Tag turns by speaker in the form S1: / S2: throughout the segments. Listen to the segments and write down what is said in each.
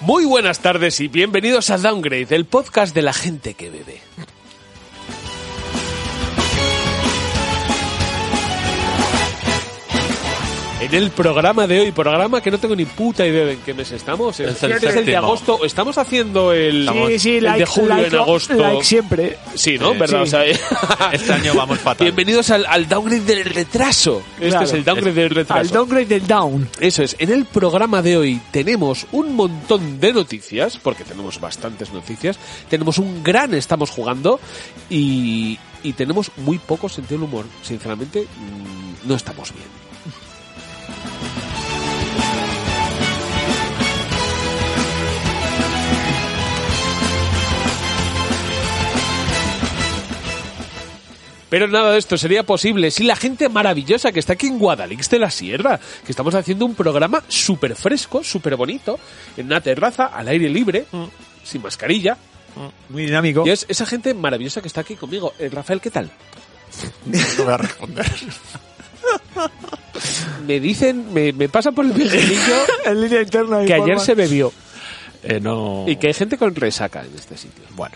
S1: Muy buenas tardes y bienvenidos a Downgrade, el podcast de la gente que bebe. En el programa de hoy, programa que no tengo ni puta idea de en qué mes estamos.
S2: Es el
S1: Creo que es el de
S2: séptimo.
S1: agosto. Estamos haciendo el,
S3: Sí, sí,
S1: el
S3: like,
S1: de julio
S3: like,
S1: en agosto.
S3: like siempre.
S1: sí, ¿no?
S2: Sí.
S1: ¿Verdad?
S3: Sí.
S1: O sea,
S2: Este año vamos fatal.
S1: bienvenidos al, al downgrade del retraso. Este
S3: Claro.
S1: es el downgrade del retraso.
S3: Al downgrade del down.
S1: Eso es, en el programa de hoy tenemos un montón de noticias, porque tenemos bastantes noticias, tenemos un gran estamos jugando y, y tenemos muy poco sentido del humor. Sinceramente, mm, no estamos bien. Pero nada de esto sería posible si la gente maravillosa que está aquí en Guadalix de la Sierra, que estamos haciendo un programa súper fresco, súper bonito, en una terraza, al aire libre, sin mascarilla.
S2: Muy dinámico.
S1: Y es esa gente maravillosa que está aquí conmigo. Eh, Rafael, ¿qué tal?
S2: No voy a responder.
S1: Me dicen, me, me pasan por el miguelillo
S3: En línea interna.
S1: que ayer
S3: informa.
S1: se bebió
S2: Eh, no.
S1: y que hay gente con resaca en este sitio.
S2: Bueno.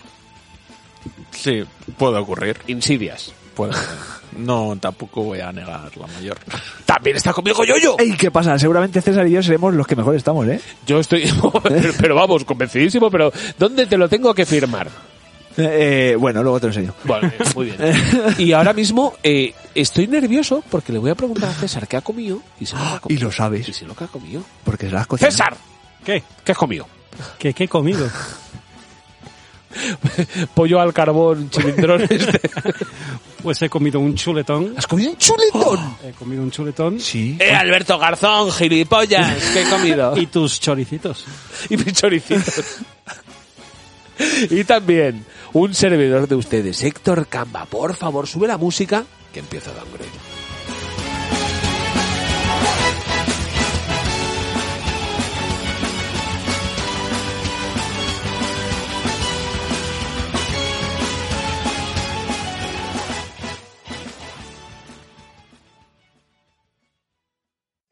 S2: Sí, puede ocurrir.
S1: Insidias.
S2: Puede. No, tampoco voy a negar la mayor.
S1: También está conmigo Yoyo.
S3: Ey, ¿qué pasa? Seguramente César y yo seremos los que mejor estamos, ¿eh?
S1: Yo estoy, pero, pero vamos, convencidísimo, pero ¿dónde te lo tengo que firmar?
S3: Eh, eh, bueno, luego te lo enseño.
S1: Vale, muy bien. Y ahora mismo eh, estoy nervioso porque le voy a preguntar a César qué ha comido y si lo que ha comido.
S3: Y lo sabes.
S1: Y si lo que ha comido.
S3: Porque se las cocinas.
S1: César,
S4: ¿Qué?
S1: ¿qué has comido?
S4: ¿Qué, qué he comido?
S1: Pollo al carbón, chilindrón. este.
S4: Pues he comido un chuletón.
S1: ¿Has comido un chuletón?
S4: He comido un chuletón.
S3: Sí.
S1: Eh, Alberto Garzón, gilipollas, ¿qué he comido?
S4: Y tus choricitos.
S1: y mis choricitos. y también un servidor de ustedes, Héctor Camba. Por favor, sube la música que empieza Downgrade.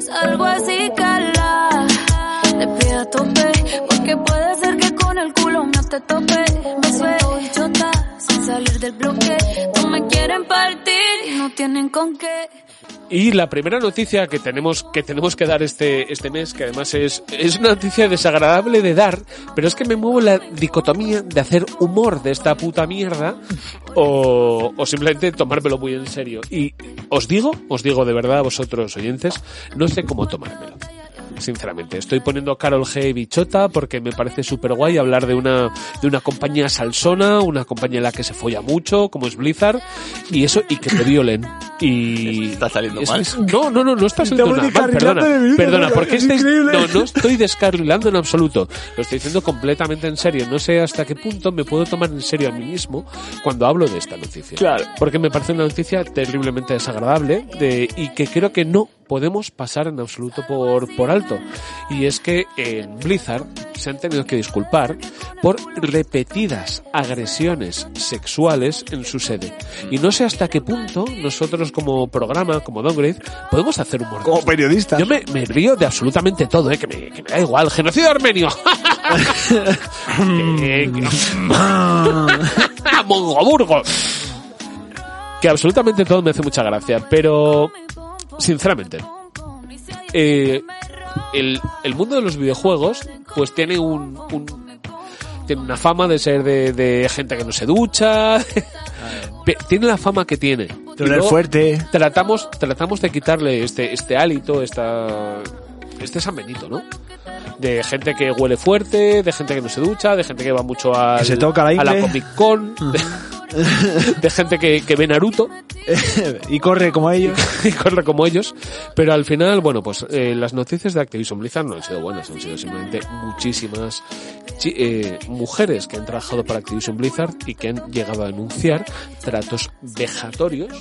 S5: Salgo así, cala. Te pido a tope, porque puede ser que con el culo no te tope. Me suelto chota sin salir del bloque. No me quieren partir y no tienen con qué.
S1: Y la primera noticia que tenemos que, tenemos que dar este, este mes, que además es, es una noticia desagradable de dar, pero es que me muevo la dicotomía de hacer humor de esta puta mierda o, o simplemente tomármelo muy en serio. Y os digo, os digo de verdad a vosotros oyentes, no sé cómo tomármelo. Sinceramente, estoy poniendo Carol G. Bichota porque me parece súper guay hablar de una, de una compañía salsona, una compañía en la que se folla mucho, como es Blizzard, y eso, y que te violen. Y,
S2: Está saliendo
S1: eso
S2: mal.
S1: es- no, no, no, no está saliendo
S3: Estamos
S1: nada mal,
S3: descarrilando
S1: perdona.
S3: de minuto,
S1: Perdona,
S3: ¿no?
S1: porque
S3: Es
S1: este es-
S3: increíble.
S1: no, no estoy descarrilando en absoluto. Lo estoy diciendo completamente en serio. No sé hasta qué punto me puedo tomar en serio a mí mismo cuando hablo de esta noticia.
S3: Claro.
S1: Porque me parece una noticia terriblemente desagradable de, y que creo que no podemos pasar en absoluto por, por alto. Y es que en Blizzard se han tenido que disculpar por repetidas agresiones sexuales en su sede. Y no sé hasta qué punto nosotros como programa, como Downgrade, podemos hacer humor.
S3: Como periodista.
S1: Yo me, me río de absolutamente todo, ¿eh? que, me, que me da igual. Genocidio armenio. Eh, que- Mongoburgo. Que absolutamente todo me hace mucha gracia, pero sinceramente, eh, el, el mundo de los videojuegos pues tiene un, un- tiene una fama de ser de, de gente que no se ducha. Pe- tiene la fama que tiene. Y
S3: Tú eres
S1: luego
S3: fuerte.
S1: Tratamos, tratamos de quitarle este, este hálito, esta, este San Benito, ¿no? De gente que huele fuerte, de gente que no se ducha, de gente que va mucho al-
S3: Que se toca la
S1: a la
S3: ingle.
S1: Comic Con, de, de gente que, que ve Naruto
S3: y corre como ellos.
S1: y corre como ellos. Pero al final, bueno, pues eh, las noticias de Activision Blizzard no han sido buenas, han sido simplemente muchísimas chi- eh, mujeres que han trabajado para Activision Blizzard y que han llegado a denunciar tratos vejatorios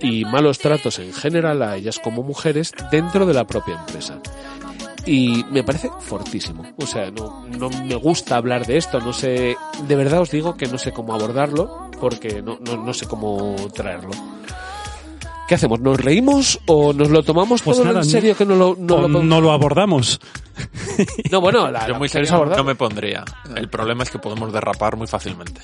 S1: y malos tratos en general a ellas como mujeres dentro de la propia empresa. Y me parece fortísimo. O sea, no, no me gusta hablar de esto, no sé, de verdad os digo que no sé cómo abordarlo porque no, no, no sé cómo traerlo. ¿Qué hacemos? ¿Nos reímos o nos lo tomamos
S4: Pues
S1: todo
S4: nada,
S1: en serio que no lo, no
S4: o
S1: lo podemos-
S4: no lo abordamos.
S1: No, bueno, la,
S2: Yo
S1: la
S2: muy
S1: queréis
S2: serio
S1: abordar.
S2: no me pondría. El problema es que podemos derrapar muy fácilmente.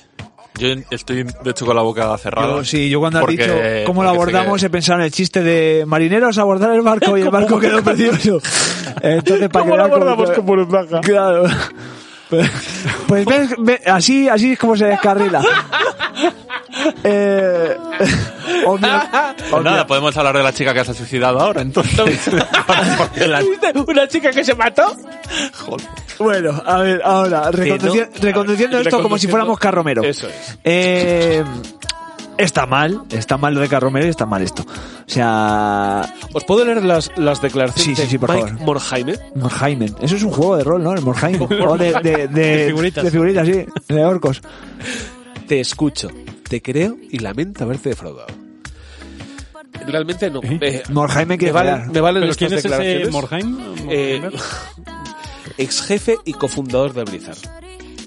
S2: Yo estoy, de hecho, con la boca cerrada.
S3: Yo, sí, yo cuando has
S2: porque-
S3: dicho cómo lo
S2: porque sé
S3: abordamos
S2: que-
S3: he pensado en el chiste de marineros abordar el barco y el barco quedó precioso. Entonces, para
S1: ¿Cómo lo
S3: quedar como-
S1: abordamos con Burundanga?
S3: Claro. Pues, pues ves, ve- así, así es como se descarrila. Eh, obvio-
S2: Pues nada, podemos hablar de la chica que se ha suicidado ahora, entonces. Porque la-
S1: ¿Una chica que se mató?
S2: Joder.
S3: Bueno, a ver, ahora, reconduci-
S1: ¿no?
S3: reconduciendo
S1: A ver,
S3: esto como si
S1: reconduciendo-
S3: fuéramos carromeros.
S1: Eso es.
S3: Eh, está mal, está mal lo de carromero y está mal esto. O sea,
S1: ¿Os puedo leer las, las declaraciones
S3: Sí, sí,
S1: de
S3: sí, por
S1: Mike
S3: favor.
S1: Morhaime?
S3: Morhaimen. Eso es un juego de rol, ¿no? El Morhaimen. O de, de- de-
S4: De figuritas.
S3: De figuritas, sí. De orcos.
S1: Te escucho, te creo y lamento haberte defraudado. Realmente no. Eh,
S3: Morhaimen
S1: me
S3: quiere
S1: valen,
S3: pelear.
S1: me valen
S4: ¿Pero
S1: estas
S4: quién es ese
S1: declaraciones.
S4: Morheim?
S1: Eh,
S4: Morheimer.
S1: ex jefe y cofundador de Blizzard.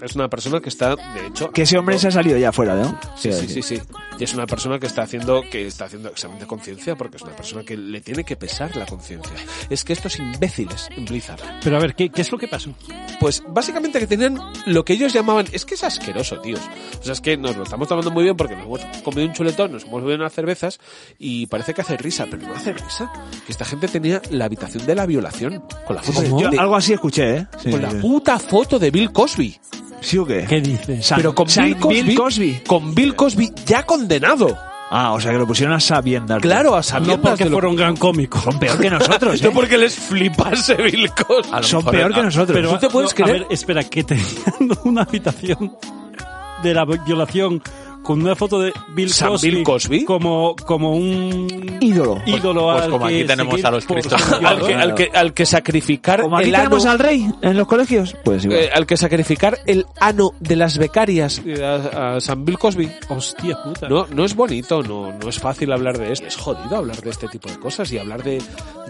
S1: Es una persona que está, de hecho,
S3: Que ese hombre se ha salido ya fuera, ¿no?
S1: Sí, sí, sí, sí. Y es una persona que está haciendo, que está haciendo examen de conciencia porque es una persona que le tiene que pesar la conciencia. Es que estos imbéciles en Blizzard
S4: Pero a ver, ¿qué, qué es lo que pasó?
S1: pues básicamente que tenían lo que ellos llamaban, es que es asqueroso, tíos. O sea, es que nos lo estamos tomando muy bien porque nos hemos comido un chuletón, nos hemos bebido unas cervezas y parece que hace risa, pero no hace risa. Que esta gente tenía la habitación de la violación con la foto de,
S3: Pues Yo
S1: de-
S3: algo así escuché, ¿eh? Sí,
S1: con la
S3: sí.
S1: puta foto de Bill Cosby.
S3: ¿Sí o qué?
S4: ¿Qué dices?
S3: San-
S1: Pero con
S3: San
S1: Bill Cosby,
S3: Bill Cosby.
S1: con Bill Cosby ya condenado.
S3: Ah, o sea que lo pusieron a sabiendas.
S1: Claro, a
S4: No
S1: sabiendas
S4: porque
S1: de lo-
S4: fuera un gran cómico.
S3: Son peor que nosotros, ¿eh?
S1: no porque les flipase Bill Cosby.
S2: A lo
S3: Son
S2: mejor
S3: peor
S2: era-
S3: que nosotros.
S4: Pero
S1: ¿Tú te puedes
S4: no, a
S1: creer?
S4: ver, espera, que tenían una habitación de la violación con una foto de Bill
S1: ¿San
S4: Cosby,
S1: Bill Cosby?
S4: como como un
S3: Ídolo.
S4: ídolo
S2: Pues- pues
S4: al
S2: como aquí
S4: que
S2: tenemos
S4: seguir
S2: a los
S4: por-
S2: Cristos.
S4: por-
S1: Al que, al que- al que sacrificar
S4: eh,
S3: Como aquí
S1: el ano
S3: tenemos al rey en los colegios. Pues igual.
S1: Eh, al que sacrificar el ano de las becarias eh, a, a San Bill Cosby.
S4: Hostia puta.
S1: No, no es bonito, no, no es fácil hablar de esto. Es jodido hablar de este tipo de cosas y hablar de,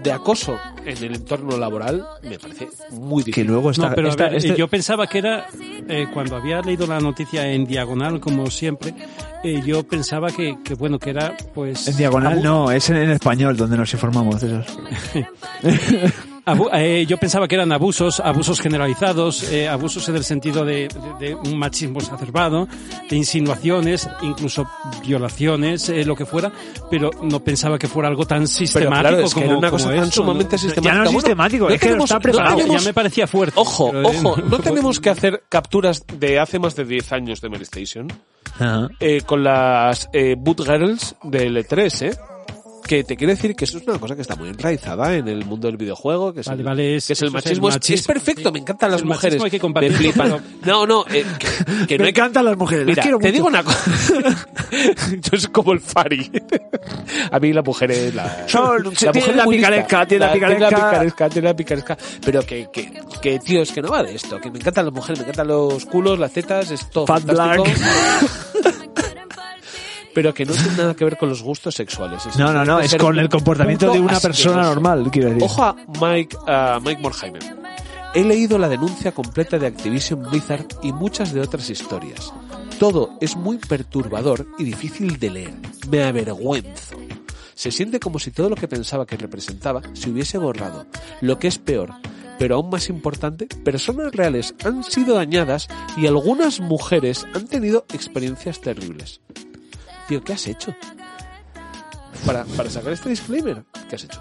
S1: de acoso en el entorno laboral me parece muy
S3: que
S1: difícil.
S3: luego está...
S4: No, pero a
S3: está-
S4: ver,
S3: este-
S4: yo pensaba que era, eh, cuando había leído la noticia en diagonal, como siempre, eh, yo pensaba que, que, bueno, que era, pues...
S3: En diagonal
S4: abu-
S3: no, es en, en español donde nos informamos. Eso.
S4: abu- eh, yo pensaba que eran abusos, abusos generalizados, eh, abusos en el sentido de, de- de un machismo exacerbado, de insinuaciones, incluso violaciones, eh, lo que fuera, pero no pensaba que fuera algo tan
S1: Pero
S4: sistemático
S1: claro, es que
S4: como,
S1: era una
S4: como
S1: cosa tan
S4: esto, ¿no?
S1: sumamente sistemática.
S3: no es
S1: Bueno,
S3: sistemático, es que lo está
S4: Claro,
S3: preparado.
S1: tenemos-
S4: ya me parecía fuerte.
S1: Ojo,
S4: pero, eh,
S1: ojo, no
S4: pues,
S1: tenemos que hacer capturas de hace más de 10 años de Mary Station eh, con las eh, Boot Girls del E3, ¿eh? Que te quiero decir que eso es una cosa que está muy enraizada en el mundo del videojuego, que es,
S4: Vale,
S1: el,
S4: vale, es-
S1: que es el
S4: eso es el
S1: machismo. Es,
S4: machismo,
S1: es perfecto,
S4: sí.
S1: me encantan las
S4: El machismo
S1: mujeres.
S4: hay que
S1: me
S4: combatirlo,
S1: flipan. No, no, eh, que, que no
S3: Me
S1: hay que-
S3: encantan las mujeres, las
S1: Mira,
S3: quiero
S1: te
S3: mucho.
S1: digo una cosa. Yo soy como el Fari. A mí la mujer es la.
S3: Son- tiene la
S1: budista.
S3: picaresca, tiene la
S1: Tiene la
S3: picaresca.
S1: picaresca, tiene la picaresca. Pero que, que, que, tío, es que no va de esto. Que me encantan las mujeres, me encantan los culos, las tetas, es todo
S3: Fat
S1: fantástico.
S3: black.
S1: Pero que no tiene nada que ver con los gustos sexuales. Es
S3: No, no, no,
S1: simplemente
S3: es
S1: ser
S3: con el
S1: puto
S3: comportamiento de una persona
S1: asqueroso.
S3: normal, quiero decir.
S1: Ojo a Mike, a Mike Morheimer. He leído la denuncia completa de Activision Blizzard y muchas de otras historias. Todo es muy perturbador y difícil de leer. Me avergüenzo. Se siente como si todo lo que pensaba que representaba se hubiese borrado. Lo que es peor, pero aún más importante, personas reales han sido dañadas y algunas mujeres han tenido experiencias terribles. Tío, ¿qué has hecho? Para, para sacar este disclaimer, ¿qué has hecho?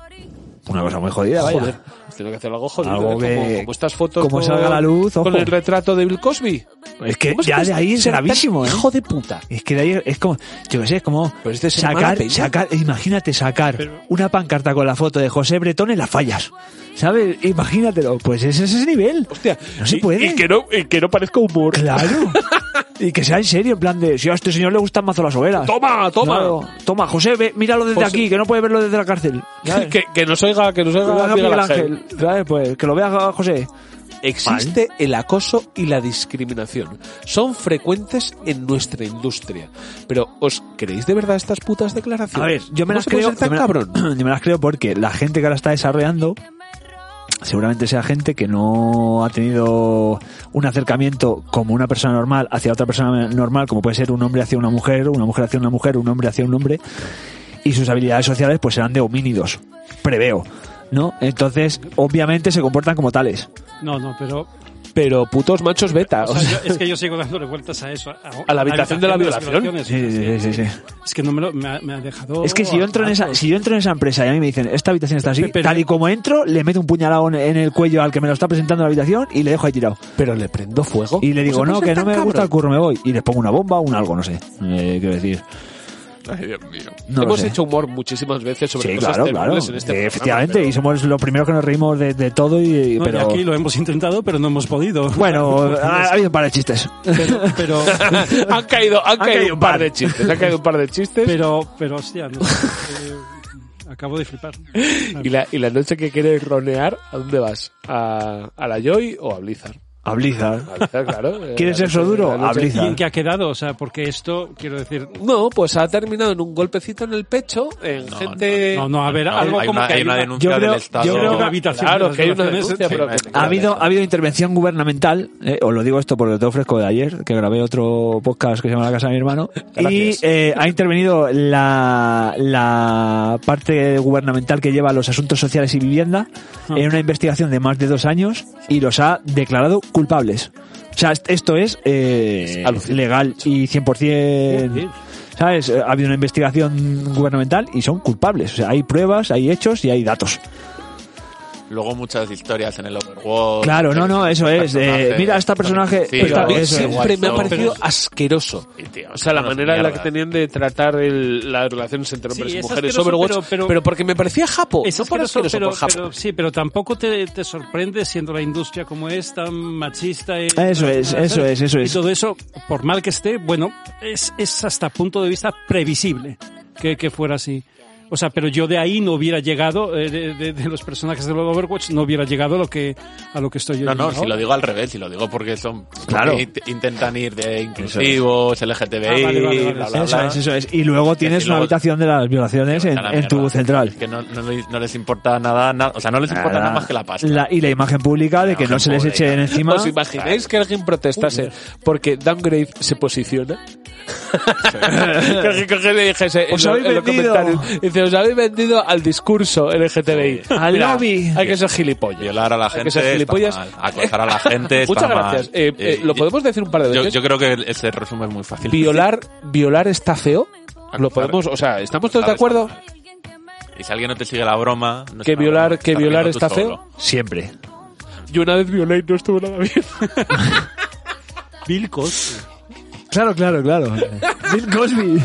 S3: Una cosa muy jodida, vaya.
S1: Joder, pues tengo que hacer algo jodido.
S3: Algo
S1: ¿eh?
S3: que-
S1: como, como estas fotos
S3: como
S1: con-
S3: salga a la luz,
S1: con
S3: ojo.
S1: el retrato de Bill Cosby.
S3: Es que
S1: ¿Cómo es
S3: ya
S1: que
S3: de ahí es
S1: ser tan
S3: gravísimo, ¿eh?
S1: Hijo de puta.
S3: Es que de ahí es como, yo qué sé, es como
S1: Pero este es el
S3: sacar,
S1: mala peña.
S3: sacar, imagínate sacar una pancarta con la foto de José Bretón en las fallas. ¿Sabes? Imagínatelo, pues ese es ese nivel.
S1: Hostia,
S3: No se
S1: y-
S3: puede.
S1: Y, que no, y que no parezca humor.
S3: Claro. y que sea en serio, en plan de, si a este señor le gustan mazo las hogueras.
S1: Toma, toma.
S3: Claro. Toma, José, ve, míralo desde
S1: José.
S3: aquí, que no puede verlo desde la cárcel. ¿Sabes?
S1: Que, que nos oiga, que nos
S3: Que
S1: oiga,
S3: lo haga
S1: Miguel
S3: Miguel
S1: Ángel.
S3: Ángel. ¿Sabes? Pues que lo vea José.
S1: Existe el acoso y la discriminación. Son frecuentes en nuestra industria. Pero, ¿os creéis de verdad estas putas declaraciones?
S3: A ver, yo
S1: ¿Cómo
S3: me las
S1: se puede
S3: creo.
S1: ser tan
S3: yo me la-
S1: cabrón?
S3: yo me las creo porque la gente que la está desarrollando seguramente sea gente que no ha tenido un acercamiento como una persona normal hacia otra persona normal, como puede ser un hombre hacia una mujer, una mujer hacia una mujer, un hombre hacia un hombre, y sus habilidades sociales pues serán de homínidos, preveo, ¿no? Entonces, obviamente se comportan como tales.
S4: No, no, pero
S1: Pero putos machos beta.
S4: o
S1: o
S4: sea,
S1: sea,
S4: yo- es que yo sigo dándole vueltas a eso. A,
S1: ¿A la habitación de la
S4: las
S1: violación?
S4: violaciones.
S3: Sí, sí, sí, sí, sí.
S4: Es que no me lo me ha, me ha dejado.
S3: Es que
S1: Oh,
S3: si yo entro en esa,
S4: harto.
S3: si yo entro en esa empresa y a mí me dicen esta habitación está así,
S4: Pero-
S3: tal
S1: eh.
S3: y como entro, le meto un puñalado en- en el cuello al que me lo está presentando en la habitación y le dejo ahí tirado.
S1: pero le prendo fuego.
S3: Y le
S1: ¿Cómo
S3: digo,
S1: se puede
S3: no,
S1: ser
S3: que no
S1: Oh, tan
S3: me gusta
S1: cabrón?
S3: el curro, me voy. Y le pongo una bomba o un algo, no sé. Eh, quiero decir.
S2: Ay, Dios mío.
S3: No lo
S1: Hemos
S3: sé.
S1: hecho humor muchísimas veces sobre
S3: Sí,
S1: cosas
S3: claro, claro. Eh,
S1: terribles en este programa,
S3: Efectivamente,
S1: pero-
S3: y somos los primeros que nos reímos de, de todo. Y,
S4: No, y
S3: pero,
S4: aquí lo hemos intentado, pero no hemos podido.
S3: Bueno, ah. ha, ha habido un par de chistes.
S4: pero, pero,
S1: han caído, han caído, un par de chistes, han caído un par de chistes.
S4: pero, pero, hostia, no. eh, acabo de flipar.
S1: y, la, y la noche que quieres ronear, ¿a dónde vas? ¿A, a la Joy o a Blizzard?
S3: A Blizzard.
S1: A Blizzard, claro. eh,
S3: ¿Quieres
S1: la
S3: sexo
S1: noche-
S3: duro?
S1: la noche-
S3: A Blizzard.
S4: ¿Y en qué ha quedado? O sea, porque esto, quiero decir.
S1: No, pues ha terminado en un golpecito en el pecho, en
S2: No,
S1: gente...
S4: No, no, a ver,
S2: No,
S4: algo
S2: hay
S4: como
S2: una,
S4: que
S2: hay una denuncia
S3: yo creo-
S2: del Estado.
S4: yo creo que-
S1: Claro, que hay una
S4: Habitación de
S1: denuncia, pero...
S2: relaciones-
S1: que-
S3: Ha habido, ha habido intervención gubernamental, eh, os lo digo esto porque lo tengo fresco de ayer, que grabé otro podcast que se llama La Casa de mi hermano, y
S1: Gracias.
S3: eh, ha intervenido la, la parte gubernamental que lleva los asuntos sociales y vivienda
S1: Ah.
S3: en una investigación de más de dos años y los ha declarado culpables. O sea, est- esto es eh,
S1: alucinante.
S3: legal y 100%... ¿Sabes? Eh, Ha habido una investigación gubernamental y son culpables. O sea, hay pruebas, hay hechos y hay datos.
S2: Luego muchas historias en el Overworld.
S3: Claro, no, no, eso es,
S2: Personajes,
S3: eh, mira, este personaje-
S2: Sí,
S3: esta-
S1: Pero a mí
S2: eso es.
S1: siempre me ha
S2: Pero-
S1: parecido asqueroso.
S2: Sí, tío,
S1: O sea, la
S2: unas
S1: manera en la que
S2: mierdas.
S1: tenían de tratar el- las relaciones entre hombres
S4: Sí,
S1: y
S4: es
S1: mujeres
S4: asqueroso,
S1: Overwatch, pero,
S4: pero- pero-
S1: porque me parecía japo.
S4: Es
S1: no por
S4: asqueroso,
S1: asqueroso,
S4: pero,
S1: por japo.
S4: pero- sí, pero tampoco te, te sorprende siendo la industria como es, tan machista. y-
S3: Eso es, eso es, eso es.
S4: Y todo eso, por mal que esté, bueno, es, es hasta punto de vista previsible que, que fuera así. O sea, pero yo de ahí no hubiera llegado, eh, de, de- de los personajes de Overwatch, no hubiera llegado a lo que, a lo que estoy yo.
S2: No, no,
S4: llegando
S2: si lo
S4: ahora.
S2: digo al revés, si lo digo porque son. porque
S3: Claro.
S2: int- intentan ir de inclusivos, LGTBI,
S4: Ah, vale, vale, vale,
S2: bla,
S4: sí,
S2: bla,
S3: Eh, Eso
S2: bla.
S3: es, eso es. Y luego tienes
S2: si
S3: una
S2: luego-
S3: habitación de las violaciones en,
S2: A la
S3: en tu
S2: mierda.
S3: central.
S2: Es que no, no, le- no les importa nada, nada, o sea, no les importa nada más que la pasta.
S3: La- y la imagen pública de
S2: La
S3: que no
S2: imagen
S3: se les
S2: pública.
S3: echen encima.
S1: ¿Os imagináis que alguien protestase porque Downgrade se posiciona? que alguien cogiera y dijese en
S3: Os
S1: lo-
S3: habéis
S1: en los
S3: vendido.
S1: comentarios, dice, os habéis vendido al discurso LGTBI.
S3: Al
S1: Mira,
S3: lobby.
S1: Hay que ser gilipollas.
S2: Violar a la
S1: Hay que
S2: gente,
S1: ser
S2: está
S1: gilipollas. Eh,
S2: mal. acosar a la gente, está
S1: Muchas
S2: mal.
S1: gracias. Eh, eh,
S2: Eh,
S1: ¿Lo podemos decir un par de
S2: yo,
S1: veces?
S2: yo creo que ese resumen es muy fácil.
S1: violar, violar está feo. Lo podemos, o sea, ¿estamos todos de acuerdo?
S2: Y si alguien no te sigue la broma, no
S1: Que
S2: es una
S1: violar-
S2: broma,
S1: que
S2: estás
S1: violar
S2: riendo tú
S1: está
S2: solo.
S1: feo.
S3: Siempre.
S1: Yo una vez violé y no estuvo nada bien.
S3: Claro, claro, claro. Bill Cosby.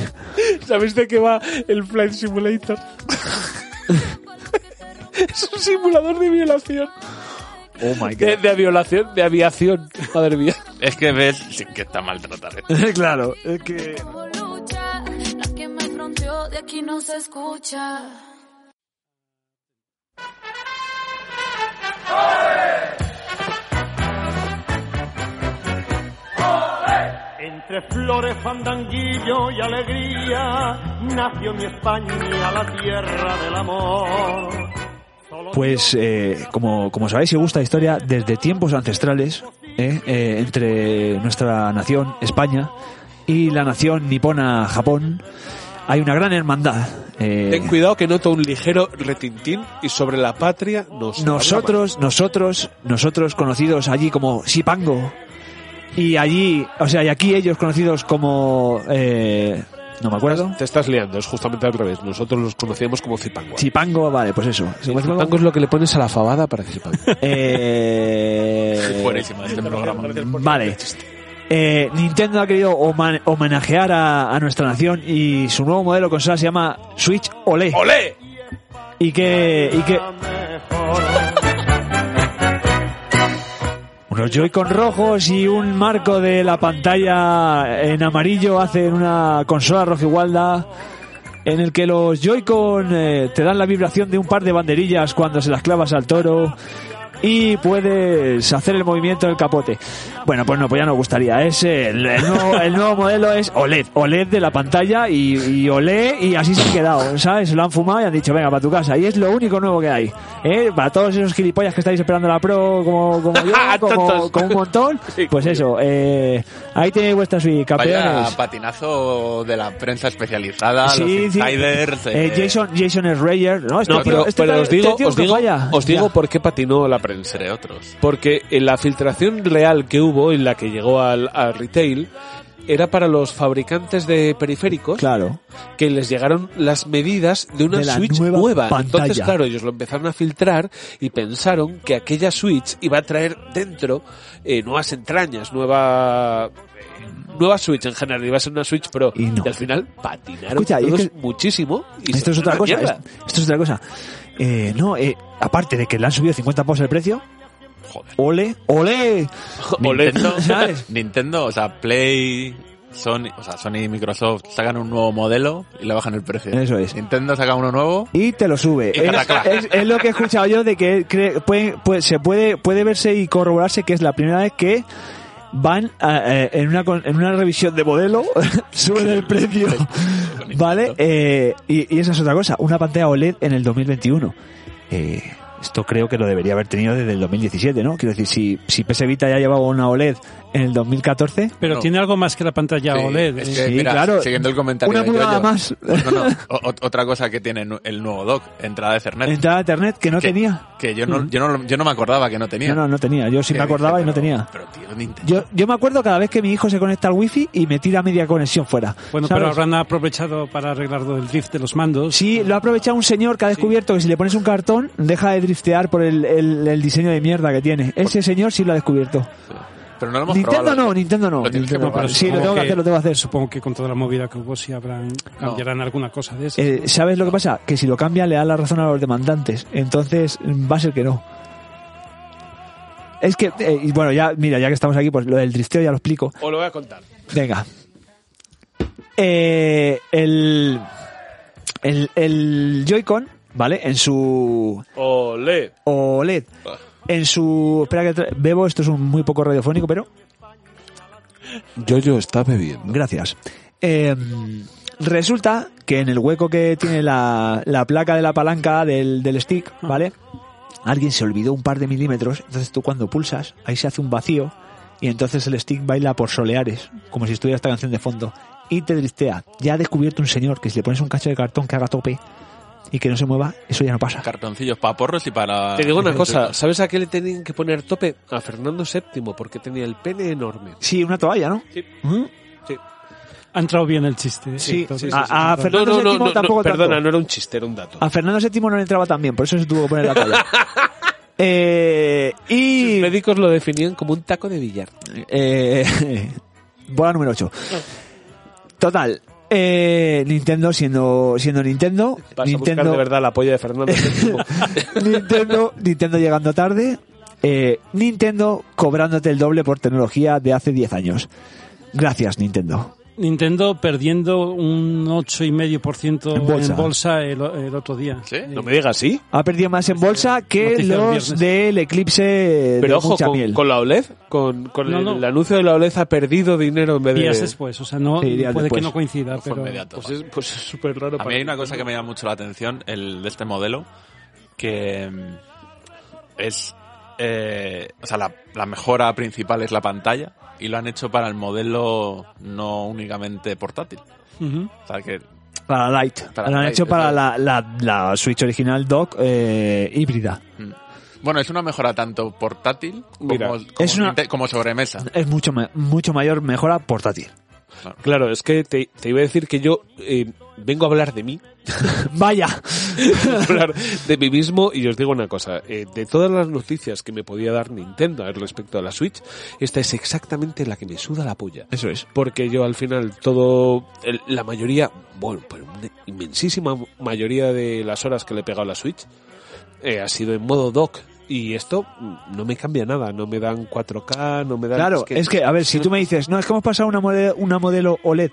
S1: ¿Sabéis de qué va el Flight Simulator? es un simulador de violación.
S3: Oh my
S1: De, de violación, de aviación. Madre mía.
S2: Es que ves sí, que está maltratar. esto.
S3: claro, es que.
S5: lucha, la que me fronteó de aquí no se escucha.
S6: Entre flores, fandanguillo y alegría, nació mi España, la tierra del amor. Solo
S3: Pues, eh, como, como sabéis, si os gusta la historia, desde tiempos ancestrales, eh, eh, entre nuestra nación, España, y la nación nipona, Japón, hay una gran hermandad. eh,
S1: Ten cuidado que noto un ligero retintín y sobre la patria nos.
S3: Nosotros, nosotros, nosotros conocidos allí como Sipango. Y allí, o sea, y aquí ellos conocidos como eh, No me acuerdo.
S1: Te estás liando, es justamente al revés. Nosotros los conocíamos como Zipango.
S3: Chipango, vale, pues eso.
S1: Zipango es lo que le pones a la fabada para Zipango.
S3: Eh,
S2: Buenísima este programa.
S3: Vale. Eh, Nintendo ha querido homan- homenajear a, a nuestra nación y su nuevo modelo de consola se llama Switch OLED.
S1: ¡Olé!
S3: Y que, y que unos Joy-Con rojos y un marco de la pantalla en amarillo hacen una consola roja igualda en el que los Joy-Con eh, te dan la vibración de un par de banderillas cuando se las clavas al toro y puedes hacer el movimiento del capote. Bueno, pues no, pues ya no gustaría. Es el, el nuevo, el nuevo modelo es E OLED, OLED de la pantalla y, y OLED y así se han quedado, ¿sabes? Lo han fumado y han dicho, venga, para tu casa. Y es lo único nuevo que hay. ¿eh? Para todos esos gilipollas que estáis esperando la Pro como, como yo, como,
S1: Tontos.
S3: como un montón, pues eso. Eh, ahí tenéis vuestra Switch,
S2: Vaya
S3: campeones.
S2: patinazo de de la prensa especializada, Ah, los insiders.
S3: Eh,
S2: eh,
S3: Jason, Jason es Rayer. No, este
S1: No,
S3: tío-
S1: pero,
S3: este
S1: pero
S3: tío-
S1: os digo,
S3: este tío
S1: os
S3: que
S1: digo,
S3: falla.
S1: os digo
S3: Ya.
S1: por qué patinó la prensa.
S2: entre otros.
S1: Porque eh, la filtración real que hubo en la que llegó al, al retail era para los fabricantes de periféricos
S3: Claro.
S1: que les llegaron las medidas de una
S3: De la
S1: Switch
S3: nueva
S1: nueva. Entonces,
S3: pantalla.
S1: claro, ellos lo empezaron a filtrar y pensaron que aquella Switch iba a traer dentro eh, nuevas entrañas, nueva eh, nueva Switch en general, iba a ser una Switch Pro.
S3: Y no.
S1: al final patinaron
S3: Escucha, y es
S1: todos
S3: que-
S1: muchísimo. Y se
S3: Esto es
S1: fue a
S3: otra
S1: la
S3: cosa.
S1: mierda.
S3: es- Esto es otra cosa. Eh, no, eh, aparte de que le han subido 50 pavos el precio. Ole, ole.
S1: Olé.
S2: Nintendo,
S3: ¿Sabes?
S2: Nintendo, o sea, Play, Sony, o sea, Sony y Microsoft sacan un nuevo modelo y le bajan el precio.
S3: Eso es.
S2: Nintendo saca uno nuevo.
S3: Y te lo sube.
S2: Y
S3: Es,
S2: cataclá.
S3: es- es lo que he escuchado yo de que cre- puede, puede- se puede, puede verse y corroborarse que es la primera vez que van a- eh, en, una, con- en una revisión de modelo, suben el precio. ¿Vale? Eh, y, y esa es otra cosa. Una pantalla OLED en el 2021. Eh, esto creo que lo debería haber tenido desde el 2017, ¿no? Quiero decir, si, si PS Vita ya llevaba una OLED en el 2014,
S4: Pero
S2: No.
S4: tiene algo más que la pantalla
S2: Sí,
S4: OLED.
S2: es
S4: ¿eh?
S2: que,
S3: Sí,
S2: mira,
S3: claro.
S2: Siguiendo el comentario
S3: Una
S2: de Yoyo,
S3: pulgada más.
S2: No, no, o- o- otra cosa que tiene nu- el nuevo dock, entrada de Ethernet.
S3: entrada a Internet que no
S2: que,
S3: tenía.
S2: Que yo no, yo, no, yo no me acordaba que no tenía.
S3: Mm. No, no, no tenía. Yo sí
S2: Que
S3: me acordaba
S2: dije,
S3: y no
S2: pero-
S3: tenía.
S2: Pero tío, Nintendo.
S3: Yo, yo me acuerdo cada vez que mi hijo se conecta al wifi y me tira media conexión fuera.
S4: Bueno,
S3: ¿sabes?
S4: pero habrán aprovechado para arreglar lo del drift de los mandos.
S3: Sí, lo ha aprovechado un señor que ha descubierto que si le pones un cartón deja de driftear por el, el- el diseño de mierda que tiene. Ese señor sí lo ha descubierto.
S2: Pero no lo hemos
S3: Nintendo
S2: probado.
S3: no, Nintendo no.
S2: Lo tienes que
S3: Nintendo no.
S2: probar.
S3: Sí, lo
S4: Supongo
S3: tengo que hacer, lo tengo que hacer.
S4: Supongo que con toda la movida que hubo, sí habrán, cambiarán alguna cosa de eso.
S3: Eh, ¿Sabes lo que pasa? Que si lo cambia le da la razón a los demandantes. Entonces mm, va a ser que no. Es que, eh, y bueno, ya, mira, ya que estamos aquí, pues lo del drifteo ya lo explico.
S1: Os lo voy a contar.
S3: Venga. Eh, el, el, el Joy-Con, ¿vale? En su
S1: Olé.
S3: OLED. E En su... Espera que... tra- Bebo, esto es un muy poco radiofónico, pero...
S1: Yo yo está bebiendo.
S3: Gracias. Eh, resulta que en el hueco que tiene la, la placa de la palanca del, del stick, ¿vale? Alguien se olvidó un par de milímetros, entonces tú cuando pulsas, ahí se hace un vacío y entonces el stick baila por soleares, como si estuviera esta canción de fondo, y te driftea. Ya ha descubierto un señor que si le pones un cacho de cartón que haga tope y que no se mueva, eso ya no pasa.
S2: Cartoncillos para porros y para.
S1: Te digo una
S2: Sí,
S1: cosa, ¿sabes a qué le tenían que poner tope? A Fernando VII, porque tenía el pene enorme.
S3: Sí, una toalla, ¿no?
S1: Sí.
S3: ¿Mm?
S4: Ha entrado bien el chiste. ¿eh?
S3: Sí,
S4: Entonces,
S3: sí, sí, sí. A- a Fernando
S1: no, no,
S3: VII
S1: no, no,
S3: tampoco tanto.
S1: perdona, no era un chiste, era un dato.
S3: A Fernando VII no le entraba tan bien, por eso se tuvo que poner la toalla. Eh, y
S1: Los médicos lo definían como un taco de billar.
S3: Eh, bola número 8. Total. Eh, Nintendo siendo siendo Nintendo
S1: Vas a buscar de
S3: Nintendo
S1: verdad la polla de Fernando VII.
S3: Nintendo Nintendo llegando tarde eh, Nintendo cobrándote el doble por tecnología de hace 10 años gracias Nintendo
S4: Nintendo perdiendo un 8,5%
S3: En
S4: en
S3: bolsa.
S4: bolsa, el, el otro día.
S2: ¿Sí?
S1: no me digas, sí.
S3: ha perdido más
S1: Pues,
S3: en bolsa que
S4: Noticia del
S3: los
S4: viernes.
S3: del eclipse de
S1: Pero ojo,
S3: mucha
S1: con,
S3: miel
S1: con la OLED, con, con
S4: No,
S1: el,
S4: no.
S1: el anuncio de la OLED ha perdido dinero en vez de...
S4: Días después, o sea, no
S3: Sí,
S4: puede
S3: días después.
S4: que no coincida,
S2: No fue
S4: pero
S2: inmediato.
S1: Pues es pues es súper raro.
S2: A mí
S1: para
S2: hay una
S1: mí.
S2: cosa que me llama mucho la atención el, de este modelo, que mm, es... eh, o sea, la, la mejora principal es la pantalla y lo han hecho para el modelo no únicamente portátil.
S4: Ujú.
S2: O sea, que
S3: para la Lite
S2: Para
S3: lo han
S2: Lite,
S3: hecho para
S2: eso.
S3: la, la, la Switch original dock eh, híbrida
S2: mm. bueno, es una mejora tanto portátil como,
S1: Mira,
S2: como
S3: es una-
S2: inte- como sobremesa.
S3: es mucho ma- mucho mayor mejora portátil
S2: Claro.
S1: Claro, es que te, te iba a decir que yo eh, vengo a hablar de mí,
S3: Vaya.
S1: hablar de mí mismo y os digo una cosa, eh, de todas las noticias que me podía dar Nintendo al respecto a la Switch, esta es exactamente la que me suda la polla.
S3: Eso es.
S1: Porque yo al final todo, el- la mayoría, bueno, pero una inmensísima mayoría de las horas que le he pegado a la Switch eh, ha sido en modo dock. Y esto mm, no me cambia nada, no me dan 4K, no me dan...
S3: Claro, es que, a ver, si tú me dices, no, es que hemos pasado una modelo, una modelo OLED,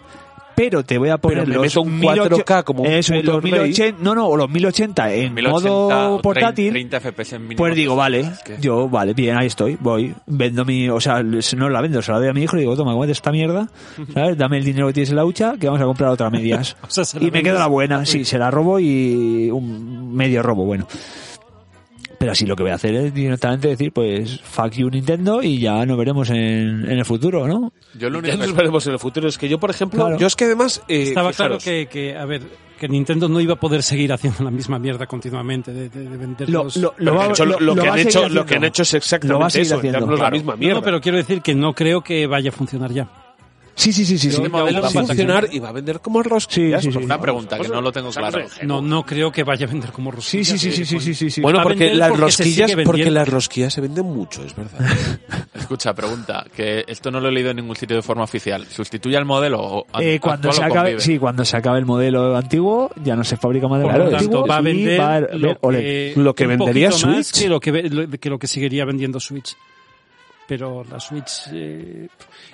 S3: pero te voy a poner
S1: me
S3: los
S1: meto un
S3: 1080
S1: 4K como un
S3: eso,
S1: puto
S3: los 1080, no, no, o los 1080 en
S2: 1080 o
S3: modo
S2: 30
S3: portátil.
S2: 30 FPS mínimo.
S3: Pues digo, vale,
S2: Es que-
S3: yo, vale, bien, ahí estoy, voy, vendo mi, o sea, si no la vendo, se la doy a mi hijo y digo, toma, cómete esta mierda, ¿sabes? Dame el dinero que tienes en la hucha, que vamos a comprar otra medias.
S4: O sea, se la
S3: y me
S4: vendes.
S3: quedo la buena, sí, se la robo y un medio robo, bueno. Pero así lo que voy a hacer es directamente decir, pues, fuck you Nintendo y ya nos veremos en, en el futuro, ¿no?
S2: Yo lo
S1: Ya
S2: único
S1: nos
S2: que-
S1: veremos en el futuro. Es que yo, por ejemplo,
S3: Claro.
S1: yo es que además... eh,
S4: Estaba
S1: fijaros,
S4: claro que, que, a ver, que Nintendo no iba a poder seguir haciendo la misma mierda continuamente de, de- de vender los-
S1: Pero de hecho, lo- lo que
S3: va a
S1: han
S3: seguir
S1: hecho- lo que han
S3: haciendo.
S1: hecho es
S3: Lo va a
S1: exactamente
S3: seguir
S1: eso,
S3: haciendo.
S1: darnos la
S3: Claro.
S1: misma
S4: No,
S1: mierda.
S4: no, pero quiero decir que no creo que vaya a funcionar ya.
S3: Sí, sí, sí, sí. sí.
S2: Este modelo
S1: va a
S2: sí, sí,
S1: funcionar y va a vender como rosquillas.
S3: Sí, sí,
S1: por
S3: sí.
S2: Una
S1: favor.
S2: pregunta que no lo tengo
S1: Vamos a
S2: claro.
S1: ver.
S4: No, no creo que vaya a vender como
S3: Sí,
S4: Rusia.
S3: sí, sí, sí, sí, sí, sí, sí.
S1: Bueno,
S4: Va a
S1: porque
S4: vender
S1: las,
S4: porque se
S1: rosquillas,
S4: sigue
S1: porque
S4: vendiendo.
S1: las rosquillas se venden mucho, es verdad.
S2: Escucha, pregunta, que esto no lo he leído en ningún sitio de forma oficial. ¿Sustituye al modelo o an-
S3: Eh, cuando
S2: actual
S3: se
S2: o
S3: acabe,
S2: convive?
S3: sí, cuando se acabe el modelo antiguo, ya no se fabrica más
S4: Por
S3: modelo
S4: lo
S3: antiguo
S4: tanto, va a
S3: y
S4: vender
S3: va a haber
S4: lo,
S3: OLED.
S4: que,
S1: Lo que
S4: un
S1: vendería
S4: poquito más
S1: Switch.
S4: que lo que, ve- lo- que lo que seguiría vendiendo Switch. Pero la Switch... eh,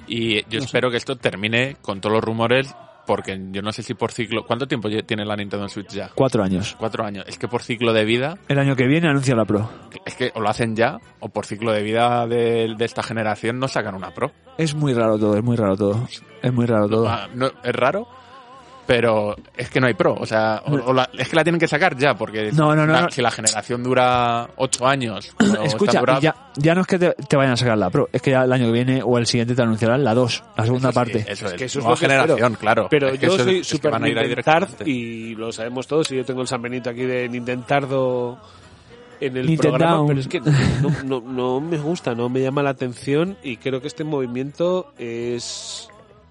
S2: Y yo espero que esto termine con todos los rumores, porque yo no sé si por ciclo... ¿Cuánto tiempo lle- tiene la Nintendo Switch ya?
S3: Cuatro años.
S2: Cuatro años. Es que por ciclo de vida,
S3: El año que viene anuncia la Pro.
S2: es que o lo hacen ya, o por ciclo de vida de, de esta generación no sacan una Pro.
S3: Es muy raro todo, es muy raro todo. Es muy raro todo.
S2: Ah, no- es raro, pero es que no hay pro. O sea, o- o la- es que la tienen que sacar ya, porque
S3: No, no, no,
S2: la-
S3: no.
S2: si la generación dura ocho años, como está
S3: Escucha,
S2: dura-
S3: ya, ya no es que te, te vayan a sacar la Pro, es que ya el año que viene o el siguiente te anunciarán la 2, la segunda
S2: eso sí,
S3: parte.
S2: eso
S1: Es
S2: es,
S1: que eso es
S2: nueva
S1: lo que
S2: generación,
S1: espero.
S2: claro.
S1: Pero
S2: Es que
S1: yo
S2: eso es-
S1: soy
S2: es que
S1: super
S2: van a ir ahí
S1: Nintendard
S2: directamente.
S1: y lo sabemos todos. Y yo tengo el San Benito aquí de Nintendardo en el
S3: Nintendown.
S1: programa. Pero es que no, no- no me gusta, no me llama la atención. Y creo que este movimiento es.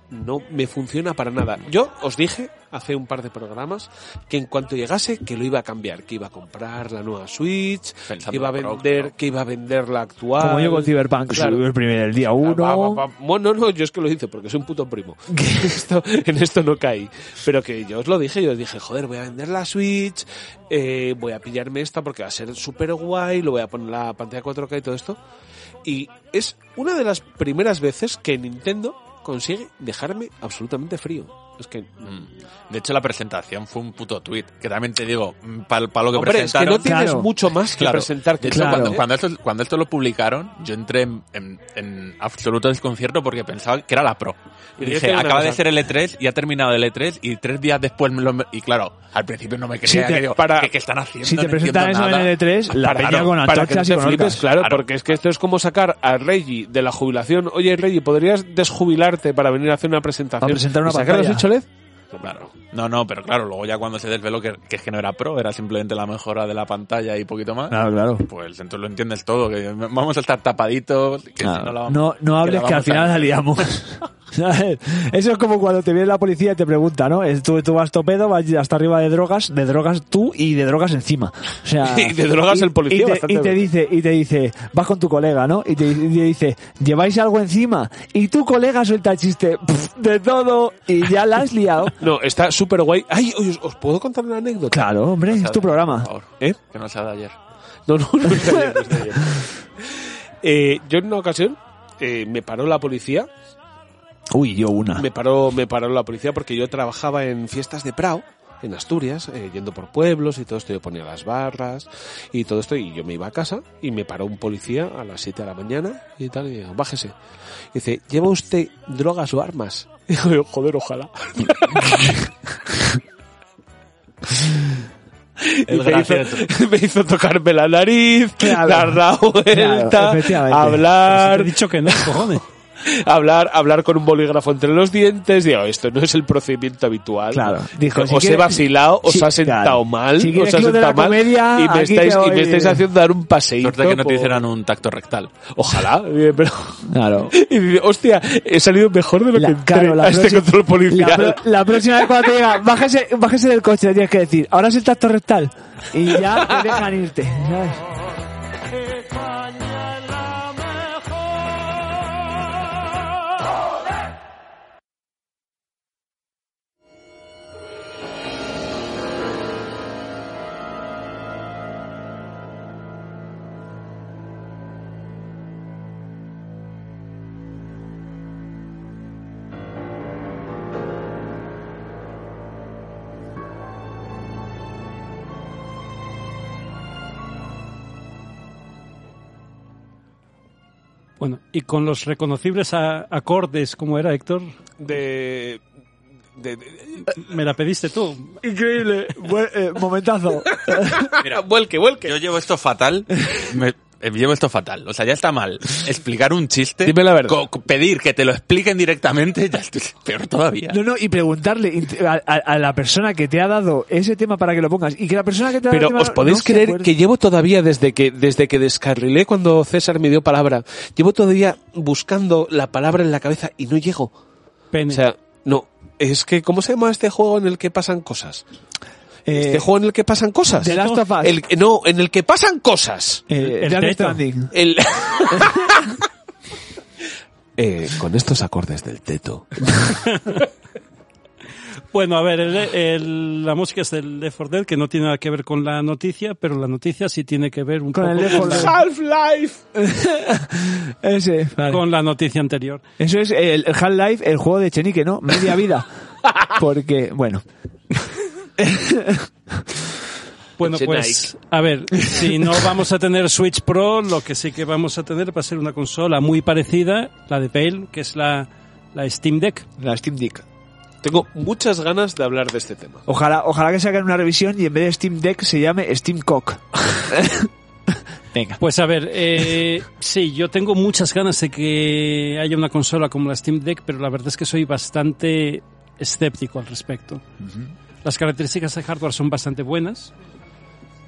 S1: No me funciona para nada. Yo os dije hace un par de programas que en cuanto llegase que lo iba a cambiar, que iba a comprar la nueva Switch,
S2: Pensando
S1: que iba a
S2: en Pro,
S1: vender,
S2: claro.
S1: que iba a vender la actual.
S3: Como yo con Cyberpunk,
S1: Claro.
S3: subí el primer el día 1.
S1: Ah, Va, va, va. Bueno, no, yo es que lo hice porque soy un puto primo. Esto- en esto no caí. Pero que yo os lo dije, yo os dije, joder, voy a vender la Switch, eh, voy a pillarme esta porque va a ser súper guay, lo voy a poner en la pantalla 4K y todo esto. Y es una de las primeras veces que Nintendo consigue dejarme absolutamente frío. Es que...
S2: Mm. De hecho, la presentación fue un puto tweet, que también te digo, para lo que
S1: Hombre, es que
S2: presentaron...
S1: no tienes
S3: Claro.
S1: mucho más que
S2: Claro.
S1: presentar.
S2: De
S1: Que
S2: hecho,
S3: Claro.
S2: cuando, cuando esto, cuando esto lo publicaron, yo entré en, en- en absoluto desconcierto porque pensaba que era la pro.
S1: Y yo te
S2: Y dije,
S1: digo una
S2: acaba de
S1: cosa.
S2: ser el E3 y ha terminado el E3 y tres días después me lo... Y claro, al principio no me creía
S3: te-
S2: que digo,
S1: para-
S2: ¿qué, qué están haciendo?
S3: Si te
S2: No
S3: presentan eso
S2: entiendo nada.
S1: E
S3: en N3, la
S2: Para-
S3: peña
S2: claro,
S3: con
S1: Para que no
S3: antorchas y
S1: te
S3: con
S1: flipes,
S3: orcas.
S1: claro,
S2: Claro.
S1: porque es que esto es como sacar a Reggie de la jubilación. Oye, Reggie, ¿podrías desjubilarte para venir a hacer una presentación?
S3: A presentar una
S1: ¿Y sacar
S3: pantalla.
S1: los dicho LED?
S2: Claro. No, no, pero claro, luego ya cuando se desveló que, que es que no era pro, era simplemente la mejora de la pantalla y poquito más,
S3: Claro, claro.
S2: pues entonces lo entiendes todo, que vamos a estar tapaditos, que si
S3: Claro.
S2: no, la vamos-
S3: no, no
S2: la
S3: hables que, al
S2: vamos a-
S3: final la liamos. ¿Sabes? Eso es como cuando te viene la policía y te pregunta, ¿no? Eh, Tú, tú vas topedo, vas hasta arriba de drogas, de drogas tú y de drogas encima. O sea,
S1: Y de drogas el policía
S3: y te,
S1: bastante
S3: y te
S1: bien.
S3: dice, y te dice, vas con tu colega, ¿no? Y te, y te dice, ¿lleváis algo encima? Y tu colega suelta el chiste, "Pff, de todo, y ya la has liado.
S1: No, está súper guay. Ay, oye, ¿os, os puedo contar una anécdota?
S3: Claro, hombre, es tu programa.
S2: Por favor,
S1: ¿Eh?
S2: que no sea de ayer.
S1: No, no, no está bien, no está bien. Eh, yo en una ocasión eh, me paró la policía.
S3: Uy, yo una.
S1: Me paró, me paró la policía porque yo trabajaba en fiestas de Prado. En Asturias, eh, yendo por pueblos y todo esto, yo ponía las barras y todo esto, y yo me iba a casa y me paró un policía a las 7 de la mañana y tal, y digo, bájese. Y dice, ¿lleva usted drogas o armas? Y digo, yo, joder, ojalá. Y me, hizo, me hizo tocarme la nariz,
S3: Claro.
S1: dar la vuelta,
S3: efectivamente. Pues
S1: hablar.
S4: Os he dicho que no, cojones.
S1: hablar, hablar con un bolígrafo entre los dientes, digo, esto no es el procedimiento habitual.
S3: Claro. Dijo,
S1: os
S3: si
S1: he
S3: quiere-
S1: vacilado, os
S3: si-
S1: ha sentado
S3: claro.
S1: mal,
S3: Si quieres
S1: os ha
S3: club de la
S1: sentado mal,
S3: comedia,
S1: y me,
S3: aquí
S1: estáis,
S3: te
S1: y me
S3: voy.
S1: estáis haciendo dar un paseíto.
S2: Suerte que no te
S1: por-
S2: hicieran un tacto rectal.
S1: Ojalá, eh, pero...
S3: Claro.
S1: Y dice, hostia, he salido mejor de lo
S3: La-
S1: que entré
S3: claro, la
S1: a este
S3: próxima-
S1: control policial.
S3: La, pro- la próxima vez cuando te diga, bájese, bájese del coche, le tienes que decir, ahora es el tacto rectal. Y ya te dejan irte. ¿sabes?
S4: Bueno, y con los reconocibles a- acordes, como era Héctor,
S1: De- de- de-
S4: me la pediste tú.
S3: Increíble. Buen- eh, momentazo.
S1: Mira, vuelque, vuelque.
S2: Yo llevo esto fatal. Me, eh, llevo esto fatal. O sea, ya está mal. Explicar un chiste.
S1: Dime la verdad.
S2: co- co- pedir que te lo expliquen directamente, ya estoy peor todavía.
S3: No, no, y preguntarle int- a, a- a la persona que te ha dado ese tema para que lo pongas. Y que la persona que te ha dado
S1: Pero
S3: el tema
S1: os podéis
S3: no se
S1: creer
S3: acuerde.
S1: que llevo todavía desde que desde que descarrilé cuando César me dio palabra, llevo todavía buscando la palabra en la cabeza y no llego. O
S4: Pene.
S1: sea, no, es que ¿cómo se llama este juego en el que pasan cosas?
S3: Eh,
S1: Este juego en el que pasan cosas.
S3: The Last of Us.
S1: El- no, en el que pasan cosas.
S3: eh,
S4: el
S3: Death
S4: teto.
S3: Stranding.
S1: El Eh, con estos acordes del teto.
S4: Bueno, a ver, el- el- la música es del Left 4 Dead, que no tiene nada que ver con la noticia, pero la noticia sí tiene que ver un
S3: Con
S4: poco
S3: el Left 4 Dead.
S1: Half-Life.
S3: Ese, vale.
S4: con la noticia anterior.
S3: Eso es el el Half-Life, el juego de Chenique, ¿no? Media vida. Porque, bueno.
S4: Bueno,
S1: Che
S4: pues, a ver, si no vamos a tener Switch Pro, lo que sí que vamos a tener va a ser una consola muy parecida, la de Pale, que es la, la Steam Deck.
S3: La Steam Deck.
S1: Tengo muchas ganas de hablar de este tema.
S3: Ojalá, ojalá que saquen una revisión y en vez de Steam Deck se llame Steam Cock. Venga.
S4: Pues a ver, eh, sí, yo tengo muchas ganas de que haya una consola como la Steam Deck, pero la verdad es que soy bastante escéptico al respecto. Las características de hardware son bastante buenas,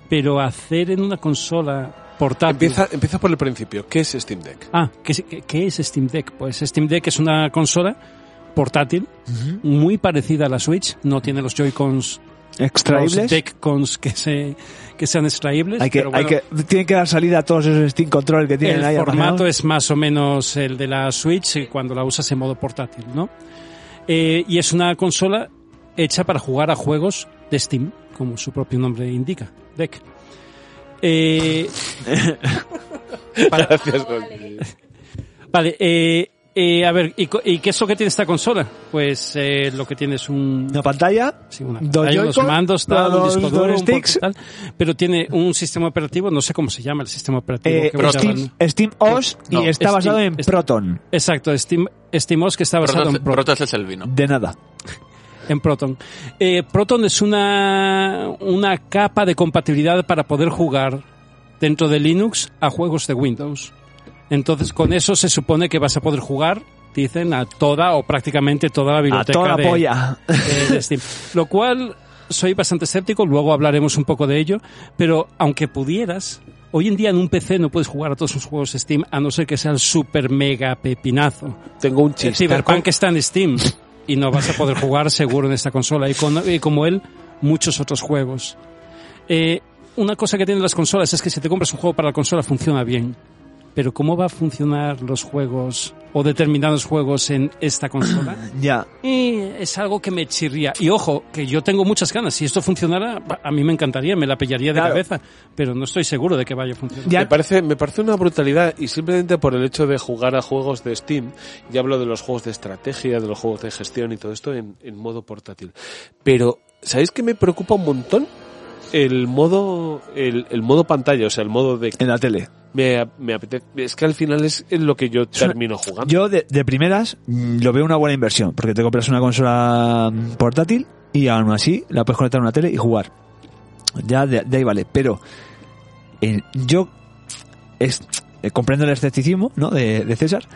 S4: pero hacer en una consola
S3: Ah,
S4: portátil...
S1: Empieza, empieza por el principio. ¿Qué es Steam Deck?
S4: Ah, ¿qué, es- qué- qué es Steam Deck? Pues Steam Deck es una consola portátil muy parecida a la Switch, no tiene los Joy-Cons, los
S3: Extraíbles.
S4: Deck-Cons que, se, que sean extraíbles.
S3: Hay que,
S4: pero
S3: hay
S4: bueno.
S3: que, tienen que dar salida a todos esos Steam Control que tienen ahí
S4: El formato
S3: almacenados.
S4: es más o menos el de la Switch eh, cuando la usas en modo portátil, ¿no? Eh, y es una consola hecha para jugar a juegos de Steam, como su propio nombre indica, Deck. Eh,
S1: Gracias.
S4: vale, eh, eh, a ver, ¿y, co- y qué es lo que tiene esta consola? Pues eh, lo que tiene es un...
S3: Una pantalla.
S4: Sí, una
S3: Dos
S4: pantalla, unos
S3: Joy-Con,
S4: mandos, tal, un
S3: dos-
S4: disco duro,
S3: dos
S4: un portátil,
S3: sticks.
S4: tal, pero tiene un sistema operativo, no sé cómo se llama el sistema operativo.
S3: eh,
S4: que voy a
S3: Steam,
S4: llamar.
S3: Steam OS y
S4: No,
S3: está
S4: Steam-
S3: basado en
S4: Steam-
S3: Proton.
S4: Exacto, Steam, SteamOS que está basado
S2: Protos,
S4: en Proton.
S2: Protos es el vino.
S3: De nada.
S4: en Proton. Eh, Proton es una, una capa de compatibilidad para poder jugar dentro de Linux a juegos de Windows. Entonces, con eso se supone que vas a poder jugar, dicen, a toda o prácticamente toda la
S3: A
S4: biblioteca
S3: toda
S4: de,
S3: la polla.
S4: eh, de Steam. Lo cual soy bastante escéptico, luego hablaremos un poco de ello, pero aunque pudieras, hoy en día en un PC no puedes jugar a todos los juegos Steam a no ser que sea el super mega pepinazo.
S1: Tengo
S3: Eh,
S1: un
S4: El
S1: chiste.
S4: Cyberpunk está en Steam y no vas a poder jugar seguro en esta consola y, con- y como él muchos otros juegos. Eh, una cosa que tienen las consolas es que si te compras un juego para la consola funciona bien, pero ¿cómo va a funcionar los juegos o determinados juegos en esta consola?
S3: Ya.
S4: Eh, es algo que me chirría. Y ojo, que yo tengo muchas ganas. Si esto funcionara, a mí me encantaría, me la pillaría de
S3: Claro.
S4: cabeza, pero no estoy seguro de que vaya a funcionar.
S1: Me parece, me parece una brutalidad y simplemente por el hecho de jugar a juegos de Steam, ya hablo de los juegos de estrategia, de los juegos de gestión y todo esto en, en modo portátil. Pero, ¿sabéis que me preocupa un montón? El modo, el, el modo pantalla, o sea, el modo de...
S3: En la tele.
S1: Me, a- me apetece, es que al final es en lo que yo termino jugando.
S3: Yo de, de primeras mm, lo veo una buena inversión, porque te compras una consola mm, portátil y aún así la puedes conectar a una tele y jugar. Ya de, de ahí vale, pero eh, yo es, eh, comprendo el escepticismo ¿no? de, de César,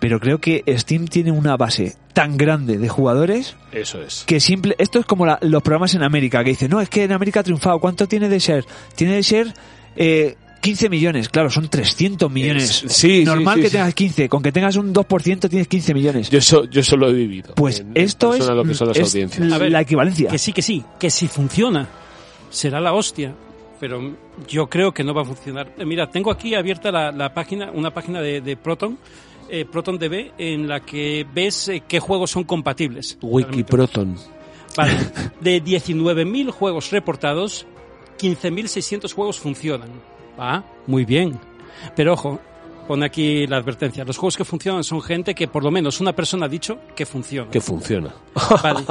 S3: Pero creo que Steam tiene una base tan grande de jugadores
S1: Eso es.
S3: que simple. Esto es como la- los programas en América, que dicen, no, es que en América ha triunfado. ¿Cuánto tiene de ser? Tiene de ser eh, 15 millones. Claro, son 300 millones.
S1: Es- sí, sí,
S3: Normal
S1: sí,
S3: que
S1: sí.
S3: tengas 15. Con que tengas un 2% tienes 15 millones.
S1: Yo eso, yo eso lo he vivido.
S3: pues
S1: En- en
S3: esto es,
S1: persona lo que son las
S3: es
S1: audiencias.
S3: la-
S4: A ver,
S3: la equivalencia.
S4: Que sí, que sí, que si funciona, será la hostia. Pero yo creo que no va a funcionar. Eh, Mira, tengo aquí abierta la, la página, una página de, de Proton, eh, ProtonDB, en la que ves eh, qué juegos son compatibles.
S1: Wikiproton.
S4: Vale, de 19.000 juegos reportados, 15.600 juegos funcionan. Ah, muy bien. Pero ojo, pone aquí la advertencia. Los juegos que funcionan son gente que por lo menos una persona ha dicho que funciona.
S1: Que funciona.
S4: Vale.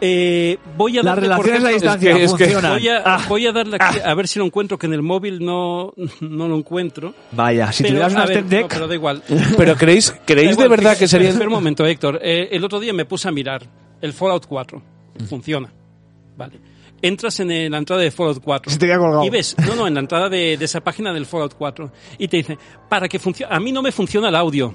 S4: Eh, voy a
S3: Las
S4: darle, por
S3: relaciones a
S4: ejemplo,
S3: distancia
S1: es que- es que-
S3: funcionan.
S4: Voy a,
S3: Ah,
S4: voy a darle aquí, a ver si lo encuentro, que en el móvil no, no lo encuentro.
S3: vaya, si
S4: pero,
S3: tuvieras
S4: a
S3: una
S4: ver,
S3: Steam
S4: no,
S3: Deck,
S4: pero da igual.
S1: Pero creéis,
S4: Da
S1: creéis de
S4: igual,
S1: verdad que sería.
S4: Espera un momento, Héctor. Eh, el otro día me puse a mirar el Fallout 4.
S3: Mm.
S4: Funciona. Vale. Entras en eh, la entrada de Fallout 4.
S3: Se te queda colgado.
S4: Y ves, no, no, en la entrada de, de esa página del Fallout 4. Y te dice, para que funcione, a mí no me funciona el audio.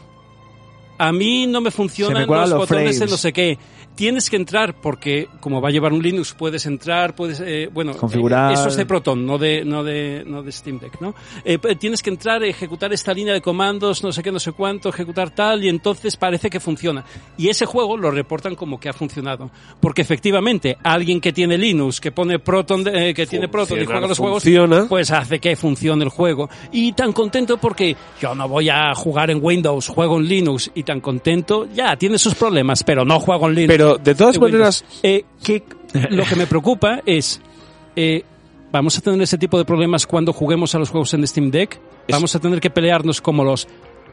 S4: A mí no me funcionan
S3: cuelan
S4: los,
S3: los
S4: botones de
S3: frames.
S4: no sé qué. Tienes que entrar porque, como va a llevar un Linux, puedes entrar, puedes, eh, bueno,
S3: Configurar.
S4: eh, eso es de Proton, no de, no de, no de Steam Deck, ¿no? Eh, p- tienes que entrar, ejecutar esta línea de comandos, no sé qué, no sé cuánto, ejecutar tal, y entonces parece que funciona. Y ese juego lo reportan como que ha funcionado. Porque efectivamente, alguien que tiene Linux, que pone Proton, de- eh, que tiene Proton y
S1: Funcionar
S4: juega los juegos,
S1: funciona.
S4: pues hace que funcione el juego. Y tan contento porque yo no voy a jugar en Windows, juego en Linux, y tan contento, ya, tiene sus problemas, pero no juego en Linux.
S1: Pero de todas
S4: de Windows.
S1: maneras,
S4: Eh, que lo que me preocupa es, eh, vamos a tener ese tipo de problemas cuando juguemos a los juegos en Steam Deck. Vamos a tener que pelearnos como los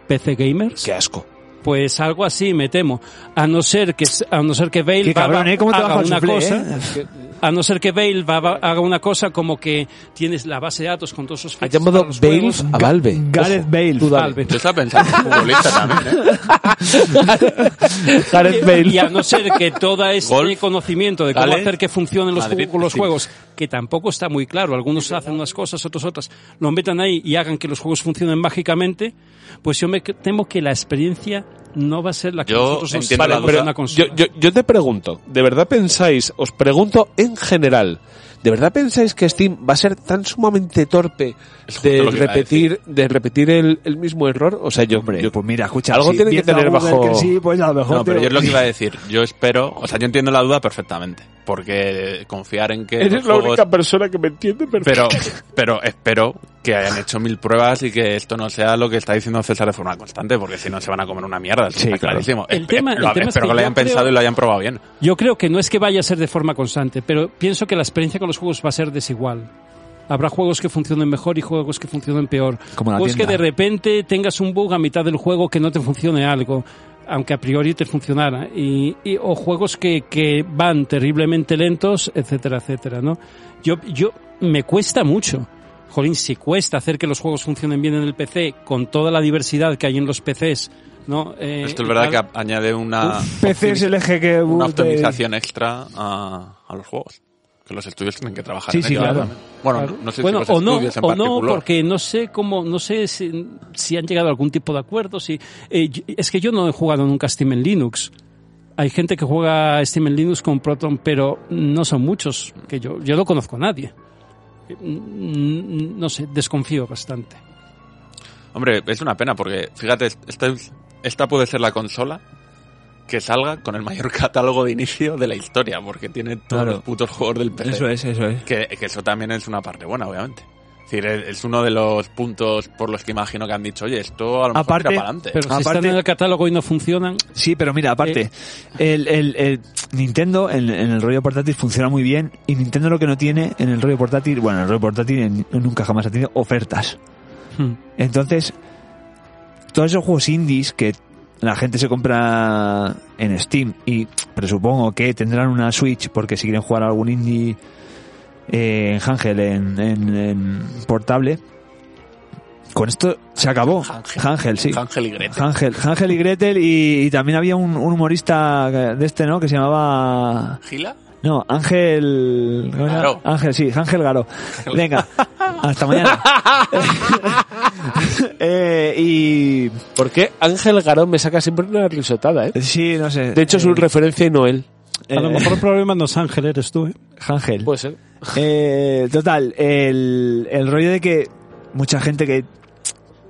S4: PC gamers.
S1: qué asco.
S4: Pues algo así, me temo. A no ser que a no ser que Bale
S3: Qué
S4: va-
S3: cabrón, ¿eh? ¿Cómo te
S4: haga
S3: baja el
S4: una
S3: suflé,
S4: cosa.
S3: eh?
S4: A no ser que Bale va- va- haga una cosa como que tienes la base de datos con todos esos.
S1: Ha
S4: fichas
S1: llamado
S4: para los
S1: Bale
S4: juegos.
S1: a Valve.
S3: Gareth Bale.
S4: Valve.
S2: Yo estaba pensando en futbolista también, ¿eh?
S3: Gareth Bale.
S4: Y a no ser que todo este
S2: Golf.
S4: conocimiento de cómo
S2: Dale.
S4: hacer que funcionen los,
S2: Madrid,
S4: ju- los
S2: sí.
S4: juegos, que tampoco está muy claro, algunos hacen unas cosas, otros otras, lo metan ahí y hagan que los juegos funcionen mágicamente, pues yo me que- temo que la experiencia no va a ser la que
S2: Yo
S4: nosotros nos
S2: entiendo la
S4: esperamos de
S2: duda.
S4: una
S1: Yo,
S4: consola.
S1: yo, yo te pregunto, ¿de verdad pensáis, os pregunto en general, ¿de verdad pensáis que Steam va a ser tan sumamente torpe
S2: Es justo
S1: de
S2: lo que iba a
S1: repetir, de repetir el, el mismo error? O sea, yo,
S3: Hombre,
S1: yo-
S3: pues mira, escucha,
S1: algo
S3: si
S1: tiene que
S3: empieza
S1: tener
S3: Google
S1: bajo-
S3: que sí, pues a lo mejor
S2: No, pero
S3: te-
S2: yo es lo que iba a decir. Yo espero, o sea, yo entiendo la duda perfectamente, porque confiar en que
S1: eres
S2: los
S1: la
S2: juegos-
S1: única persona que me entiende, pero,
S2: pero, pero espero que hayan hecho mil pruebas y que esto no sea lo que está diciendo César de forma constante, porque si no se van a comer una mierda, eso
S3: Sí,
S2: está
S3: claro.
S2: clarísimo.
S4: El
S2: Espe-
S4: tema-
S2: lo-
S4: el tema es
S2: espero
S4: que
S2: que lo
S4: yo
S2: hayan
S4: creo-
S2: pensado y lo hayan probado bien.
S4: Yo creo que no es que vaya a ser de forma constante, pero pienso que la experiencia con los juegos va a ser desigual. Habrá juegos que funcionen mejor y juegos que funcionen peor.
S3: Como la
S4: juegos
S3: tienda.
S4: que de repente tengas un bug a mitad del juego que no te funcione algo, aunque a priori te funcionara. Y, y- o juegos que, que van terriblemente lentos, etcétera, etcétera, ¿no? Yo, yo, me cuesta mucho. Jolín, si cuesta hacer que los juegos funcionen bien en el PC, con toda la diversidad que hay en los PCs, ¿no? Eh,
S2: Esto
S4: y
S2: es verdad
S4: tal.
S2: que añade una,
S3: PC es el eje que...
S2: una
S3: te-
S2: optimización extra a, a los juegos. Que los estudios tienen que trabajar
S3: Sí,
S2: en
S3: sí,
S2: ello,
S3: claro.
S2: obviamente. Bueno,
S4: Claro.
S2: no, no sé
S4: Bueno,
S2: si los
S4: o no,
S2: estudios en
S4: o no,
S2: particular.
S4: porque no sé cómo, no sé si, si han llegado a algún tipo de acuerdo. Si, eh, yo- es que yo no he jugado nunca a Steam en Linux. Hay gente que juega a Steam en Linux con Proton, pero no son muchos. Que yo, yo no conozco a nadie. Mm, No sé, desconfío bastante.
S2: Hombre, es una pena porque, fíjate, esta, es- esta puede ser la consola que salga con el mayor catálogo de inicio de la historia, porque tiene todos
S3: Claro.
S2: los putos juegos del PC.
S3: Eso es, eso es.
S2: Que, que eso también es una parte buena, obviamente. Es decir, es, es uno de los puntos por los que imagino que han dicho, oye, esto a lo mejor
S3: Aparte,
S2: tira para adelante.
S4: Pero si
S3: Aparte-
S4: están en el catálogo y no funcionan,
S3: Sí, pero mira, aparte, el, el- el Nintendo en, en el rollo portátil funciona muy bien y Nintendo lo que no tiene en el rollo portátil, bueno, en el rollo portátil en- nunca jamás ha tenido ofertas.
S4: hmm,
S3: Entonces, todos esos juegos indies que la gente se compra en Steam y presupongo que tendrán una Switch porque si quieren jugar a algún indie eh, en Hangel, en, en- en portable, con esto se acabó. Hangel, sí.
S2: Ángel y Gretel.
S3: Ángel, Ángel y Gretel y, y también había un, un humorista de este, ¿no? Que se llamaba...
S2: ¿Gila?
S3: No, Ángel... ¿cómo se llama?
S2: Garó.
S3: Ángel, sí, Ángel Garo. Venga, hasta mañana. Eh, y
S1: ¿Por qué Ángel Garón me saca siempre una risotada, eh?
S3: sí, no sé.
S1: De hecho, es un referencia y no él.
S4: A lo
S3: Eh,
S4: mejor el problema no es Ángel, eres tú, ¿eh?
S3: Ángel.
S1: Puede ser.
S3: Eh, total, el, el rollo de que mucha gente que,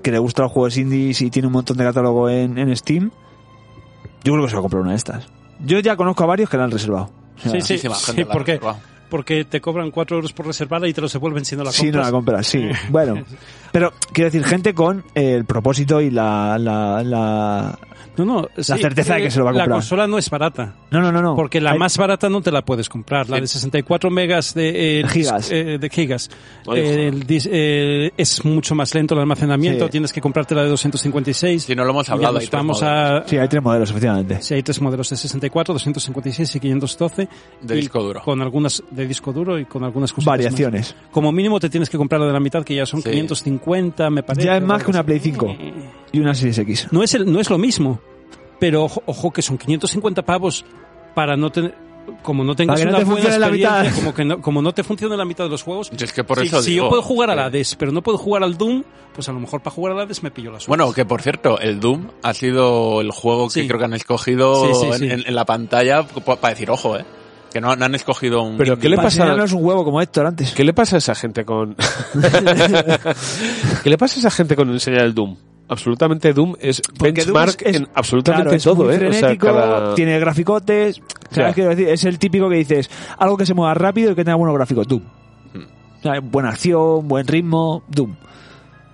S3: que le gusta los juegos indies y tiene un montón de catálogo en, en Steam, yo creo que se va a comprar una de estas. Yo ya conozco a varios que la han reservado. O sea,
S4: Sí, sí,
S2: muchísima
S4: sí,
S2: gente la ha
S4: porque,
S2: reservado.
S4: porque te cobran 4 euros por reservada y te los devuelven si no la
S3: Sí, no
S4: compras. Eh.
S3: la compras, sí. Bueno, pero quiero decir, gente con eh, el propósito y la, la, la-
S4: No, no, sí,
S3: certeza de que
S4: eh,
S3: se lo va a
S4: La
S3: comprar.
S4: consola no es barata.
S3: No, no, no, no.
S4: Porque la
S3: Hay-
S4: más barata no te la puedes comprar. La de 64 megas de, eh, el
S3: Gigas.
S4: dis- eh, de gigas.
S1: Ay, joder.
S4: Eh, el dis- eh, es mucho más lento el almacenamiento.
S3: Sí.
S4: Tienes que comprarte la de 256.
S2: Sí, no lo hemos
S4: Y ya
S2: hablado,
S4: nos
S2: hay tres
S4: vamos a...
S3: Sí, hay tres modelos, efectivamente.
S4: sí, hay tres modelos de 64, 256 y 512.
S2: De
S4: y
S2: disco duro.
S4: Con algunas de disco duro y con algunas cositas más.
S3: Variaciones.
S4: Como mínimo te tienes que comprar la de la mitad, que ya son
S2: Sí.
S4: 550, me parece.
S3: Ya es
S4: o
S3: más
S4: algo
S3: que una
S4: así.
S3: Play
S4: Eh,
S3: 5 y una Series X.
S4: No es, el, no es lo mismo, pero ojo, ojo, que son 550 pavos para no tener... Como no tengas
S3: Para que no
S4: una
S3: te
S4: buena
S3: funcione la
S4: experiencia,
S3: mitad.
S4: como, que no, como no te funciona la mitad de los juegos...
S2: Yo es que por
S4: si,
S2: eso
S4: si
S2: digo,
S4: yo puedo jugar al
S2: eh,
S4: Hades, pero no puedo jugar al Doom, pues a lo mejor para jugar al Hades me pillo la suerte.
S2: Bueno, que por cierto, el Doom ha sido el juego
S4: Sí.
S2: que creo que han escogido
S4: Sí, sí, sí.
S2: En, en- en la pantalla para decir, ojo, eh, que no, no han escogido un...
S1: Pero, ¿qué le
S3: Para
S1: pasa-
S3: enseñarnos un huevo como Héctor antes.
S1: ¿Qué le pasa a esa gente con. ¿Qué le pasa a esa gente con enseñar el Doom? Absolutamente Doom es
S3: Porque Doom
S1: benchmark
S3: es- es-
S1: en absolutamente
S3: Claro, es
S1: todo,
S3: muy
S1: ¿eh? O sea,
S3: frenético,
S1: cada-
S3: tiene graficotes. ¿sabes
S1: Ya.
S3: qué quiero decir? Es el típico que dices, algo que se mueva rápido y que tenga buenos gráficos, Doom.
S1: Hmm.
S3: O sea, buena acción, buen ritmo, Doom.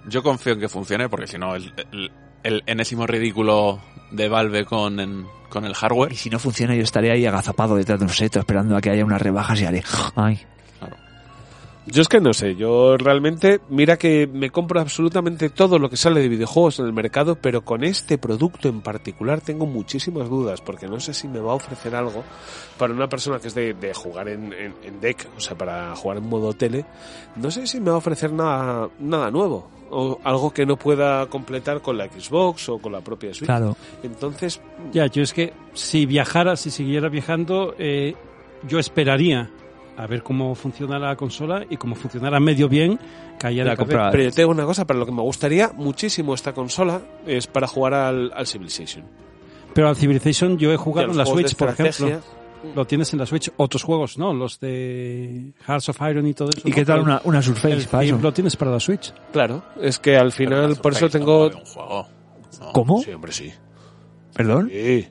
S2: Yo confío en que funcione porque si no, el, el- el enésimo ridículo de Valve con, en- con el hardware...
S3: Y si no funciona, yo estaré ahí agazapado detrás de un seto esperando a que haya unas rebajas y haré. Ay.
S1: Yo es que no sé, yo realmente, mira que me compro absolutamente todo lo que sale de videojuegos en el mercado, pero con este producto en particular tengo muchísimas dudas, porque no sé si me va a ofrecer algo para una persona que es de, de jugar en, en- en deck, o sea, para jugar en modo tele, no sé si me va a ofrecer nada, nada nuevo, o algo que no pueda completar con la Xbox o con la propia Switch.
S3: Claro.
S1: Entonces,
S4: Ya, yo es que si viajara, si siguiera viajando, eh, yo esperaría a ver cómo funciona la consola y cómo funcionara medio bien, que haya de
S3: La compra.
S4: comprar.
S1: pero yo tengo una cosa, para lo que me gustaría muchísimo esta consola es para jugar al, al Civilization.
S4: Pero al Civilization yo he
S1: Y a
S4: jugado
S1: los
S4: en la
S1: juegos de
S4: Switch, por ejemplo.
S1: estrategia,
S4: Lo tienes en la Switch. Otros juegos, ¿no? Los de Hearts of Iron y todo eso.
S3: ¿Y qué tal una, una
S4: El
S3: Surface para
S4: Thief
S3: eso?
S4: Lo tienes para la Switch.
S1: Claro, es que al
S2: Pero
S1: final,
S2: la
S1: por eso
S2: Surface
S1: tengo.
S2: tampoco es un juego. No,
S3: ¿Cómo?
S1: Sí, hombre, sí.
S3: ¿Perdón?
S1: Sí.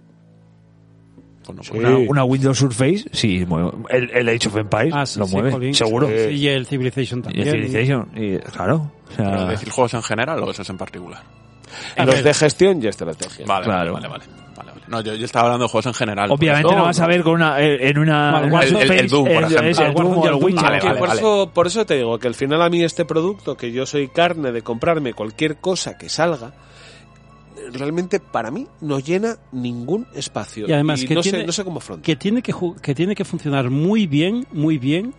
S2: pues no
S1: Sí.
S2: puedo.
S3: Una, una Windows Surface, sí, mueve. El, el Age of Empires
S4: Ah, sí,
S3: lo
S4: sí,
S3: mueve,
S4: jolín.
S3: seguro.
S4: Sí, y el Civilization
S3: Y el
S4: también.
S3: Civilization, y- claro. O sea,
S2: ¿Pero ¿Decir juegos en general o esos en particular?
S4: A
S1: Los
S4: ver.
S1: de gestión y estrategia.
S2: Vale,
S3: Claro.
S2: vale, vale, vale, vale. No, yo, yo estaba hablando de juegos en general.
S3: obviamente
S1: No,
S3: no, vas a ver con una, eh, en una.
S4: El-
S3: en una
S4: el- el
S3: Surface,
S2: Doom, por ejemplo.
S3: es el
S4: Al
S3: Doom o
S4: Warhammer
S3: el Witcher.
S2: Vale,
S1: Que
S2: vale,
S1: por,
S2: vale.
S1: Eso, por eso te digo que al final a mí este producto, que yo soy carne de comprarme cualquier cosa que salga, realmente para mí no llena ningún espacio.
S4: Y además que
S1: no, sé,
S4: tiene-
S1: no sé cómo afrontar.
S4: Que tiene que, ju- que tiene que funcionar muy bien, muy bien,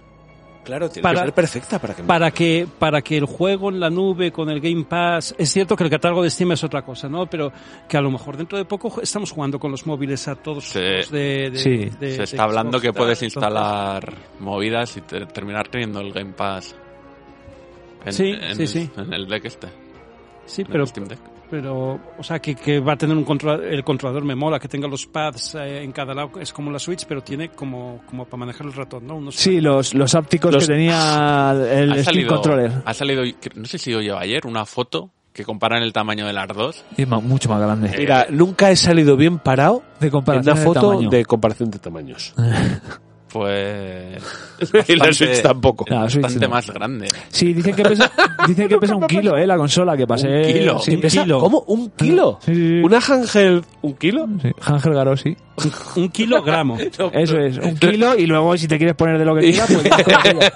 S1: Claro, tiene
S4: para-
S1: que ser perfecta para que me-
S4: para que para que el juego en la nube con el Game Pass es cierto que el catálogo de Steam es otra cosa no pero que a lo mejor dentro de poco ju- estamos jugando con los móviles a todos
S2: Sí.
S4: los juegos de, de-
S3: Sí.
S4: de-
S2: Se
S4: de
S2: está hablando
S4: Xbox y
S2: que
S4: tal.
S2: puedes
S4: Entonces,
S2: instalar movidas y te- terminar teniendo el Game Pass. En,
S4: Sí,
S2: en
S4: sí,
S2: el,
S4: sí.
S2: En el deck este.
S4: sí
S2: en el
S4: pero
S2: Steam Deck.
S4: pero o sea que, que va a tener un control el controlador me mola que tenga los pads eh, en cada lado es como la Switch pero tiene como como para manejar el ratón no Unos-
S3: Sí, los, los ápticos
S1: Los-
S3: que tenía el
S2: ha
S3: Steam
S2: salido,
S3: Controller.
S2: ha salido, no sé si yo ayer, una foto que comparan el tamaño de las dos.
S3: Y es ma- mucho más grande.
S1: Mira, nunca he salido bien parado
S3: De
S1: en
S3: comparación
S1: una
S3: de
S1: foto
S3: tamaño.
S1: de comparación de tamaños.
S2: Pues. es
S1: y la
S2: bastante-
S1: Switch tampoco.
S3: Claro, Switch
S2: bastante
S3: no.
S2: más grande.
S3: Sí, dicen que pesa, dicen que pesa un kilo, eh, la consola, que pasé.
S2: Un kilo.
S3: Sí,
S1: ¿Y pesa- ¿Cómo? ¿Un kilo?
S3: Sí, sí, sí.
S1: ¿Una Hangel? ¿Un kilo?
S3: Sí, Ángel Garó, sí.
S4: un kilogramo
S3: Eso es, un kilo y luego si te quieres poner de lo que quieras, pues vas con ello.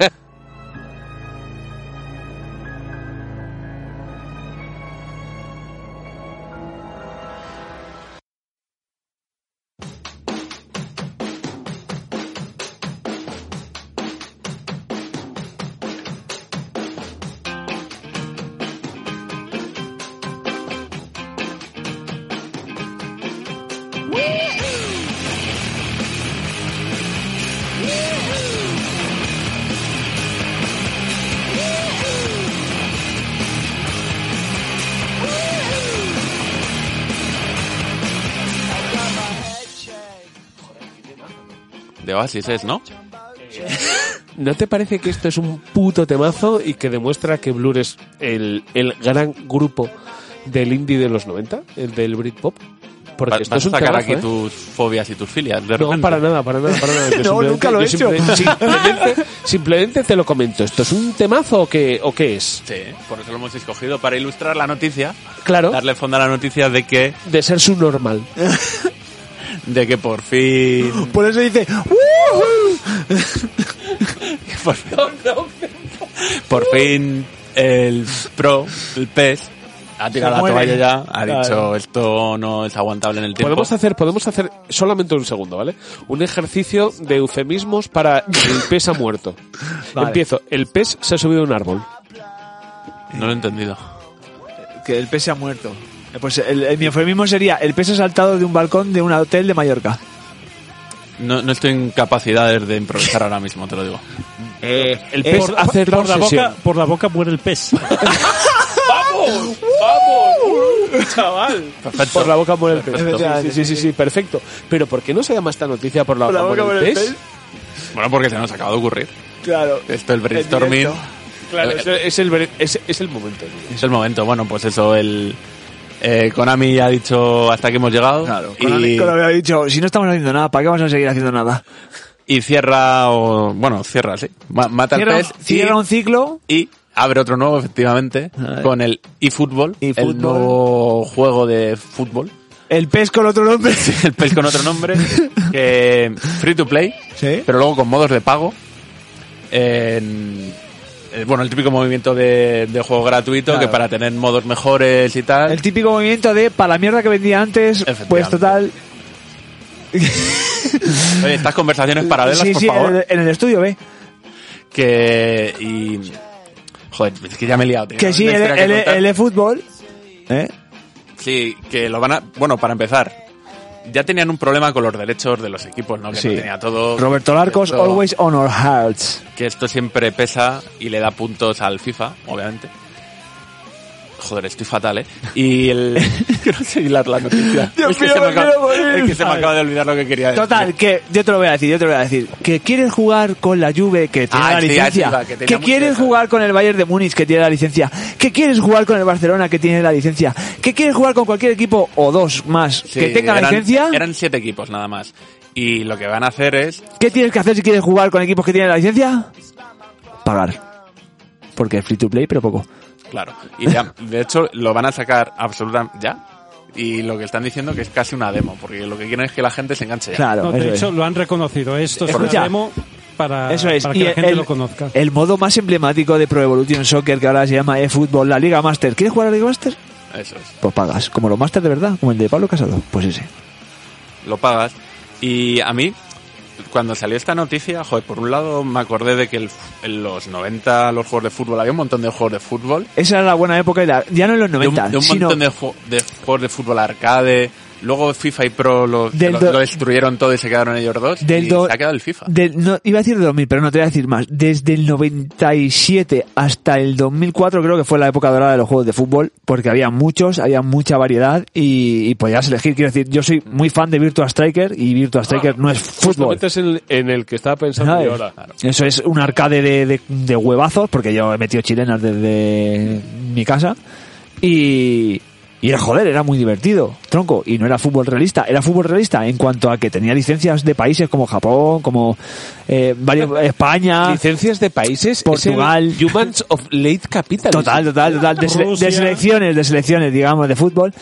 S5: Woohoo!
S2: de Oasis es, ¿no?
S1: ¿No te parece que esto es un puto temazo y que demuestra que Blur es el, el gran grupo del indie de los 90? El del Britpop. Porque
S2: Va-
S1: esto
S2: vas
S1: es un
S2: a sacar
S1: temazo,
S2: aquí
S1: ¿eh?
S2: tus fobias y tus filias. De
S1: No,
S2: repente.
S1: para nada, para nada, para nada. Yo
S3: No,
S1: simplemente-
S3: nunca lo
S1: yo
S3: he hecho.
S1: Simplemente, simplemente- simplemente te lo comento. ¿Esto es un temazo o qué, o qué es?
S2: Sí, por eso lo hemos escogido, para ilustrar la noticia,
S1: Claro,
S2: darle fondo a la noticia de que,
S1: de ser su normal.
S2: de que por fin...
S3: Eh, Por eso dice,
S2: Por fin, por fin el pro, el pez, ha tirado la
S3: muere.
S2: toalla ya, ha
S3: Claro.
S2: dicho esto no es aguantable en el tiempo.
S1: Podemos hacer, podemos hacer solamente un segundo, ¿vale? Un ejercicio de eufemismos para el pez ha muerto.
S3: Vale.
S1: Empiezo. El pez se ha subido a un árbol.
S2: No lo he entendido.
S3: que el pez se ha muerto. Eh, Pues el, el- mi eufemismo sería el pez ha saltado de un balcón de un hotel de Mallorca.
S2: No, no estoy en capacidades de improvisar ahora mismo, te lo digo.
S1: El pez
S4: por,
S1: hace
S4: por la
S1: posesión.
S4: boca, por la boca muere el pez.
S2: Perfecto.
S1: Por la boca muere el pez.
S3: Efectivamente.
S1: Sí, sí, sí, sí, perfecto. Pero ¿por qué no se llama esta noticia por la
S3: Por
S1: boca,
S3: la boca
S1: muere el
S3: por el
S1: pez?
S3: pez.
S2: Bueno, porque se nos acaba de ocurrir.
S3: Claro. Eh,
S2: Esto el brainstorming.
S3: directo.
S1: Claro, es, es el, ver- es- es el momento. tío.
S2: Es el momento. Bueno, pues eso, el... eh, Konami ha dicho hasta aquí hemos llegado.
S3: Claro.
S2: y-
S3: Con lo- con lo que había dicho, si no estamos haciendo nada, ¿para qué vamos a seguir haciendo nada?
S2: y cierra o bueno cierra sí Ma- mata
S3: Cierra,
S2: al pez
S3: cierra un ciclo.
S2: y, y abre otro nuevo efectivamente
S3: Ay.
S2: con el eFootball el
S3: eFootball.
S2: nuevo juego de fútbol
S3: El pez con otro nombre.
S2: el pez con otro nombre que free to play
S3: Sí.
S2: pero luego con modos de pago en- eh, bueno el típico movimiento de, de juego gratuito
S3: Claro.
S2: que para tener modos mejores y tal
S3: El típico movimiento de para la mierda que vendía antes, pues
S2: Efectivamente.
S3: total.
S2: Oye, estas conversaciones paralelas
S3: sí,
S2: por
S3: sí,
S2: favor
S3: En, el, en el estudio, ve.
S2: que y joder es que ya me he liado tío.
S3: Que sí,
S2: Una
S3: el,
S2: historia que
S3: el-
S2: contar.
S3: el de fútbol. ¿eh?
S2: Sí, que lo van a. Bueno, para empezar, ya tenían un problema con los derechos de los equipos, ¿no? Que
S3: Sí.
S2: no tenía todo.
S3: Roberto Larcos,
S2: esto-
S3: always on our hearts.
S2: Que esto siempre pesa y le da puntos al FIFA, obviamente. Joder, estoy fatal, ¿eh? Y el. Quiero hilar la noticia.
S3: Dios
S2: es que
S3: mío,
S2: se me,
S3: me
S2: acaba...
S3: quiero morir.
S2: es que se me acaba de olvidar lo que quería decir.
S3: Total, que yo te lo voy a decir, yo te lo voy a decir. Que quieres jugar con la Juve que tiene
S2: Ah,
S3: la
S2: sí,
S3: licencia.
S2: ahí sí va, que tenía
S3: que
S2: mucho
S3: quieres
S2: esa.
S3: jugar con el Bayern de Múnich que tiene la licencia. Que quieres jugar con el Barcelona que tiene la licencia. Que quieres jugar con cualquier equipo o dos más
S2: Sí,
S3: que tenga la
S2: eran-
S3: licencia.
S2: Eran siete equipos nada más. Y lo que van a hacer es.
S3: ¿Qué tienes que hacer si quieres jugar con equipos que tienen la licencia? Pagar. Porque es free to play, pero poco.
S2: Claro. Y ya, de hecho, lo van a sacar absolutamente. ¿Ya? Y lo que están diciendo que es casi una demo, porque lo que quieren es que la gente se enganche ya.
S3: Claro,
S4: No,
S3: eso
S4: de hecho,
S3: es.
S4: lo han reconocido. Esto es una
S3: Escucha.
S4: demo para,
S3: Eso es.
S4: para
S3: Y
S4: que la gente
S3: el-
S4: lo conozca.
S3: El modo más emblemático de Pro Evolution Soccer, que ahora se llama eFootball, la Liga Master. ¿Quieres jugar a la Liga Master?
S2: Eso es.
S3: Pues pagas. Como los Master de verdad, como el de Pablo Casado. Pues ese.
S2: lo pagas. Y a mí, cuando salió esta noticia, joder, por un lado me acordé de que el- en los 90 los juegos de fútbol, había un montón de juegos de fútbol.
S3: Esa era la buena época, y la- ya no en los
S2: De un,
S3: 90,
S2: de un
S3: sino
S2: montón de, ju- de juegos de fútbol arcade. Luego FIFA y Pro lo,
S3: Del
S2: lo-
S3: do-
S2: lo destruyeron todo y se quedaron ellos dos.
S3: del
S2: y
S3: do-
S2: se ha quedado el FIFA.
S3: del- no, iba a decir 2000, pero no te voy a decir más. Desde el 97 hasta el 2004 creo que fue la época dorada de los juegos de fútbol, porque había muchos, había mucha variedad y, y podías elegir. Quiero decir, yo soy muy fan de Virtua Striker y Virtua Striker
S2: Ah,
S3: no es fútbol.
S1: Justamente es el- en el que estaba pensando
S3: ¿sabes?
S1: yo ahora.
S3: Eso Ah, es un arcade de, de- de huevazos, porque yo he metido chilenas desde mi casa. Y, y era joder, era muy divertido, tronco. Y no era fútbol realista, era fútbol realista en cuanto a que tenía licencias de países como Japón, como eh, varios, España.
S1: Licencias de países. es el
S3: Ah. Portugal.
S1: Humans of Late Capital.
S3: Total, total, total. De, sele- de
S4: Rusia.
S3: selecciones, de selecciones, digamos, de fútbol.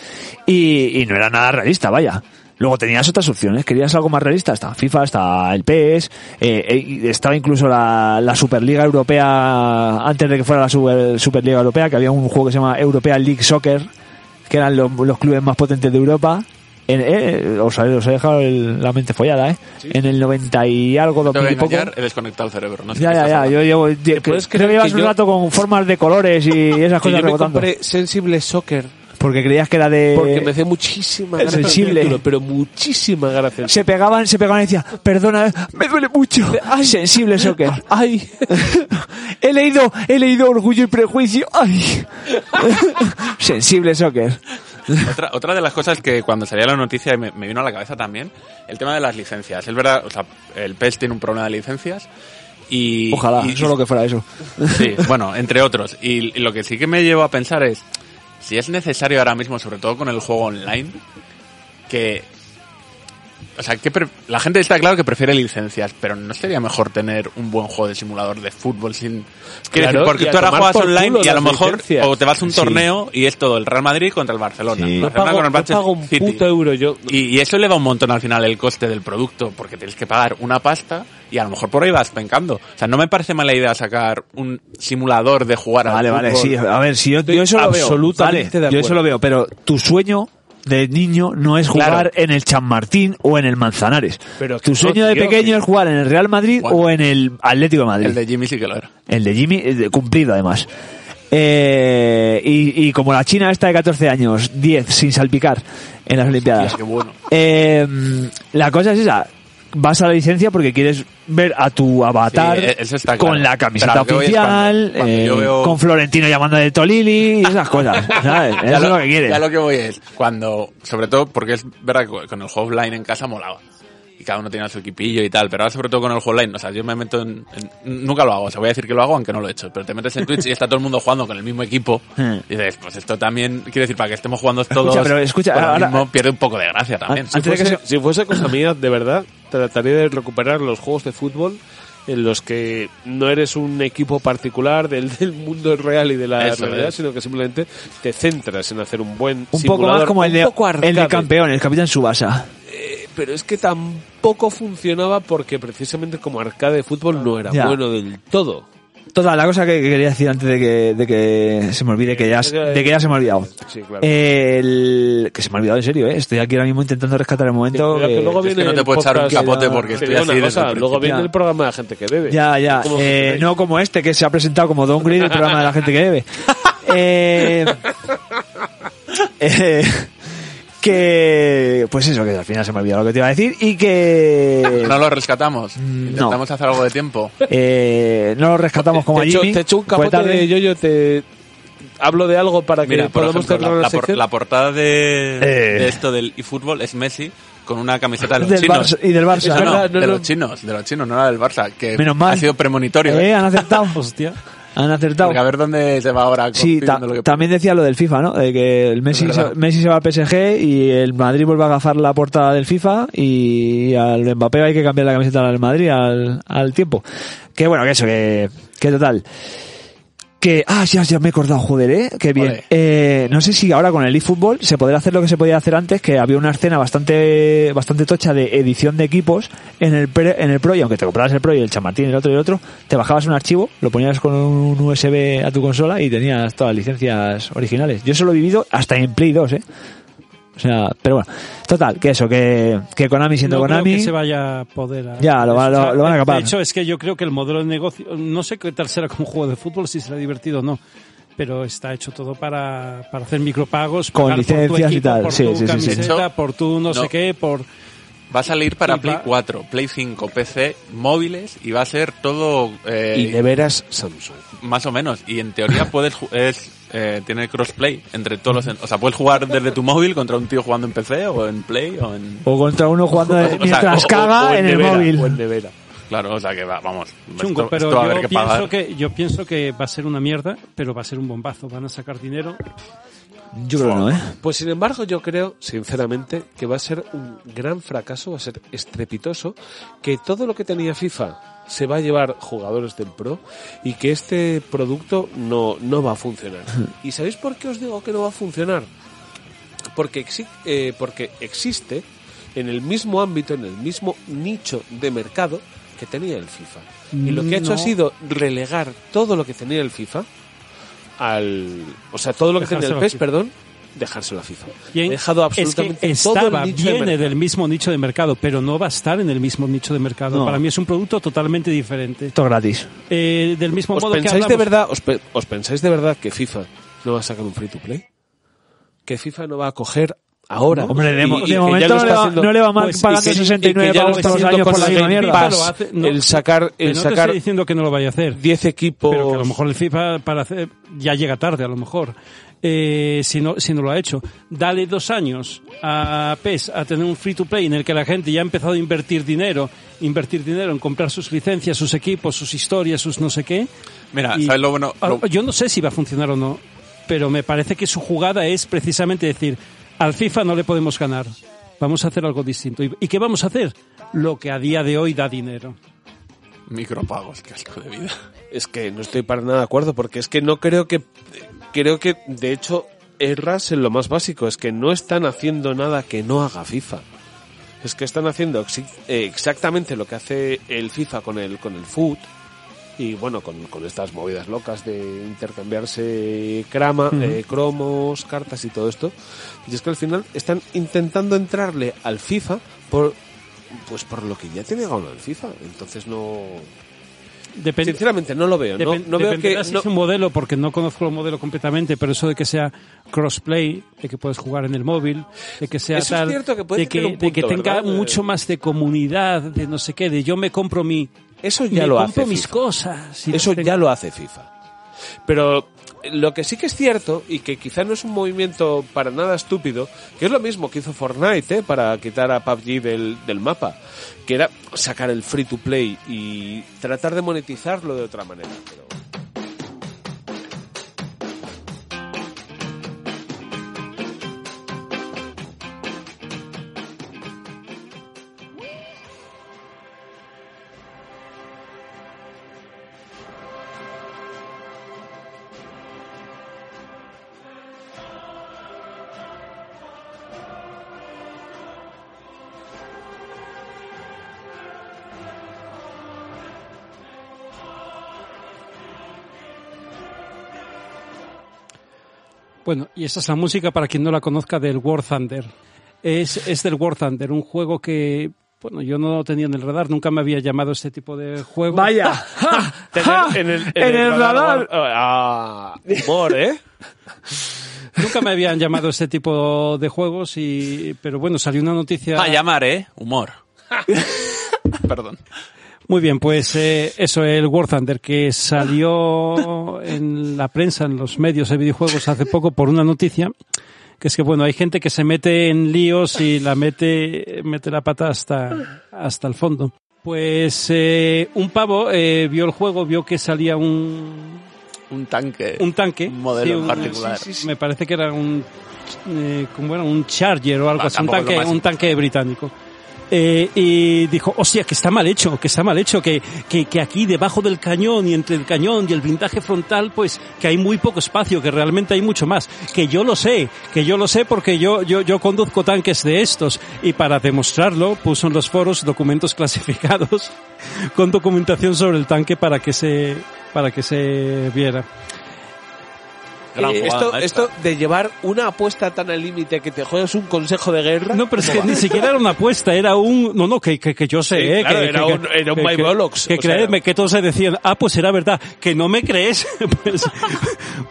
S3: Y, y no era nada realista, vaya. Luego tenías otras opciones. ¿Querías algo más realista? Está FIFA, está el PES. eh, eh, y estaba incluso la, la Superliga Europea, antes de que fuera la Super- Superliga Europea, que había un juego que se llama Europea League Soccer, que eran los, los clubes más potentes de Europa. En, eh, os, he- os he dejado el- la mente follada, ¿eh? En el 90 y algo,
S2: No te voy
S3: 2000
S2: a
S3: y poco.
S2: engañar, he desconectado el cerebro. No sé
S3: Ya,
S2: qué
S3: ya,
S2: estás
S3: ya.
S2: hablando.
S3: Yo
S1: puedes
S3: llevo. creo
S1: creer
S3: que llevas
S1: que
S3: un
S1: yo-
S3: rato con formas de colores y esas
S1: Que
S3: cosas
S1: yo me
S3: rebotando.
S1: compré Sensible Soccer
S3: Porque creías que era de.
S1: porque me hacía muchísima gracia. el
S3: sensible.
S1: título, pero muchísima gracia.
S3: Se pegaban, se pegaban y decía, perdona, me duele mucho. Ay, sensible soccer.
S1: Ay,
S3: he leído, he leído Orgullo y Prejuicio. Ay. sensible soccer.
S2: Otra, otra de las cosas que cuando salía la noticia me, me vino a la cabeza también, el tema de las licencias. Es verdad, o sea, el PES tiene un problema de licencias y...
S3: Ojalá,
S2: y-
S3: solo que fuera eso.
S2: Sí, bueno, entre otros. Y, y lo que sí que me llevo a pensar es si es necesario ahora mismo, sobre todo con el juego online, que o sea, que pre- la gente está claro que prefiere licencias, pero no sería mejor tener un buen juego de simulador de fútbol sin Quiero
S1: Claro,
S2: decir, porque
S1: y a
S2: tú ahora
S1: tomar
S2: juegas
S1: por
S2: online
S1: culo
S2: y a lo
S1: las
S2: mejor
S1: licencias.
S2: o te vas a un
S3: Sí.
S2: torneo y es todo el Real Madrid contra el Barcelona.
S3: Sí.
S2: El
S3: No
S1: No
S2: Barcelona
S1: pago,
S2: con
S1: no
S2: el Manchester
S1: pago un
S2: City.
S1: puto euro yo.
S2: Y, y eso eleva un montón al final el coste del producto, porque tienes que pagar una pasta y a lo mejor por ahí vas pencando. O sea, no me parece mala idea sacar un simulador de jugar al
S3: Vale, vale,
S2: fútbol.
S3: sí. A ver, si yo, yo eso lo veo.
S1: absolutamente
S3: vale,
S1: de
S3: yo
S1: acuerdo.
S3: eso lo veo, pero tu sueño de niño no es jugar
S1: Claro.
S3: en el San Martín o en el Manzanares.
S1: Pero que
S3: tu
S1: no,
S3: sueño de
S1: tío,
S3: pequeño
S1: que-
S3: es jugar en el Real Madrid
S2: Bueno.
S3: o en el Atlético de Madrid.
S2: El de Jimmy sí que lo era.
S3: El de Jimmy, eh, de- cumplido además. Eh, y, y como la China esta de 14 años, 10 sin salpicar en las Olimpiadas.
S2: Qué bueno.
S3: Eh, la cosa es esa. Vas a la licencia porque quieres ver a tu avatar
S2: Sí, e- eso está
S3: con
S2: claro.
S3: la
S2: Pero
S3: camiseta
S2: a lo que voy es
S3: oficial,
S2: cuando- cuando
S3: eh,
S2: yo veo-
S3: con Florentino llamando de Tolili y esas cosas. ¿sabes? Eso
S2: Ya
S3: es lo que quieres.
S2: ya lo que voy es, cuando, sobre todo porque es verdad que con el juego offline en casa molaba. Y cada uno tenía su equipillo y tal, pero ahora sobre todo con el juego online, o sea, yo me meto en, en- nunca lo hago, o sea, voy a decir que lo hago aunque no lo he hecho, pero te metes en Twitch y está todo el mundo jugando con el mismo equipo,
S3: Hmm.
S2: y dices, pues esto también, quiere decir, para que estemos jugando todos,
S3: Escucha, pero escucha,
S2: con lo
S3: ahora- Ah,
S2: mismo, pierde un poco de gracia también.
S3: antes de que
S1: fuese-
S3: se-
S1: si fuese cosa mía, de verdad, trataría de recuperar los juegos de fútbol en los que no eres un equipo particular del, del mundo real y de la
S2: Eso
S1: realidad,
S2: es.
S1: sino que simplemente te centras en hacer un buen
S3: Un poco más
S1: simulador,
S3: como el
S1: un
S3: de,
S1: poco arcade.
S3: el de campeón, el capitán Subasa.
S1: Eh, pero es que tampoco funcionaba porque precisamente como arcade de fútbol no era
S3: Ya.
S1: bueno del todo.
S3: Toda la cosa que que quería decir antes de que, de que se me olvide, que ya, de que ya se me ha olvidado.
S1: Eh, Sí, claro.
S3: El... Que se me ha olvidado, en serio, ¿eh? Estoy aquí ahora mismo intentando rescatar el momento.
S1: Mira, que
S3: que-
S1: luego
S2: es que
S1: viene
S2: no te
S1: el
S2: puedo echar un
S1: podcast-
S2: capote
S1: Ya,
S2: porque
S1: te
S2: estoy
S1: digo una
S2: así
S1: cosa,
S2: desde el
S1: Luego
S2: principio.
S1: viene
S3: Ya.
S1: el programa de gente que bebe.
S3: Ya, ya.
S1: Como
S3: Eh,
S1: gente-
S3: no como este, que se ha presentado como Don Green, el programa de la gente que bebe. Eh, eh, que... Pues eso, que al final se me ha olvidado lo que te iba a decir y que...
S2: No lo rescatamos,
S3: Mm, no.
S2: intentamos hacer algo de tiempo.
S3: eh, no lo rescatamos como
S1: te
S3: a
S1: echo-
S3: Jimmy.
S1: te echo un
S3: Fue
S1: capote
S3: tarde.
S1: de yo-yo, te hablo de algo para que
S2: Mira, por
S1: podamos
S2: ejemplo,
S1: cerrar
S2: la,
S1: la
S2: la por-
S1: sección.
S2: la portada de,
S3: Eh.
S2: de esto del eFootball es Messi con una camiseta de los
S3: Del
S2: chinos.
S3: Barça- y del Barça.
S2: No,
S1: Es
S2: no,
S1: verdad, no
S2: de
S1: lo-
S2: los chinos, de los chinos, no era del Barça, que
S3: Menos mal.
S2: ha sido premonitorio. ¿eh?
S3: Eh, han acertado.
S4: Hostia.
S3: Han acertado.
S2: Porque a ver dónde se va ahora.
S3: Sí,
S2: confirmando
S3: ta-
S2: lo que-
S3: también decía lo del FIFA, ¿no? De que el Messi
S2: Es
S3: se,
S2: verdad.
S3: Messi se va al PSG y el Madrid vuelve a agafar la portada del FIFA y al Mbappé hay que cambiar la camiseta al Madrid al, al tiempo. Que bueno, que eso, que, que total. Que, ah, ya, ya me he acordado, joder, ¿eh? Qué bien.
S2: Ole.
S3: Eh, no sé si ahora con el eFootball se podrá hacer lo que se podía hacer antes, que había una escena bastante bastante tocha de edición de equipos en el, pre- en el Pro, y aunque te comprabas el Pro y el Chamartín, el otro y el otro, te bajabas un archivo, lo ponías con un USB a tu consola y tenías todas las licencias originales. Yo eso lo he vivido hasta en Play 2, ¿eh? O sea, pero bueno, total, que eso, que, que Konami siendo
S4: no creo
S3: Konami...
S4: que se vaya a poder. a-
S3: Ya, lo va- lo- lo van a acabar.
S4: De hecho, es que yo creo que el modelo de negocio, no sé qué tal será con un juego de fútbol, si será divertido o no. Pero está hecho todo para, para hacer micropagos.
S3: Con
S4: pagar por tu
S3: licencias y
S4: equipo,
S3: tal.
S4: Por
S3: Sí,
S4: tu
S3: sí, sí, sí.
S4: camiseta, por tu no,
S2: No.
S4: sé qué, por...
S2: Va a salir para
S4: Y
S2: Play
S4: va-
S2: 4, Play 5, PC, móviles y va a ser todo eh,
S1: Y de veras Samsung.
S2: más o menos. Y en teoría puedes ju- es, eh, tiene crossplay entre todos los... en- O sea, puedes jugar desde tu móvil contra un tío jugando en PC o en Play o en...
S3: O contra uno jugando
S2: O sea,
S3: mientras
S2: o- o-
S3: caga en el
S1: nevera,
S3: móvil.
S1: o en nevera.
S2: Claro, o sea que va, vamos.
S4: chungo,
S2: esto-
S4: pero
S2: esto va a
S4: yo,
S2: haber que
S4: pienso
S2: pagar.
S4: que, yo pienso que va a ser una mierda, pero va a ser un bombazo. Van a sacar dinero.
S3: Yo creo que no, ¿eh?
S1: Pues sin embargo, yo creo, sinceramente, que va a ser un gran fracaso, va a ser estrepitoso, que todo lo que tenía FIFA se va a llevar jugadores del Pro y que este producto no, no va a funcionar. ¿Y sabéis por qué os digo que no va a funcionar? Porque, exi- eh, porque existe en el mismo ámbito, en el mismo nicho de mercado que tenía el FIFA. Y lo que ha hecho
S4: No.
S1: ha sido relegar todo lo que tenía el FIFA al... O sea, todo lo que tenía
S4: Dejárselo
S1: el
S4: al
S1: PES,
S4: FIFA.
S1: perdón, dejárselo a FIFA.
S4: Bien,
S1: He dejado absolutamente
S4: es que estaba,
S1: todo el nicho de
S4: viene
S1: mercado.
S4: del mismo nicho de mercado, pero no va a estar en el mismo nicho de mercado.
S3: No.
S4: Para mí es un producto totalmente diferente.
S3: Esto es gratis.
S4: Eh, del mismo
S1: ¿Os
S4: modo que
S1: pensáis,
S4: hablamos,
S1: de verdad, os, pe- os pensáis de verdad que FIFA no va a sacar un free to play? ¿Que FIFA no va a coger ahora?
S3: Hombre, de,
S1: Y-
S3: mo-
S1: y
S3: de
S1: que ya
S3: momento
S1: lo
S3: no le,
S1: está
S3: va,
S1: haciendo-
S3: no le va mal
S4: Pues, y
S3: pagando
S1: que- y que ya
S3: 69
S1: lo
S3: pagos
S1: está
S3: todos los
S1: haciendo
S3: años por
S1: con
S3: la
S1: el
S3: misma
S1: Game
S3: mierda.
S1: Pass,
S4: Lo hace- no.
S1: el sacar,
S4: pero
S1: el
S4: no te
S1: sacar
S4: estoy diciendo que no lo vaya a hacer.
S1: 10 equipos...
S4: Pero que a lo mejor el FIFA para hacer, ya llega tarde, a lo mejor. eh, si, no, si no lo ha hecho. Dale dos años a PES a tener un free to play en el que la gente ya ha empezado a invertir dinero, invertir dinero en comprar sus licencias, sus equipos, sus historias, sus no sé qué.
S2: Mira,
S4: Y-
S2: ¿sabes lo bueno? Lo-
S4: Ah, Yo no sé si va a funcionar o no, pero me parece que su jugada es precisamente decir, al FIFA no le podemos ganar, vamos a hacer algo distinto. ¿Y, y qué vamos a hacer? Lo que a día de hoy da dinero.
S2: Micropagos, qué asco de vida.
S1: Es que no estoy para nada de acuerdo, porque es que no creo que. Creo que, de hecho, erras en lo más básico. Es que no están haciendo nada que no haga FIFA. Es que están haciendo exi- eh, exactamente lo que hace el FIFA con el, con el foot. Y bueno, con, con estas movidas locas de intercambiarse crama, eh, cromos, cartas y todo esto. Y es que al final están intentando entrarle al FIFA por, pues por lo que ya tiene ganado el FIFA. Entonces no,
S4: Depende.
S1: Sinceramente, no lo veo. No,
S4: Depen-
S1: no veo que.
S4: dependerá si
S1: no-
S4: es un modelo, porque no conozco el modelo completamente, pero eso de que sea crossplay, de que puedes jugar en el móvil, de que sea
S1: Eso es
S4: tal,
S1: cierto que puede
S4: de, que,
S1: tener un
S4: de que
S1: punto,
S4: tenga
S1: ¿verdad? Eh.
S4: mucho más de comunidad, de no sé qué, de yo me compro mi,
S1: Eso ya
S4: me
S1: lo
S4: compro
S1: hace.
S4: mis
S1: FIFA.
S4: cosas. y
S1: Eso
S4: las tengo.
S1: ya lo hace FIFA. Pero eh, lo que sí que es cierto, y que quizá no es un movimiento para nada estúpido, que es lo mismo que hizo Fortnite ¿eh? para quitar a PUBG del, del mapa, que era sacar el free to play y tratar de monetizarlo de otra manera. Pero
S4: Bueno, y esa es la música para quien no la conozca del War Thunder. Es, es del War Thunder, un juego que, bueno, yo no lo tenía en el radar, nunca me había llamado este tipo de juego.
S3: Vaya.
S1: Tener en el, en
S3: En
S1: el
S3: el radar.
S1: Ah, humor, ¿eh?
S4: Nunca me habían llamado este tipo de juegos y, pero bueno, salió una noticia.
S2: A llamar, ¿eh? Humor. Perdón.
S4: Muy bien, pues eh, eso, el War Thunder, que salió en la prensa, en los medios de videojuegos hace poco por una noticia, que es que bueno, hay gente que se mete en líos y la mete, mete la pata hasta, hasta el fondo. Pues eh, un pavo eh, vio el juego, vio que salía un,
S2: Un tanque.
S4: un tanque.
S2: eh, Un modelo en particular.
S4: sí, sí. Me parece que era un, eh, como era un Charger o algo
S2: Ah,
S4: así, un
S2: tampoco es lo
S4: tanque,
S2: máximo.
S4: un tanque británico. Eh, y dijo, hostia, que está mal hecho, que está mal hecho, que, que, que aquí debajo del cañón y entre el cañón y el blindaje frontal, pues que hay muy poco espacio, que realmente hay mucho más. Que yo lo sé, que yo lo sé porque yo, yo, yo conduzco tanques de estos. Y para demostrarlo, puso en los foros documentos clasificados con documentación sobre el tanque para que se, para que se viera.
S2: Gran
S1: Eh,
S2: jugada
S1: esto,
S2: maestra.
S1: esto de llevar una apuesta tan al límite que te juegas un consejo de guerra.
S4: No, pero es
S1: ¿cómo
S4: que
S1: va?
S4: ni siquiera era una apuesta, era un... No, no, que, que, que yo sé,
S1: Sí,
S4: eh,
S1: claro,
S4: que,
S1: era
S4: que-
S1: un- era un
S4: que-
S1: My
S4: que-
S1: Bollocks,
S4: Que,
S1: o sea.
S4: créeme, que todos se decían, ah, pues era verdad, que no me crees, pues,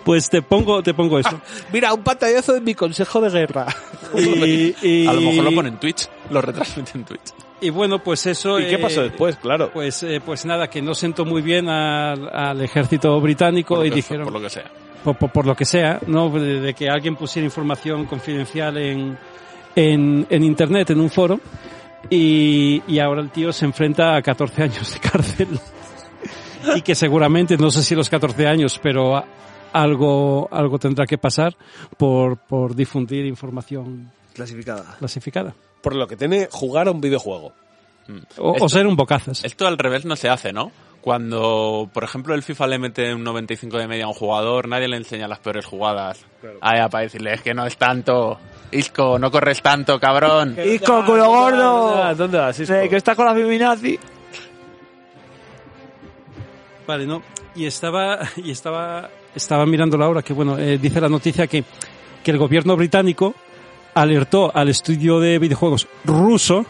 S4: pues te pongo, te pongo eso.
S1: Mira, un pantallazo de mi consejo de guerra. pues
S4: Y, y-
S2: A lo mejor lo ponen en Twitch. Lo retransmiten en Twitch.
S4: Y bueno, pues eso...
S1: ¿Y qué pasó
S4: eh,
S1: después? Claro.
S4: Pues, eh, pues nada, que no sentó muy bien al, al ejército británico
S2: Por
S4: y
S2: lo que-
S4: dijeron...
S2: Por lo que sea.
S4: por, por- por lo que sea, ¿no? De, de que alguien pusiera información confidencial en, en, en internet, en un foro, y, y ahora el tío se enfrenta a 14 años de cárcel. y que seguramente, no sé si los 14 años, pero a- algo, algo tendrá que pasar por, por difundir información
S3: Clasificada.
S4: clasificada.
S1: Por lo que tiene jugar a un videojuego.
S4: O, o
S2: Esto-
S4: ser un bocazas.
S2: Esto al revés no se hace, ¿no? Cuando, por ejemplo, el FIFA le mete un 95 de media a un jugador, nadie le enseña las peores jugadas. A EA para decirle, es que no es tanto. Isco, no corres tanto, cabrón.
S3: ¡Y con culo gordo!
S1: ¿Dónde vas?
S3: Eh, Que está con la feminazi.
S4: Vale, no. Y estaba, y estaba, estaba mirando la hora, que bueno, eh, dice la noticia que, que el gobierno británico alertó al estudio de videojuegos ruso,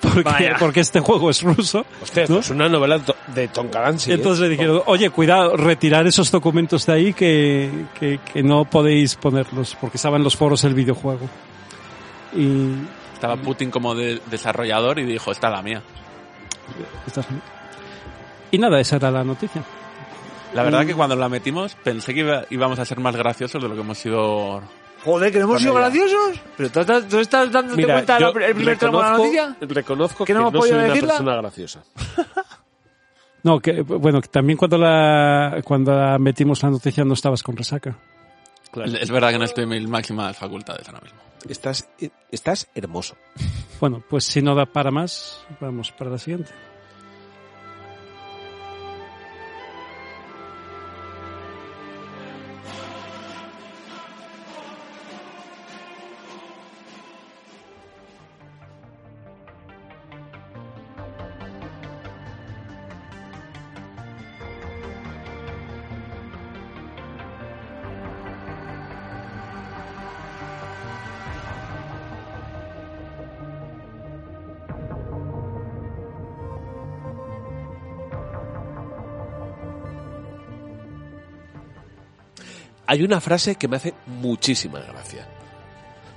S4: porque,
S1: Vaya.
S4: porque este juego es ruso,
S1: Hostia, pues, esto
S4: ¿no?
S1: es una novela to- de Tom Clancy. ¿eh?
S4: entonces le dijeron, oye, cuidado, retirar esos documentos de ahí que, que, que no podéis ponerlos, porque estaban en los foros el videojuego. Y...
S2: Estaba Putin como de- desarrollador y dijo, esta es la mía.
S4: y nada, esa era la noticia.
S2: La verdad que cuando la metimos pensé que iba- íbamos a ser más graciosos de lo que hemos sido.
S3: Joder, que no hemos
S2: Con
S3: sido
S2: ella.
S3: graciosos. Pero tú, estás- tú estás dándote cuenta
S1: yo
S3: de la- el primer tramo de la noticia.
S1: reconozco
S3: ¿Que
S1: que
S3: no
S1: no,
S3: hemos
S1: soy
S3: podido
S1: una
S3: decirla?
S1: persona graciosa.
S4: No, que, bueno, que también cuando la, cuando la metimos la noticia no estabas con resaca.
S2: Es verdad que no estoy en mis máximas facultades ahora mismo.
S1: Estás, eh, estás hermoso.
S4: Bueno, pues si no da para más, vamos para la siguiente.
S1: Hay una frase que me hace muchísima gracia.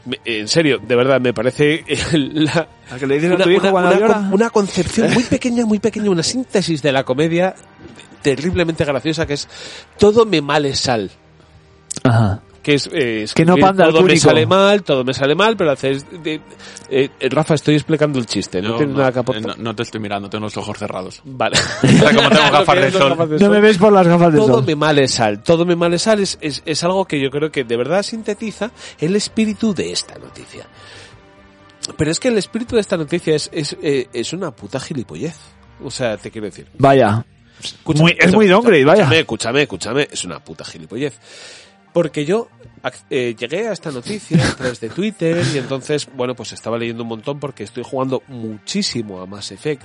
S1: Me- eh, en serio, de verdad, me parece eh, la,
S3: ¿A que le dices a
S1: una,
S3: tu hijo
S1: una-
S3: cuando
S1: una
S3: llora?
S1: con- una concepción muy pequeña, muy pequeña, una síntesis de la comedia terriblemente graciosa que es todo me mal es sal.
S3: Ajá.
S1: Que es, eh,
S3: Que no
S1: escribir,
S3: panda al
S1: todo me
S3: cúnico".
S1: sale mal, todo me sale mal, pero haces... de- eh, Rafa, estoy explicando el chiste, no
S2: Yo
S1: tienes nada que
S2: eh,
S1: aportar.
S2: no- no te estoy mirando, tengo los ojos cerrados.
S1: Vale.
S2: como tengo
S1: No
S2: gafas de
S1: tienes
S2: sol.
S1: gafas de
S3: No me
S1: sol.
S3: ves por las gafas de
S1: Todo
S3: sol.
S1: me male sal, todo me male sal es, es, es algo que yo creo que de verdad sintetiza el espíritu de esta noticia. Pero es que el espíritu de esta noticia es, es, eh, es una puta gilipollez. O sea, te quiero decir.
S3: Vaya.
S1: Escucha,
S3: Muy- es muy downgrade, vaya.
S1: Escúchame, escúchame, escúchame. Es una puta gilipollez. Porque yo ac- eh, llegué a esta noticia a través de Twitter y entonces, bueno, pues estaba leyendo un montón porque estoy jugando muchísimo a Mass Effect.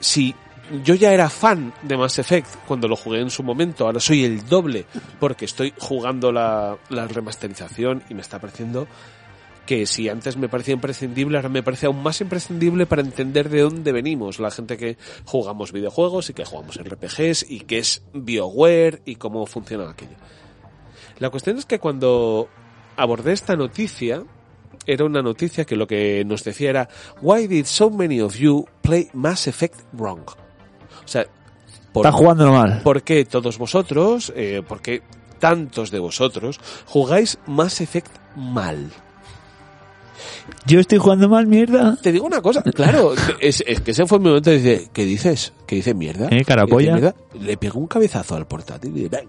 S1: Si yo ya era fan de Mass Effect cuando lo jugué en su momento, ahora soy el doble porque estoy jugando la, la remasterización y me está pareciendo que si antes me parecía imprescindible, ahora me parece aún más imprescindible para entender de dónde venimos, la gente que jugamos videojuegos y que jugamos RPGs y que es BioWare y cómo funciona aquello. La cuestión es que cuando abordé esta noticia, era una noticia que lo que nos decía era Why did so many of you play Mass Effect wrong? O sea, ¿por
S3: Está jugando mal.
S1: ¿Por qué todos vosotros, eh, por qué tantos de vosotros jugáis Mass Effect mal?
S3: Yo estoy jugando mal, mierda.
S1: Te digo una cosa, claro, es, es que ese fue mi momento de decir, ¿qué dices? ¿Qué dices mierda?
S3: Eh,
S1: ¿Qué
S3: carapolla.
S1: dices, mierda? Le pegó un cabezazo al portátil y dice, "Bang".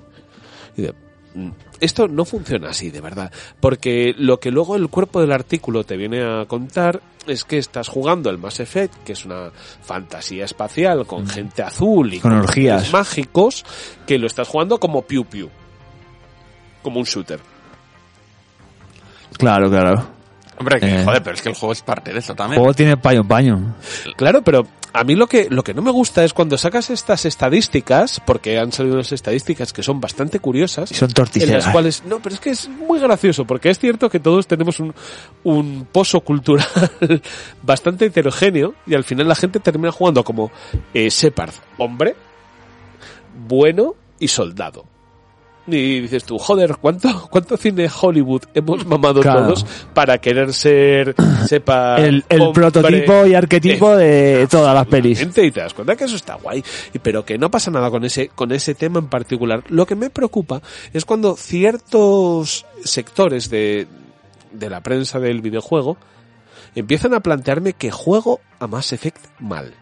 S1: Y dice, "Mm, esto no funciona así, de verdad. Porque lo que luego el cuerpo del artículo te viene a contar es que estás jugando el Mass Effect, que es una fantasía espacial con gente azul y
S3: Mm. Con orgías.
S1: poderes mágicos, que lo estás jugando como piu piu. Como un shooter.
S3: Claro, claro.
S2: Hombre, que,
S3: Eh.
S2: joder, pero es que el juego es parte de eso
S3: El
S2: también.
S3: juego tiene paño paño.
S1: Claro, pero a mí lo que, lo que no me gusta es cuando sacas estas estadísticas, porque han salido unas estadísticas que son bastante curiosas.
S3: Y son "Ah".
S1: en las
S3: torticeras.
S1: cuales, no, pero es que es muy gracioso, porque es cierto que todos tenemos un, un pozo cultural bastante heterogéneo y al final la gente termina jugando como eh, Shepard, hombre, bueno y soldado. Y dices tú, joder, ¿cuánto, cuánto cine Hollywood hemos mamado
S3: Claro.
S1: todos para querer ser, sepa,
S3: El, el
S1: hombre,
S3: prototipo y arquetipo de todas las pelis.
S1: Gente, y te das cuenta que eso está guay, y- pero que no pasa nada con ese, con ese tema en particular. Lo que me preocupa es cuando ciertos sectores de, de la prensa del videojuego empiezan a plantearme que juego a Mass Effect mal.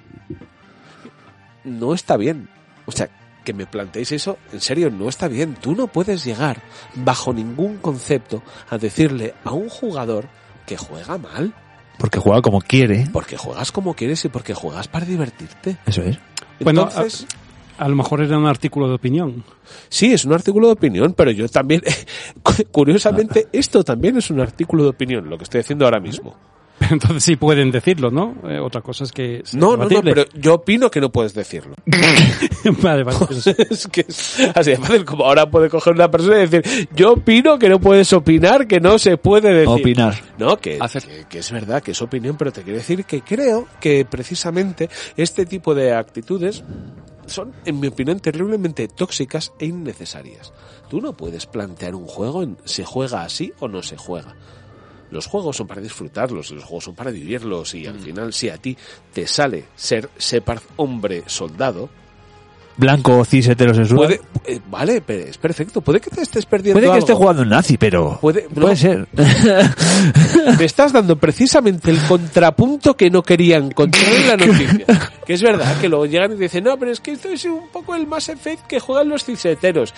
S1: No está bien. O sea, que me planteéis eso, en serio, no está bien. Tú no puedes llegar bajo ningún concepto a decirle a un jugador que juega mal,
S3: Porque juega como quiere.
S1: porque juegas como quieres y porque juegas para divertirte.
S3: Eso es.
S4: Bueno,
S1: Entonces,
S4: A lo mejor era un artículo de opinión.
S1: sí, es un artículo de opinión, pero yo también, cu- curiosamente, esto también es un artículo de opinión, lo que estoy haciendo ahora mismo.
S4: Pero entonces sí pueden decirlo, ¿no? Eh, otra cosa es que... sea
S1: No, no, no,
S4: debatible.
S1: pero yo opino que no puedes decirlo.
S4: vale, vale. pues-
S1: es que es así de fácil como ahora puede coger una persona y decir, yo opino que no puedes opinar, que no se puede decir.
S3: Opinar.
S1: No, que,
S2: Hacer-
S1: que- que es verdad, que es opinión, pero te quiero decir que creo que precisamente este tipo de actitudes son, en mi opinión, terriblemente tóxicas e innecesarias. Tú no puedes plantear un juego en se juega así o no se juega. Los juegos son para disfrutarlos, los juegos son para
S3: Mm.
S1: vivirlos y al final si a ti te sale ser Separ hombre soldado,
S3: blanco, cis, heterosexual.
S1: Puede, eh, vale, pero es perfecto. Puede que te estés perdiendo
S3: Puede que
S1: algo.
S3: esté jugando un nazi, pero
S1: Puede- no.
S3: puede ser.
S1: Me estás dando precisamente el contrapunto que no querían encontrar en la noticia. Que es verdad, que luego llegan y dicen, no, pero es que esto es un poco el más Effect que juegan los ciseteros.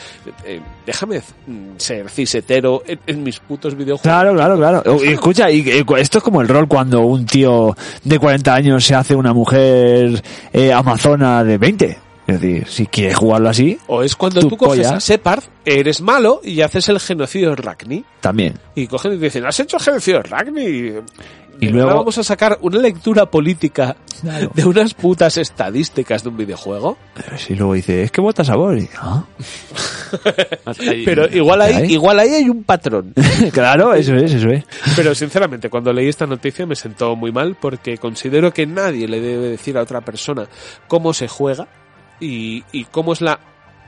S1: Eh, déjame mm, ser cisetero en, en mis putos videojuegos.
S3: Claro, claro, claro. O- y escucha, y, eh, cu- esto es como el rol cuando un tío de 40 años se hace una mujer eh, amazona de 20. Es decir, si quieres jugarlo así,
S1: O es cuando
S3: Tu
S1: tú coges
S3: polla.
S1: a Separd, eres malo y haces el genocidio de Ragni.
S3: también.
S1: Y cogen y dicen, has hecho genocidio de Ragni.
S3: Y
S1: Y
S3: luego-
S1: luego vamos a sacar una lectura política de unas putas estadísticas de un videojuego.
S3: Pero si luego dice, es que bota sabor. y- ah.
S1: Pero igual ahí,
S3: ¿Hay?
S1: igual ahí hay un patrón.
S3: claro, eso es, eso es.
S1: Pero sinceramente, cuando leí esta noticia me sentó muy mal porque considero que nadie le debe decir a otra persona cómo se juega y, y cómo es la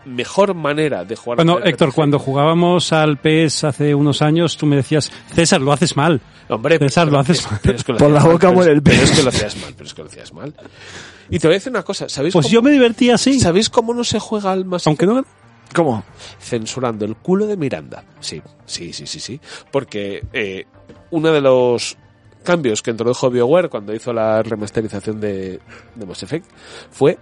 S1: mejor manera de jugar.
S4: Bueno,
S1: al RPG.
S4: Héctor, cuando jugábamos al PS hace unos años, tú me decías, César, lo haces mal.
S1: Hombre,
S4: César,
S1: pero-
S4: lo haces mal.
S1: pero es que lo
S3: Por la
S1: hacías mal,
S3: boca
S1: pero
S3: muere el
S1: es- Pero
S3: pez.
S1: es que lo hacías mal, pero es que lo hacías mal. Y te voy a decir una cosa, ¿sabéis,
S4: Pues
S1: cómo,
S4: yo me divertí así,
S1: ¿sabéis cómo no se juega al más
S4: aunque no...
S3: ¿Cómo?
S1: censurando el culo de Miranda. Sí, sí, sí, sí, sí. Porque eh, uno de los cambios que introdujo BioWare cuando hizo la remasterización de, de Mass Effect fue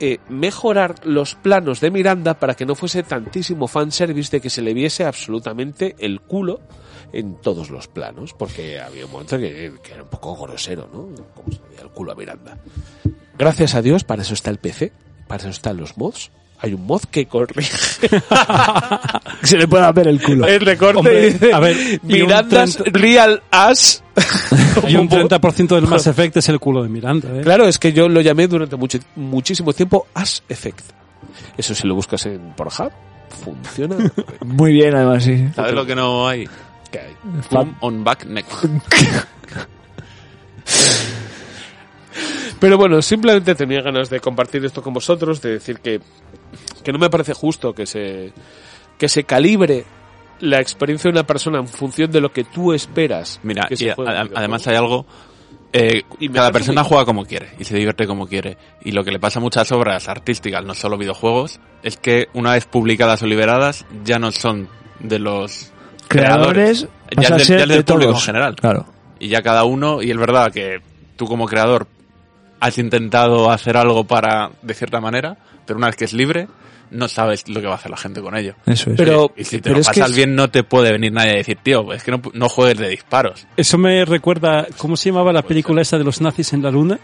S1: eh, mejorar los planos de Miranda para que no fuese tantísimo fanservice de que se le viese absolutamente el culo en todos los planos, porque había un momento que, que era un poco grosero, ¿no? Como se le veía el culo a Miranda. Gracias a Dios, para eso está el PC, para eso están los mods. Hay un mod que corrige
S3: Se le pueda ver el culo.
S1: el recorte
S4: Hombre,
S1: dice,
S4: a ver, y un
S1: Miranda's
S4: 30
S1: Real Ass.
S4: Hay un 30% del Mass Effect es el culo de Miranda, ¿eh?
S1: Claro, es que yo lo llamé durante mucho, muchísimo tiempo Ass Effect. Eso si lo buscas en Pornhub, funciona.
S3: Muy bien, además, sí.
S2: ¿Sabes lo que no hay?
S1: ¿Qué hay?
S2: Boom on back neck.
S1: Pero bueno, simplemente tenía ganas de compartir esto con vosotros, de decir que, que no me parece justo que se, que se calibre la experiencia de una persona en función de lo que tú esperas.
S2: Mira,
S1: que se
S2: y a-
S1: juegue un
S2: a-
S1: videojuego.
S2: además hay algo. eh,
S1: Y me
S2: cada
S1: parece
S2: persona
S1: muy-
S2: juega como quiere y se divierte como quiere. Y lo que le pasa a muchas obras artísticas, no solo videojuegos, es que una vez publicadas o liberadas ya no son de los
S3: Creadores,
S2: ya
S3: pasa
S2: es
S3: a
S2: del,
S3: ser
S2: ya es del
S3: de
S2: público
S3: todos.
S2: en general.
S3: Claro.
S2: Y ya cada uno, y es verdad que tú como creador has intentado hacer algo para de cierta manera, pero una vez que es libre, no sabes lo que va a hacer la gente con ello.
S3: Eso es.
S1: Pero,
S2: y si te
S1: pero
S2: lo
S1: es que
S2: pasas
S1: es-
S2: bien, no te puede venir nadie a decir, tío, es que no, no juegues de disparos.
S4: Eso me recuerda, ¿cómo se llamaba la película esa de los nazis en la luna?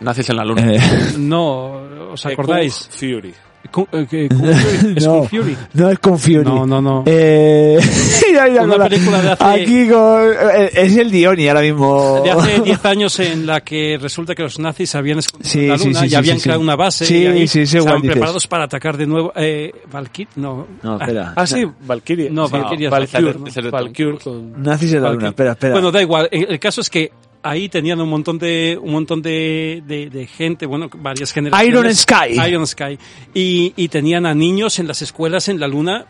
S2: Naces en la luna.
S3: Eh,
S4: No, ¿os
S1: eh,
S4: acordáis?
S1: Kung Fury.
S4: Cu- eh, que- Kung Fury, es
S3: no,
S4: Kung Fury.
S3: no es con Fury.
S4: No, no, no.
S3: Eh, mira, mira,
S4: Una
S3: con la-
S4: película de hace-
S3: Aquí con, eh, es el Dioni ahora mismo.
S4: De hace 10 años en la que resulta que los nazis habían escondido
S3: Sí,
S4: la
S3: sí,
S4: luna
S3: sí,
S4: y
S3: sí,
S4: habían
S3: sí, sí.
S4: creado una base
S3: Sí,
S4: y ahí
S3: sí, sí,
S4: estaban
S3: igual dices.
S4: preparados para atacar de nuevo. Eh, ¿Valkyrie? No.
S3: No, espera.
S1: Ah, sí, Valkyrie.
S4: No,
S1: Sí,
S4: Valkyrie es
S1: Valkyrie,
S4: Valkyrie,
S2: ¿no?
S1: Valkyrie con-
S3: Nazis en la luna.
S4: Valkyrie.
S3: Espera, espera.
S4: Bueno, da igual. El, el caso es que ahí tenían un montón de un montón de, de- de gente, bueno, varias generaciones.
S3: Iron Sky.
S4: Iron Sky. Y, y tenían a niños en las escuelas en la luna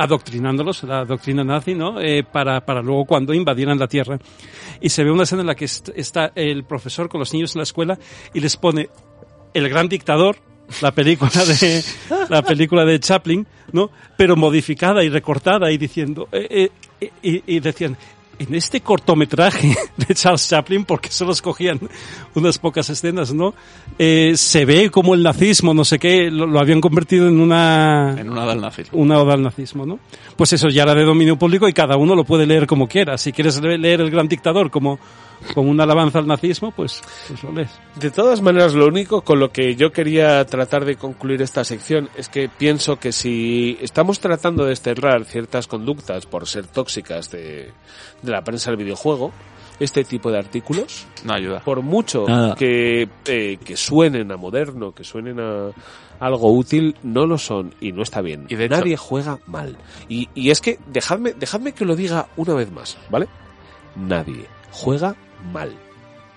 S4: adoctrinándolos, la doctrina nazi, ¿no? Eh, para, para luego cuando invadieran la Tierra. Y se ve una escena en la que est- está el profesor con los niños en la escuela y les pone El Gran Dictador, la película de, la película de Chaplin, ¿no? Pero modificada y recortada y diciendo, eh, eh, y, y decían, en este cortometraje de Charles Chaplin, porque solo escogían unas pocas escenas, ¿no? Eh, se ve como el nazismo, no sé qué, lo, lo habían convertido en una,
S2: En una del nazismo.
S4: una oda al nazismo, ¿no? Pues eso ya era de dominio público y cada uno lo puede leer como quiera. Si quieres le- leer El Gran Dictador como, como una alabanza al nazismo, pues, pues lo lees.
S1: De todas maneras, lo único con lo que yo quería tratar de concluir esta sección es que pienso que si estamos tratando de desterrar ciertas conductas por ser tóxicas de, de la prensa del videojuego, este tipo de artículos,
S2: No ayuda.
S1: por mucho
S4: Ah.
S3: Nada.
S1: que, eh, que suenen a moderno, que suenen a algo útil, no lo son y no está bien.
S2: Y de hecho-
S1: Nadie juega mal. Y, y es que, dejadme, dejadme que lo diga una vez más, ¿vale? Nadie juega mal.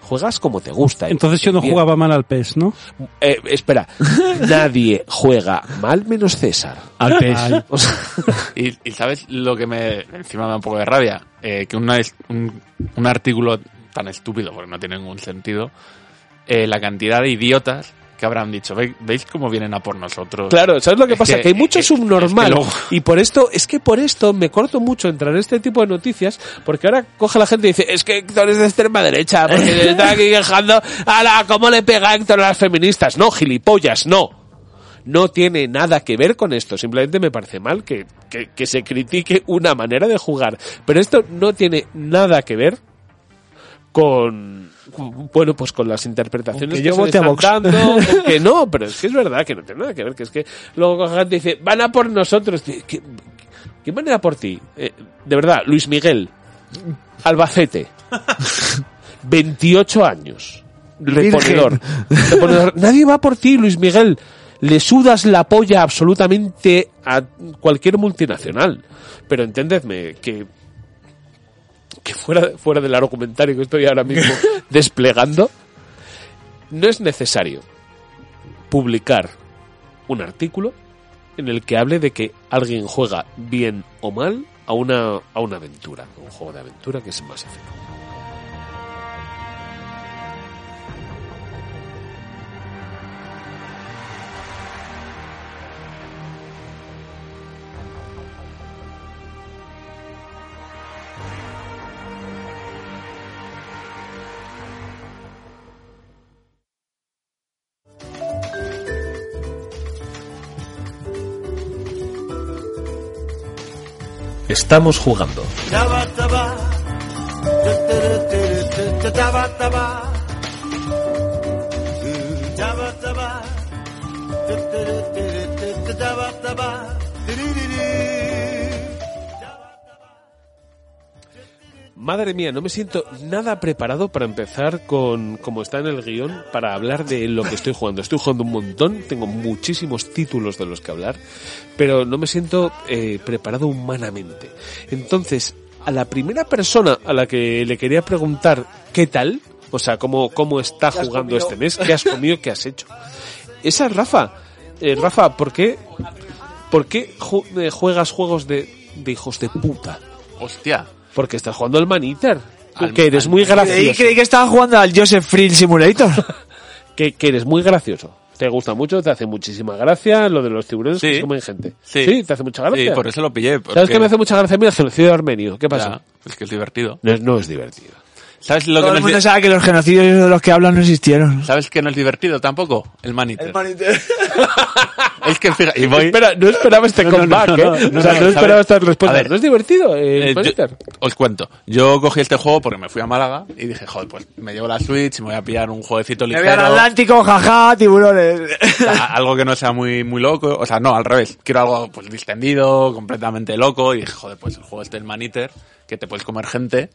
S1: Juegas como te gusta. y
S4: Entonces yo no
S1: bien.
S4: jugaba mal al PES, ¿no?
S1: Eh, espera, nadie juega mal menos César.
S3: Al pez.
S1: O sea,
S2: Y, y sabes lo que me encima me da un poco de rabia, Eh, que una es- un, un artículo tan estúpido, porque no tiene ningún sentido, eh, la cantidad de idiotas que habrán dicho, "Ve- ¿veis cómo vienen a por nosotros?
S1: Claro, ¿sabes lo que
S2: Es
S1: pasa? Que,
S2: que-
S1: hay mucho
S2: es-
S1: subnormal.
S2: es que luego-
S1: Y por esto, es que por esto me corto mucho entrar en este tipo de noticias, porque ahora coge la gente y dice, es que Héctor es de extrema derecha, porque se está aquí quejando, ala, ¿cómo le pega Héctor a las feministas? No, gilipollas, no. No tiene nada que ver con esto, simplemente me parece mal que, que, que se critique una manera de jugar. Pero esto no tiene nada que ver con bueno pues con las interpretaciones
S3: Aunque
S1: que
S3: yo
S1: se le
S3: vote a
S1: están
S3: Vox.
S1: dando que no pero es que es verdad que no tiene nada que ver que es que luego coge gente y dice van a por nosotros ¿Qué, qué, qué van a ir a por ti Eh, de verdad Luis Miguel Albacete 28 años reponedor, Reponedor. nadie va por ti Luis Miguel le sudas la polla absolutamente a cualquier multinacional pero entendedme que que fuera, fuera del argumentario que estoy ahora mismo desplegando, no es necesario publicar un artículo en el que hable de que alguien juega bien o mal a una, a una aventura, a un juego de aventura que es más efectivo. Estamos jugando. Madre mía, no me siento nada preparado para empezar con, como está en el guión, para hablar de lo que estoy jugando. Estoy jugando un montón, tengo muchísimos títulos de los que hablar, pero no me siento eh, preparado humanamente. Entonces, a la primera persona a la que le quería preguntar qué tal, o sea, cómo, cómo está jugando este mes, qué has comido, qué has hecho, esa es Rafa. Eh, Rafa, ¿por qué, por qué ju- eh, juegas juegos de, de hijos de puta?
S2: Hostia.
S1: Porque estás jugando al Maníter.
S2: Al-
S1: Que eres
S2: al-
S1: muy
S3: Creí,
S1: gracioso.
S3: creí que estaba jugando al Joseph Frill Simulator.
S1: Que, que eres muy gracioso. Te gusta mucho, te hace muchísima gracia lo de los tiburones que
S2: Sí.
S1: se comen gente.
S2: Sí.
S1: te hace mucha gracia.
S2: Sí, por eso lo pillé.
S1: ¿Sabes
S2: porque-
S1: qué me hace mucha gracia a mí el genocidio armenio? ¿Qué
S2: Ya,
S1: pasa?
S2: Es que es divertido.
S1: No, es- no es divertido.
S2: ¿Sabes lo
S3: Todo
S2: que
S3: el
S2: no es
S3: mundo
S2: di-
S3: sabe que los genocidios de los que hablan no existieron.
S2: ¿Sabes que no es divertido tampoco? El Maniter. Es que fija- y voy-
S1: Espera, no esperaba este
S3: No, no,
S1: comeback,
S3: no, no,
S1: ¿eh?
S3: no,
S1: o sea,
S2: no,
S1: no,
S2: no,
S1: esperaba
S2: ¿sabes?
S1: estas respuestas.
S2: A ver,
S1: ¿No es divertido el
S2: Eh, yo-
S1: Maníter?
S2: os cuento, yo cogí este juego porque me fui a Málaga y dije, joder, pues me llevo la Switch, me voy a pillar un jueguecito
S3: Me voy al
S2: ligero,
S3: Atlántico, jaja, tiburones.
S2: o sea, algo que no sea muy, muy loco, o sea, no, al revés, quiero algo pues distendido, completamente loco, y dije, joder, pues el juego este del Maniter, que te puedes comer gente,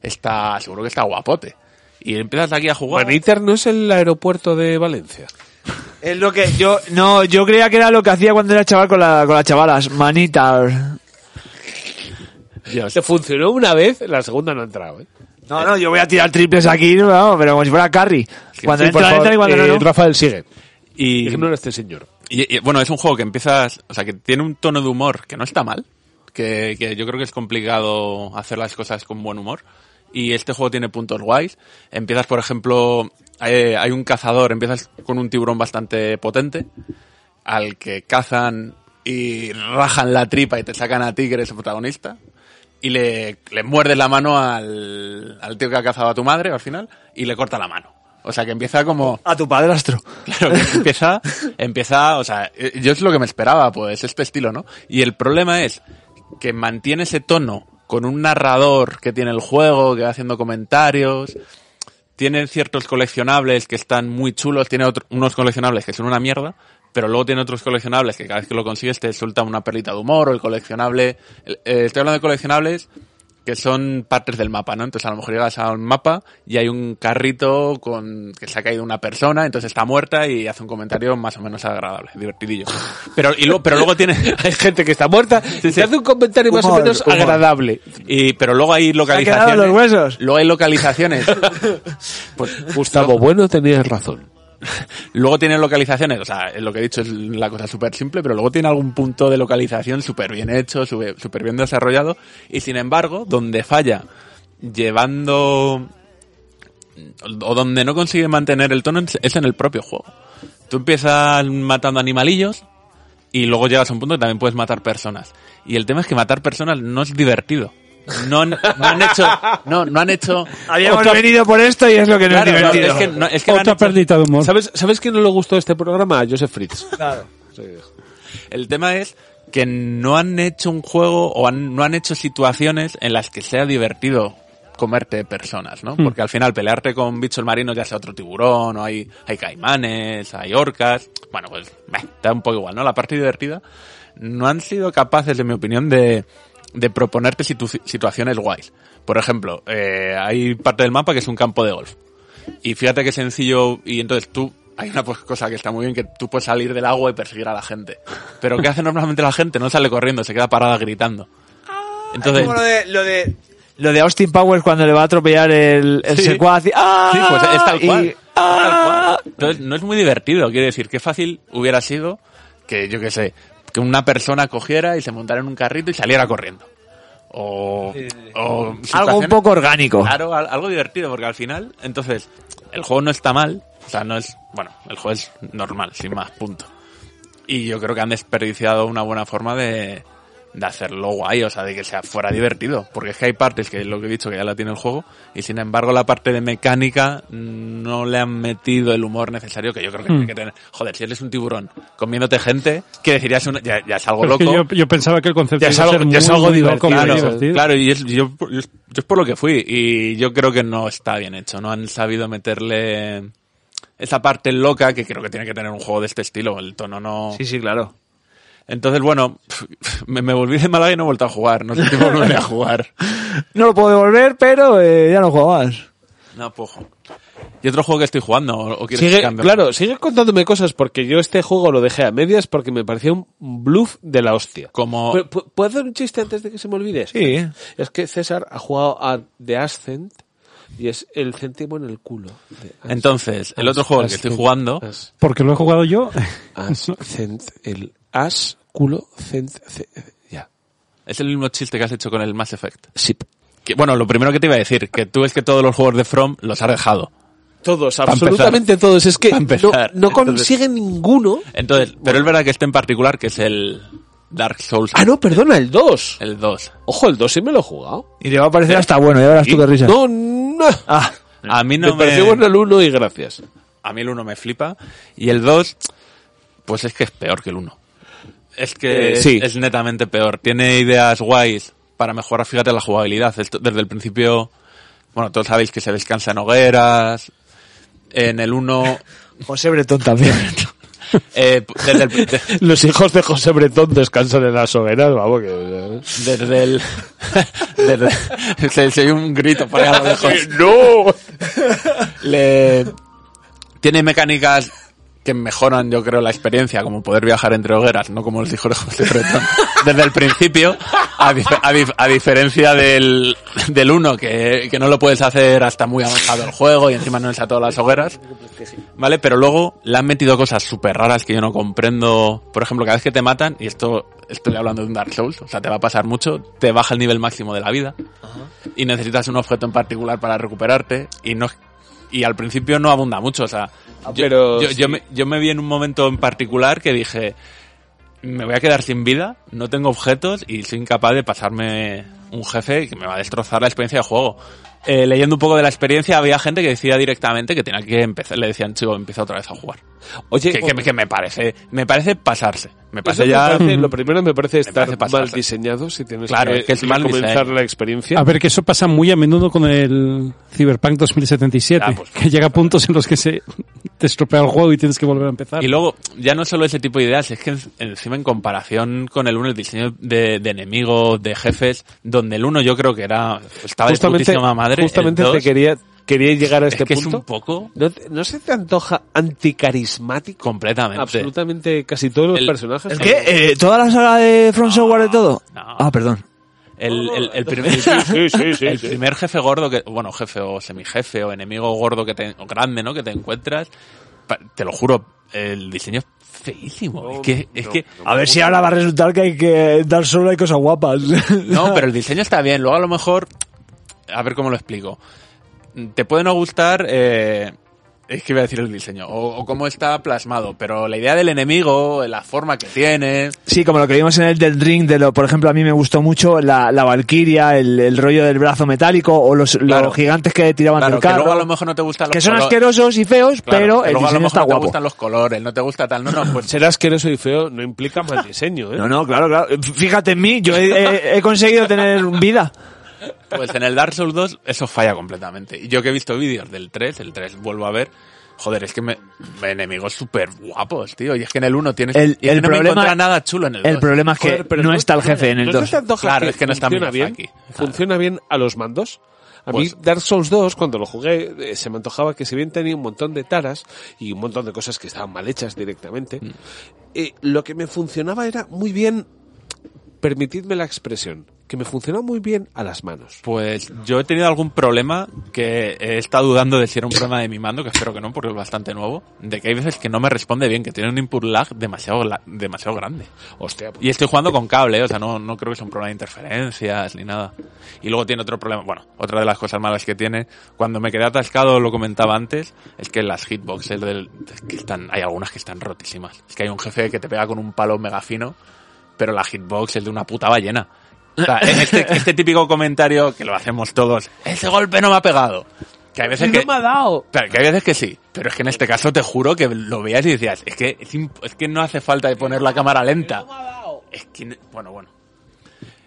S2: está, seguro que está guapote. Y empiezas aquí a jugar.
S1: Maníter no es el aeropuerto de Valencia.
S3: Es lo que yo, no, yo creía que era lo que hacía cuando era chaval con, la, con las chavalas. Manita.
S2: Dios.
S1: Se funcionó una vez, la segunda no ha entrado, ¿eh?
S3: No, no, yo voy a tirar triples aquí, no, vamos, pero como si fuera Carry. Cuando
S1: Sí, por
S3: entra,
S1: favor,
S3: entra y cuando
S1: eh,
S3: no, no.
S1: Rafael, sigue.
S2: Y,
S1: Ignora a este señor.
S2: Y, y, bueno, es un juego que empiezas, o sea, que tiene un tono de humor que no está mal, que, que yo creo que es complicado hacer las cosas con buen humor. Y este juego tiene puntos guays. Empiezas, por ejemplo, eh, hay un cazador, empiezas con un tiburón bastante potente, al que cazan y rajan la tripa y te sacan a ti, que eres el protagonista. Y le, le muerdes la mano al, al tío que ha cazado a tu madre, al final, y le corta la mano. O sea, que empieza como...
S3: A tu padrastro.
S2: Claro, que empieza, empieza, o sea, eh, yo es lo que me esperaba, pues, este estilo, ¿no? Y el problema es que mantiene ese tono con un narrador que tiene el juego, que va haciendo comentarios, tiene ciertos coleccionables que están muy chulos, tiene otro- unos coleccionables que son una mierda, pero luego tiene otros coleccionables que cada vez que lo consigues te suelta una perlita de humor o el coleccionable... el- eh, estoy hablando de coleccionables que son partes del mapa, ¿no? Entonces a lo mejor llegas a un mapa y hay un carrito con que se ha caído una persona, entonces está muerta y hace un comentario más o menos agradable, divertidillo. Pero, y luego, pero luego tiene...
S1: Hay gente que está muerta y
S2: sí.
S1: te hace un comentario más o
S3: Humor,
S1: menos
S3: humor.
S1: agradable.
S2: Y, pero luego hay
S3: quedado
S2: localizaciones...
S3: los huesos.
S2: Luego hay localizaciones. pues,
S1: Gustavo, bueno, tenías razón.
S2: Luego tiene localizaciones, o sea, lo que he dicho es la cosa súper simple, pero luego tiene algún punto de localización súper bien hecho, sube- súper bien desarrollado, y sin embargo, donde falla, llevando... o donde no consigue mantener el tono es en el propio juego. Tú empiezas matando animalillos y luego llegas a un punto que también puedes matar personas. Y el tema es que matar personas no es divertido. No, han- no han hecho, no, no han hecho.
S3: Habíamos
S2: Otra-
S3: venido por esto y es lo que no
S2: Claro,
S3: es
S2: no,
S3: divertido.
S2: es que, no, es que no han
S4: Otra
S2: hecho-
S4: perdita de humor.
S1: ¿Sabes, ¿Sabes quién no le gustó este programa? A Joseph Fritz.
S2: El tema es que no han hecho un juego o han- no han hecho situaciones en las que sea divertido comerte personas, ¿no? Porque al final pelearte con bichos marinos, ya sea otro tiburón, o hay, hay caimanes, hay orcas, bueno, pues meh, te da un poco igual, ¿no? La parte divertida, no han sido capaces, en mi opinión, de, de proponerte situ- situaciones guays. Por ejemplo, eh, hay parte del mapa que es un campo de golf. Y fíjate qué sencillo. Y entonces tú, hay una pues, cosa que está muy bien, que tú puedes salir del agua y perseguir a la gente. Pero ¿qué hace normalmente la gente? No sale corriendo, se queda parada gritando. Entonces,
S3: Ah, Como lo de, lo de lo de Austin Powers cuando le va a atropellar el, el
S2: Sí.
S3: secuaz y ¡ah!
S2: sí, pues es tal
S3: Y-
S2: cual. Es
S3: ¡ah!
S2: tal cual. Entonces, no es muy divertido. Quiero decir, qué fácil hubiera sido que, yo qué sé, que una persona cogiera y se montara en un carrito y saliera corriendo. O, o
S3: Algo un
S2: situaciones-
S3: poco orgánico.
S2: Claro, al- algo divertido, porque al final, entonces, el juego no está mal, o sea, no es, bueno, el juego es normal, sin más, punto. Y yo creo que han desperdiciado una buena forma de, de hacerlo guay, o sea, de que sea fuera divertido, porque es que hay partes que es lo que he dicho que ya la tiene el juego, y sin embargo la parte de mecánica mm, no le han metido el humor necesario que yo creo que
S4: Hmm.
S2: tiene que tener. Joder, si eres un tiburón comiéndote gente, que decir, ya es, una- ya, ya es algo
S4: Pero es que
S2: loco.
S4: yo, yo pensaba que el concepto
S2: Ya es
S4: iba a
S2: algo-
S4: ser
S2: ya es
S4: muy,
S2: algo
S4: muy loco, muy
S2: Claro,
S4: divertido.
S2: claro, y es, yo, yo, yo es por lo que fui y yo creo que no está bien hecho, no han sabido meterle esa parte loca que creo que tiene que tener un juego de este estilo, el tono no...
S3: Sí, sí, claro.
S2: Entonces, bueno, me, me volví de Málaga y no he vuelto a jugar, no sé si volveré a jugar.
S3: No lo puedo devolver, pero eh, ya no juego más.
S2: No, pujo. ¿Y otro juego que estoy jugando o, o quieres
S1: Sigue-
S2: que cambie?
S1: claro, sigue contándome cosas porque yo este juego lo dejé a medias porque me parecía un bluff de la hostia.
S2: Como...
S1: ¿Pu- pu- ¿Puedo hacer un chiste antes de que se me olvide?
S3: Sí.
S1: Es que César ha jugado a The Ascent y es el céntimo en el culo. The
S2: Entonces, el otro juego que estoy
S1: Ascent.
S2: jugando...
S1: As-
S4: Porque lo he jugado yo.
S1: Ascent, el as, culo, cent, ce- ya.
S2: Es el mismo chiste que has hecho con el Mass Effect.
S1: Sí.
S2: Que, bueno, lo primero que te iba a decir, que tú es que todos los juegos de From los has dejado.
S1: Todos,
S2: Pa' empezar.
S1: absolutamente todos. Es que
S2: Pa'
S1: no,
S2: empezar.
S1: no
S2: Entonces-
S1: consigue ninguno.
S2: Entonces, pero es verdad que este en particular, que es el Dark Souls,
S1: Ah, no, perdona, el 2.
S2: el 2.
S1: Eh, Ojo, el 2 sí me lo he jugado.
S3: Y le va a parecer hasta bueno, ya verás tú qué risa.
S1: No, no.
S3: Ah,
S2: A mí
S1: me
S2: no me,
S1: pareció bueno el 1 y gracias.
S2: a mí el 1 me flipa y el 2 pues es que es peor que el 1. Es que
S1: Eh, sí.
S2: es netamente peor. Tiene ideas guays para mejorar, fíjate, la jugabilidad. Esto, desde el principio, bueno, todos sabéis que se descansa en hogueras. En el 1,
S3: José Bretón también.
S2: eh, desde el, de-
S1: Los hijos de José Bretón descansan en las hogueras, vamos. Que...
S2: Desde el... Desde, se, se oye un grito por ahí a lo lejos.
S1: ¡No!
S2: Le- tiene mecánicas que mejoran, yo creo, la experiencia, como poder viajar entre hogueras, no como los hijos de José Bretón. Desde el principio, a, dif- a dif- a diferencia del, del uno, que, que no lo puedes hacer hasta muy avanzado el juego y encima no es a todas las hogueras. ¿Vale? Pero luego le han metido cosas súper raras que yo no comprendo. Por ejemplo, cada vez que te matan, y esto estoy hablando de un Dark Souls, o sea, te va a pasar mucho, te baja el nivel máximo de la vida y necesitas un objeto en particular para recuperarte y no y al principio no abunda mucho, o sea, yo,
S1: Ah, pero
S2: yo, yo
S1: sí.
S2: me, yo me vi en un momento en particular que dije, me voy a quedar sin vida, no tengo objetos y soy incapaz de pasarme un jefe que me va a destrozar la experiencia de juego. Eh, leyendo un poco de la experiencia, había gente que decía directamente que tenía que empezar, le decían, chico, empieza otra vez a jugar.
S1: Oye, Pues
S2: Que, que- que me parece, me parece pasarse. Me
S1: eso
S2: parece
S1: me
S2: ya... Mm.
S1: parece- lo primero me parece estar
S2: parece pasarse.
S1: mal diseñado si tienes
S2: Claro,
S1: que,
S2: es que es
S1: que
S2: mal
S1: comenzar
S2: diseño.
S1: la experiencia.
S4: A ver, que eso pasa muy a menudo con el Cyberpunk 2077,
S2: Ah, pues.
S4: que llega a puntos en los que se te estropea el juego y tienes que volver a empezar.
S2: Y luego, ya no solo ese tipo de ideas, es que en- encima en comparación con el 1, el diseño de, de enemigos, de jefes, donde el 1 yo creo que era, estaba de
S1: justamente
S2: putísima madre. el
S1: justamente te
S2: dos,
S1: quería, quería llegar a
S2: es
S1: este
S2: que es
S1: punto.
S2: un poco
S1: ¿No, te- no se te antoja anticarismático?
S2: completamente.
S1: Absolutamente casi todos los
S2: El-
S1: personajes.
S3: ¿Es que eh, toda la saga de From Software de todo?
S2: no.
S3: Ah, perdón.
S2: El, el- el primer, el primer jefe gordo que, bueno, jefe o semijefe o enemigo gordo que te, o grande, ¿no? Que te encuentras, pa- te lo juro, el diseño es feísimo. es que, es que,
S3: A ver si ahora va a resultar que hay que dar solo hay cosas guapas.
S2: No, pero el diseño está bien. Luego a lo mejor, a ver cómo lo explico. Te puede no gustar eh, Es que iba a decir el diseño, o, o cómo está plasmado, pero la idea del enemigo, la forma que tiene,
S3: Sí, como lo que vimos en el del ring, de lo, por ejemplo, a mí me gustó mucho la, la Valkyria, el, el rollo del brazo metálico o los, los
S2: Claro.
S3: gigantes que tiraban
S2: claro,
S3: del
S2: que
S3: carro.
S2: luego a lo mejor no te gustan los
S3: que son
S2: colo-
S3: asquerosos y feos,
S2: claro,
S3: pero
S2: que
S3: el
S2: luego a lo
S3: diseño
S2: mejor
S3: está
S2: no te
S3: guapo.
S2: gustan los colores, no te gusta tal, no, no, pues
S1: Ser asqueroso y feo no implica mal diseño, ¿eh?
S3: No, no, claro, claro. Fíjate en mí, yo he, he- he conseguido tener vida.
S2: Pues en el Dark Souls 2 eso falla completamente. Y yo que he visto vídeos del 3, el 3 vuelvo a ver. Joder, es que me, me enemigos súper guapos, tío. Y es que en el 1 tienes...
S3: El-
S2: y es que
S3: el
S2: no
S3: problema-
S2: me encuentra nada chulo en el 2.
S3: El problema es que
S1: Joder, pero
S3: no está el jefe en el
S1: ¿no se
S3: 2.
S1: te antoja
S2: Claro, es que no está
S1: funciona bien.
S2: Miyazaki. Claro.
S1: Funciona bien a los mandos. A mí
S2: Pues-
S1: Dark Souls 2, cuando lo jugué, eh, se me antojaba que si bien tenía un montón de taras y un montón de cosas que estaban mal hechas directamente, eh, lo que me funcionaba era muy bien, permitidme la expresión, que me funcionaba muy bien a las manos.
S2: Pues yo he tenido algún problema que he estado dudando de si era un problema de mi mando, que espero que no, porque es bastante nuevo, de que hay veces que no me responde bien, que tiene un input lag demasiado, la- demasiado grande.
S1: Hostia, pues,
S2: Y estoy jugando con cable, ¿eh? o sea, no, no creo que sea un problema de interferencias ni nada. Y luego tiene otro problema, bueno, otra de las cosas malas que tiene, cuando me quedé atascado, lo comentaba antes, es que las hitboxes del, es que están, hay algunas que están rotísimas. Es que hay un jefe que te pega con un palo mega fino, pero la hitbox es de una puta ballena. O sea, este, este típico comentario que lo hacemos todos, ese golpe no me ha pegado. Que hay veces que...
S1: dado.
S2: Claro, que hay veces que sí, pero es que en este caso te juro que lo veías y decías, es que, es, imp- es que no hace falta de poner la cámara lenta. Es que, no- bueno, bueno.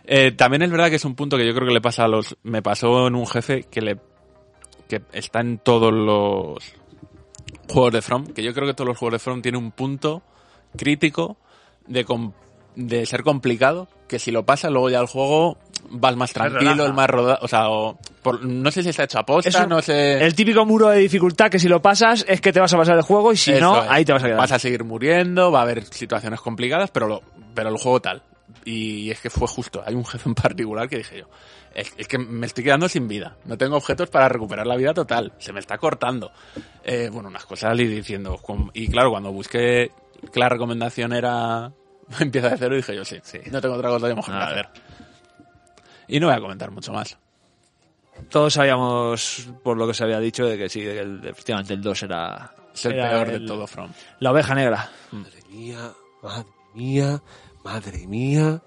S2: Eh, también es verdad que es un punto que yo creo que le pasa a los... Me pasó en un jefe que le que está en todos los juegos de From, que yo creo que todos los juegos de From tienen un punto crítico de, com- de ser complicado, que si lo pasa luego ya el juego va el más tranquilo, el más rodado, o sea, o por- no sé si está hecho a posta,
S3: Eso-
S2: no sé...
S3: El típico muro de dificultad que si lo pasas es que te vas a pasar el juego y si
S2: Eso
S3: no,
S2: es.
S3: ahí te vas a quedar.
S2: Vas a seguir muriendo, va a haber situaciones complicadas, pero, lo, pero el juego tal. Y es que fue justo. Hay un jefe en particular que dije yo. Es, es que me estoy quedando sin vida. No tengo objetos para recuperar la vida total. Se me está cortando. Eh, bueno, unas cosas y diciendo. com- Y claro, cuando busqué que la recomendación era empieza de cero, dije yo sí. No tengo otra cosa que mejor que hacer. Y no voy a comentar mucho más.
S3: Todos sabíamos, por lo que se había dicho, de que sí, de que el- efectivamente el 2 era,
S2: Es el
S3: era
S2: peor de
S3: el-
S2: todo From.
S3: La oveja negra.
S1: Madre mía, madre mía, madre mía.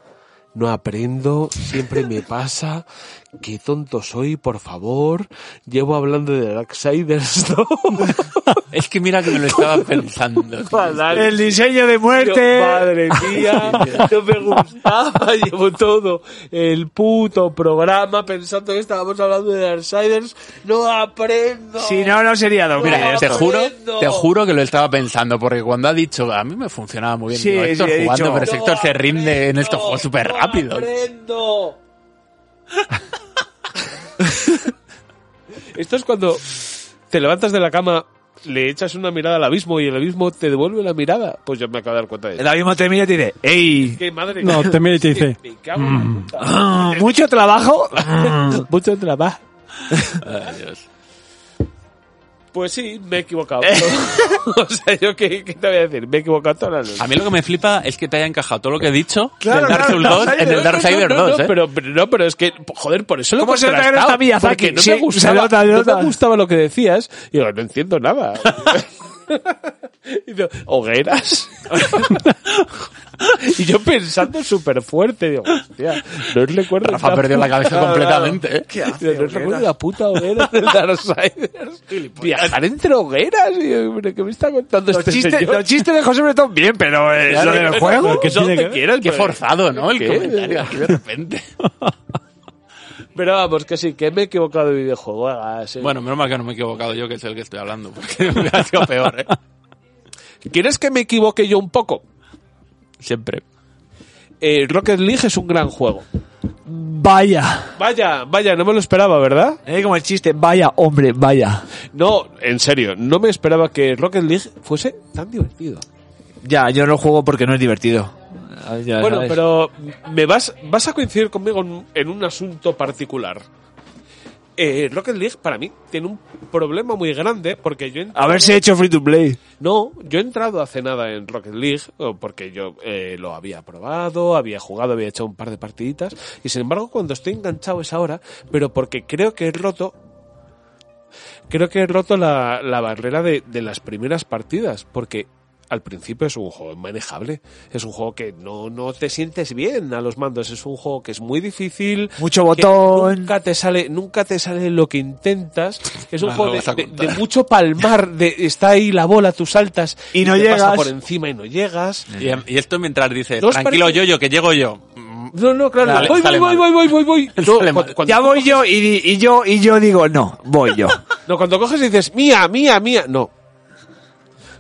S1: No aprendo, siempre me pasa. Qué tonto soy, por favor. Llevo hablando de Darksiders 2.
S2: Es que mira que me lo estaba pensando. tío.
S3: El diseño de muerte.
S1: Madre mía, no me gustaba. Llevo todo el puto programa pensando que estábamos hablando de Darksiders. No aprendo.
S3: Si no, no sería doble.
S2: Mira,
S1: No,
S2: te juro,
S1: aprendo.
S2: te juro que lo estaba pensando, porque cuando ha dicho, a mí me funcionaba muy bien.
S3: Sí,
S2: digo, Héctor
S3: sí, he
S2: jugando,
S3: dicho,
S2: pero ese Héctor se rinde en estos juegos súper rápido.
S1: aprendo. Esto es cuando te levantas de la cama, le echas una mirada al abismo y el abismo te devuelve la mirada. Pues yo me acabo de dar cuenta de
S3: El
S1: eso.
S3: abismo te mira y te dice, ¡Ey!
S1: ¡Qué madre!
S4: No, te mira y te dice,
S1: Me cago en la puta.
S3: ah, ¿Mucho trabajo?
S1: Mucho trabajo.
S2: Ay, Dios.
S1: Pues sí, me he equivocado. o sea, yo qué, qué te voy a decir, me he equivocado toda la noche.
S2: A mí lo que me flipa es que te haya encajado todo lo que he dicho
S3: Claro,
S2: del Dark
S3: claro,
S2: Souls 2 en el Dark Siders
S1: no, no,
S2: 2, ¿eh?
S1: pero, pero no, pero es que, joder, por eso lo
S3: ¿Cómo se nota que no
S1: contrastaba,
S3: está Miyazaki?
S1: Porque no,
S3: Sí,
S1: me gustaba,
S3: se nota, se
S1: no me
S3: nota.
S1: gustaba lo que decías. Y digo, no entiendo nada. Y digo, Hogueras. y yo pensando súper fuerte, digo, hostia, no os recuerdo.
S2: Rafa perdió la cabeza completamente, ¿eh?
S1: Digo, no os recuerdo la puta hoguera del Darksiders. Viajar entre hogueras. Y yo, "¿Pero ¿Qué me está contando
S3: Los
S1: este
S3: chistes,
S1: señor?
S3: los chistes de José Bretón, bien, pero eh,
S2: Claro,
S3: lo del
S2: claro,
S3: juego.
S1: que
S2: tiene que- Pues,
S1: quieras,
S2: Qué
S1: pero-
S2: forzado, ¿no? El
S1: ¿Qué?
S2: comentario aquí de repente.
S1: Pero vamos, que sí, que me he equivocado de videojuego. ah, sí.
S2: Bueno, menos mal que no me he equivocado yo, que es el que estoy hablando, porque me ha sido peor, ¿eh?
S1: ¿Quieres que me equivoque yo un poco?
S2: Siempre.
S1: Eh, Rocket League es un gran juego.
S3: Vaya.
S1: Vaya, vaya, no me lo esperaba, ¿verdad?
S3: Eh, como el chiste, vaya, hombre, vaya.
S1: No, en serio, no me esperaba que Rocket League fuese tan divertido.
S3: Ya, yo no juego porque no es divertido.
S1: Bueno, pero me vas, vas a coincidir conmigo en, en un asunto particular. Eh, Rocket League para mí tiene un problema muy grande porque yo he entrado-
S3: Haberse hecho free to play.
S1: No, yo he entrado hace nada en Rocket League o porque yo eh, lo había probado, había jugado, había hecho un par de partiditas y sin embargo cuando estoy enganchado es ahora, pero porque creo que he roto creo que he roto la, la barrera de, de las primeras partidas, porque al principio es un juego manejable, es un juego que no, no te sientes bien a los mandos, es un juego que es muy difícil,
S3: Mucho
S1: que
S3: botón.
S1: nunca te sale, nunca te sale lo que intentas, es un
S2: No
S1: juego
S2: lo
S1: de,
S2: vas a
S1: de-
S2: contar.
S1: de mucho palmar, de está ahí la bola, tú saltas
S3: Y no
S1: te pasa
S3: llegas.
S1: por encima y no llegas.
S2: Y, y esto mientras dice,
S1: ¿No os
S2: tranquilo
S1: parece-
S2: yo, yo, que llego yo. Mm,
S1: No, no, claro,
S2: Sale-
S1: voy,
S2: sale
S1: voy, voy,
S2: mal.
S1: voy, voy, voy, voy. No,
S2: Sale mal.
S1: cuando- cuando-
S3: Ya voy yo y, di- y yo y yo digo, no, voy yo.
S1: No, cuando coges y dices, mía, mía, mía, no.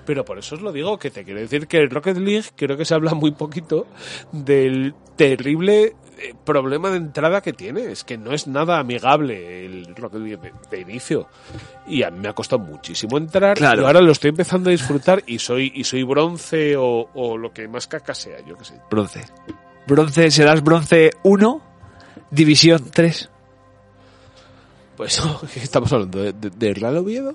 S1: Pero por eso os lo digo, que te quiero decir que el Rocket League creo que se habla muy poquito del terrible eh, problema de entrada que tiene. Es que no es nada amigable el Rocket League de, de inicio. Y a mí me ha costado muchísimo entrar.
S3: Claro.
S1: Y ahora lo estoy empezando a disfrutar y soy, y soy bronce o, o lo que más caca sea, yo qué sé.
S3: Bronce. Bronce, serás bronce 1, división 3.
S1: Pues estamos hablando de, de, de Real Oviedo.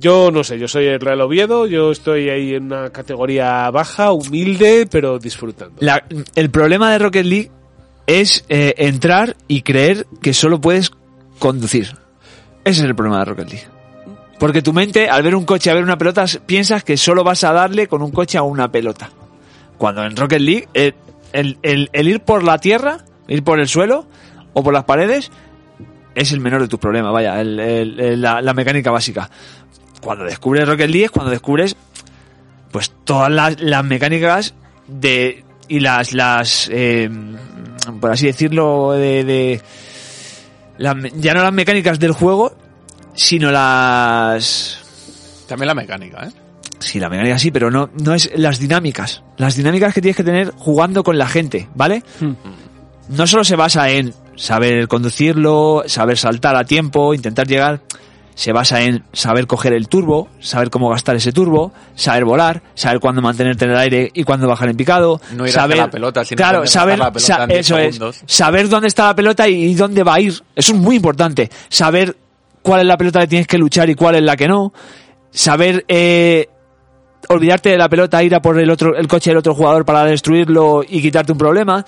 S1: Yo no sé, yo soy el Real Oviedo, yo estoy ahí en una categoría baja, humilde, pero disfrutando.
S3: La- el problema de Rocket League es eh, entrar y creer que solo puedes conducir. Ese es el problema de Rocket League. Porque tu mente, al ver un coche, a ver una pelota, s- piensas que solo vas a darle con un coche a una pelota. Cuando en Rocket League, eh, el, el- el ir por la tierra, ir por el suelo o por las paredes, es el menor de tus problemas, vaya, el- el- el- la, la mecánica básica. Cuando descubres Rocket League es cuando descubres pues todas las, las mecánicas de y las las eh, por así decirlo de, de- las me- ya no las mecánicas del juego sino las
S2: También la mecánica, ¿eh?
S3: Sí, la mecánica sí, pero no, no es las dinámicas. Las dinámicas que tienes que tener jugando con la gente, ¿vale? No solo se basa en saber conducirlo, saber saltar a tiempo, intentar llegar. Se basa en saber coger el turbo, saber cómo gastar ese turbo, saber volar, saber cuándo mantenerte en el aire y cuándo bajar en picado.
S2: No ir hacia
S3: saber,
S2: la pelota, sino
S3: claro,
S2: dónde bajar
S3: saber,
S2: la pelota
S3: sa-
S2: en 10
S3: eso es,
S2: segundos.
S3: saber dónde está la pelota y, y dónde va a ir. Eso es muy importante. Saber cuál es la pelota que tienes que luchar y cuál es la que no. Saber eh, olvidarte de la pelota, ir a por el otro, el coche del otro jugador para destruirlo y quitarte un problema.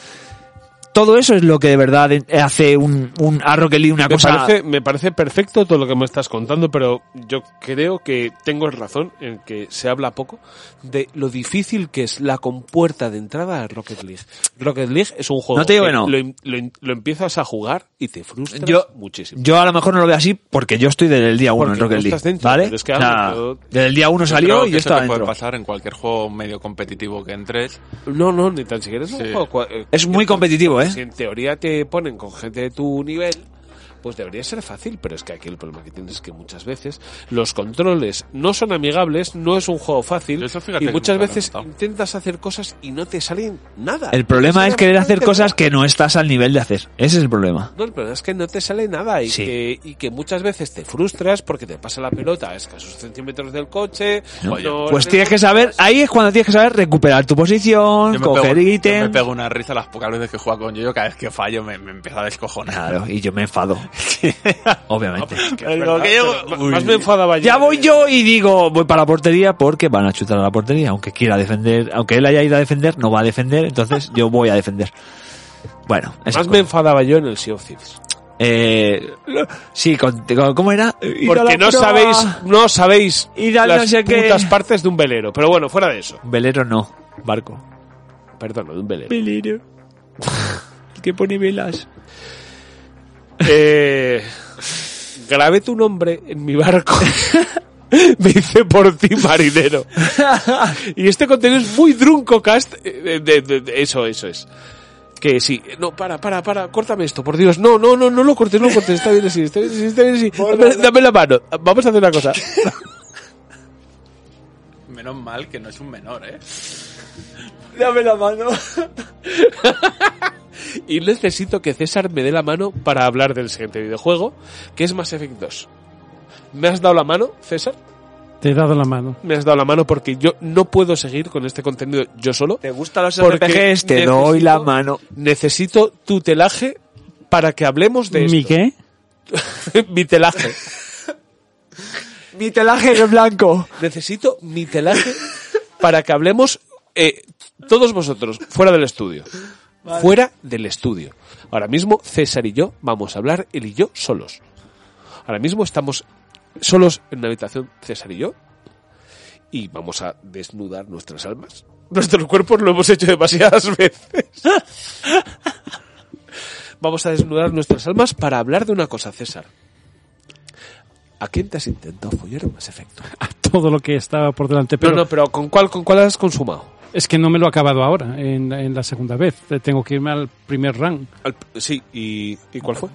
S3: Todo eso es lo que de verdad hace un, un a Rocket League una
S1: me,
S3: cosa.
S1: parece, me parece perfecto todo lo que me estás contando, pero yo creo que tengo razón en que se habla poco de lo difícil que es la compuerta de entrada a Rocket League. Rocket League es un juego
S3: No te digo
S1: que
S3: que no.
S1: lo, em- lo em- lo empiezas a jugar y te frustras
S3: Yo-
S1: muchísimo.
S3: Yo a lo mejor no lo veo así porque yo estoy desde el día uno
S1: Porque
S3: en Rocket
S1: tú
S3: League.
S1: estás dentro,
S3: ¿Vale?
S1: pero es que,
S3: O
S1: vamos,
S3: sea,
S1: yo-
S3: desde el día uno salió
S2: Creo
S3: y
S2: que
S3: yo
S2: eso
S3: estaba
S2: te puede
S3: dentro.
S2: pasar en cualquier juego medio competitivo que entres.
S1: No, no, ni tan siquiera es un
S2: Sí.
S1: juego cua- eh,
S3: Es muy competitivo, ¿eh?
S1: Si en teoría te ponen con gente de tu nivel, pues debería ser fácil, pero es que aquí el problema que tienes es que muchas veces los controles no son amigables, no es un juego fácil,
S2: Yo eso fíjate
S1: y
S2: que
S1: muchas
S2: nunca lo he
S1: veces
S2: notado.
S1: intentas hacer cosas y no te salen nada.
S3: El problema
S1: No
S3: es
S1: te
S3: querer
S1: sale
S3: hacer
S1: absolutamente
S3: cosas
S1: nada.
S3: que no estás al nivel de hacer. Ese es el problema.
S1: No, el problema es que no te sale nada y,
S3: Sí.
S1: que, y que muchas veces te frustras porque te pasa la pelota a escasos centímetros del coche. cuando
S3: Pues
S1: le-
S3: tienes que saber, ahí es cuando tienes que saber recuperar tu
S2: Yo
S3: posición,
S2: me, pego,
S3: coger
S2: yo me
S3: ítem.
S2: pego una risa las pocas veces que juego con yo, cada vez que fallo me, me empieza a descojonar.
S3: Claro, y yo me enfado. Obviamente.
S1: Que es
S2: Digo,
S1: verdad,
S2: que llego-
S1: pero ma-
S2: Uy.
S1: Más me enfadaba yo
S3: Ya
S1: de-
S3: voy yo y digo, voy para la portería porque van a chutar a la portería. Aunque quiera defender, aunque él haya ido a defender, no va a defender, entonces yo voy a defender. Bueno, esas
S1: Más me
S3: cosas.
S1: enfadaba yo en el Sea of Thieves.
S3: Eh, sí, con- con- ¿cómo era? Ir a la
S1: Eh, Porque no
S3: proa.
S1: sabéis, no sabéis
S3: Ir al
S1: las
S3: no sé qué.
S1: putas partes de un velero. Pero bueno, fuera de eso.
S3: Velero no, barco.
S1: Perdón, de un velero.
S3: Velero. que pone velas.
S1: Eh, grabé tu nombre en mi barco. Me hice por ti marinero. Y este contenido es muy drunco cast. eh, de- de- de- eso, eso es. Que sí, no, para, para, para, córtame esto, por Dios, no, no, no, no lo cortes, no lo cortes, está bien así, está bien así, está bien así, dame, dame la mano, vamos a hacer una cosa.
S2: Menos mal que no es un menor, ¿eh?
S3: Dame la mano.
S1: Y necesito que César me dé la mano para hablar del siguiente videojuego, que es Mass Effect 2. ¿Me has dado la mano, César?
S4: Te he dado la mano.
S1: Me has dado la mano porque yo no puedo seguir con este contenido yo solo.
S3: ¿Te gustan los
S1: Porque
S3: RPGs? Te
S1: necesito-
S3: doy este, la mano.
S1: Necesito tu telaje para que hablemos de
S4: ¿Mi
S1: esto.
S4: qué?
S1: Mi telaje.
S3: Mi telaje es blanco.
S1: Necesito mi telaje para que hablemos eh, todos vosotros, fuera del estudio. Fuera del estudio. Ahora mismo César y yo vamos a hablar él y yo solos. Ahora mismo estamos solos en una habitación, César y yo, y vamos a desnudar nuestras almas. Nuestros cuerpos lo hemos hecho demasiadas veces. vamos a desnudar nuestras almas para hablar de una cosa, César. ¿A quién te has intentado follar en Mass Effect?
S4: Todo lo que estaba por delante. Pero
S1: no, no, pero ¿con cuál, ¿con cuál has consumado?
S4: es que no me lo he acabado ahora, en, en la segunda vez. Tengo que irme al primer run.
S1: Al- sí, ¿y, ¿y cuál fue?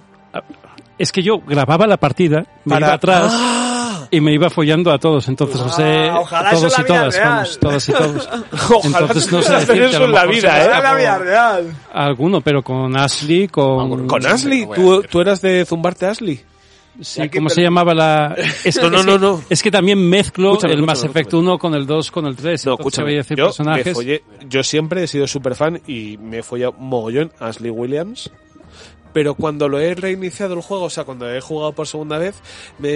S4: Es que yo grababa la partida, me
S1: Para- Ah.
S4: iba atrás y me iba follando a todos. Entonces, no sé,
S7: ojalá eso
S4: todos
S7: en
S4: y
S7: la vida
S4: todas,
S7: real.
S4: vamos, todos y todos.
S1: Ojalá
S4: Entonces, no sé
S1: tuvieras
S4: decirte,
S1: eso
S4: a lo
S1: en la
S4: mejor se
S1: vida,
S4: me
S1: ¿eh?
S7: Era
S4: escapa
S7: la vida real.
S4: Alguno, pero con Ashley, con...
S1: Con Ashley, ¿Tú, tú eras de zumbarte a Ashley.
S4: Sí, ¿cómo se llamaba la...? Es,
S1: No, no,
S4: es que-
S1: no, no.
S4: Es que también mezclo
S1: Escúchame,
S4: el Mass
S1: escúchame,
S4: Effect
S1: escúchame.
S4: 1 con el 2, con el 3.
S1: No,
S4: Entonces, voy
S1: escúchame.
S4: a decir
S1: Yo, me
S4: personajes.
S1: follé- yo siempre he sido súper fan y me he follado mogollón a Ashley Williams. Pero cuando lo he reiniciado el juego, o sea, cuando he jugado por segunda vez, me,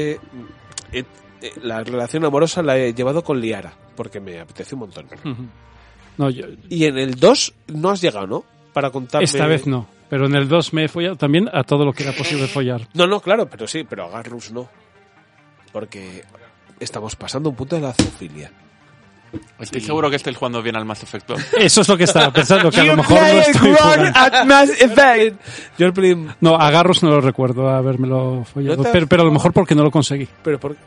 S1: he- eh, la relación amorosa la he llevado con Liara, porque me apetece un montón.
S4: No, yo-
S1: Y en el 2 no has llegado, ¿no? Para contarme...
S4: esta vez no. Pero en el 2 me he follado también a todo lo que era posible follar.
S1: No, no, claro, pero sí, pero a Garrus no. Porque estamos pasando un punto de la zoofilia.
S2: Estoy seguro que estáis jugando bien al Mass Effect 2.
S4: Eso es lo que estaba pensando, que a lo mejor no estoy jugando.
S1: You're playing-
S4: No, a Garros no lo recuerdo habérmelo follado,
S1: ¿No te-
S4: pero, pero a lo mejor porque no lo conseguí.
S1: Pero por...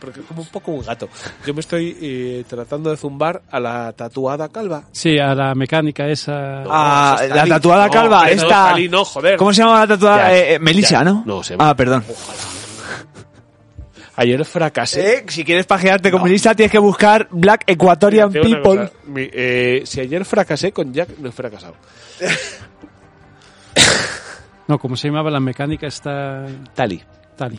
S1: porque es como un poco un gato. Yo me estoy eh, tratando de zumbar a la tatuada calva.
S4: Sí, a la mecánica esa...
S3: Ah,
S1: Esa es
S3: la
S1: Talí.
S3: tatuada
S1: No,
S3: calva,
S1: esa no es
S3: esta-
S1: Talí, no, joder.
S3: ¿Cómo se llama la tatuada?
S1: Ya,
S3: Eh, eh, Melissa,
S1: ya.
S3: ¿no?
S1: No, se llama-
S3: Ah, perdón.
S1: Ayer fracasé.
S3: Eh, si quieres pajearte con Melissa, tienes que buscar Black Equatorian
S1: Te digo una
S3: People.
S1: cosa, mi- eh, si ayer fracasé con Jack, no he fracasado.
S4: No, como se llamaba la mecánica esta...
S1: Tali.
S4: Tali.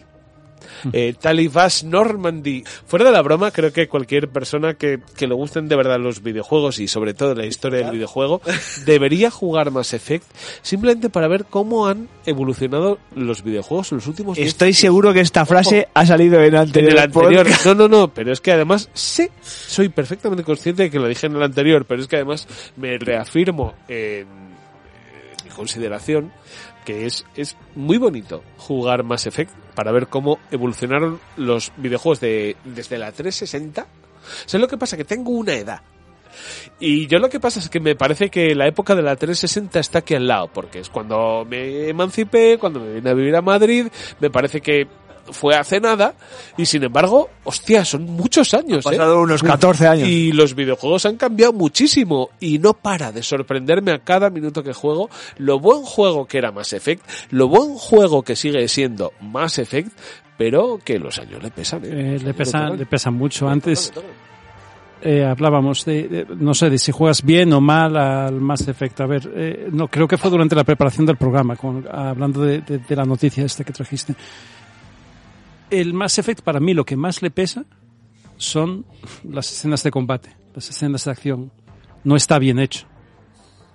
S1: Eh, Talibas Normandy. Fuera de la broma, creo que cualquier persona que, que le gusten de verdad los videojuegos y sobre todo la historia del videojuego debería jugar Mass Effect simplemente para ver cómo han evolucionado los videojuegos en los últimos 10
S3: Estoy seguro que esta frase ha salido en
S1: en
S3: anterior.
S1: el anterior.
S3: podcast.
S1: No, no, no, pero es que además sé, soy perfectamente consciente de que lo dije en el anterior, pero es que además me reafirmo en, eh, mi consideración que es, es muy bonito jugar Mass Effect para ver cómo evolucionaron los videojuegos de, desde la 360. ¿Sabes lo que pasa? Que tengo una edad. Y yo lo que pasa es que me parece que la época de la 360 está aquí al lado, porque es cuando me emancipé, cuando me vine a vivir a Madrid, me parece que fue hace nada, y sin embargo, hostia, son muchos años. ¿eh?
S3: Pasado unos 14 años.
S1: Y los videojuegos han cambiado muchísimo y no para de sorprenderme a cada minuto que juego lo buen juego que era Mass Effect, lo buen juego que sigue siendo Mass Effect, pero que los años le pesan. ¿eh? Los
S4: Eh,
S1: años
S4: le, pesa,
S1: tocan.
S4: le pesa mucho. Antes
S1: Tocan, tocan.
S4: eh, hablábamos de, de- no sé, de si juegas bien o mal al Mass Effect. A ver, eh, no, creo que fue durante la preparación del programa, con- hablando de, de- de la noticia esta que trajiste. El Mass Effect, para mí, lo que más le pesa son las escenas de combate, las escenas de acción. No está bien hecho.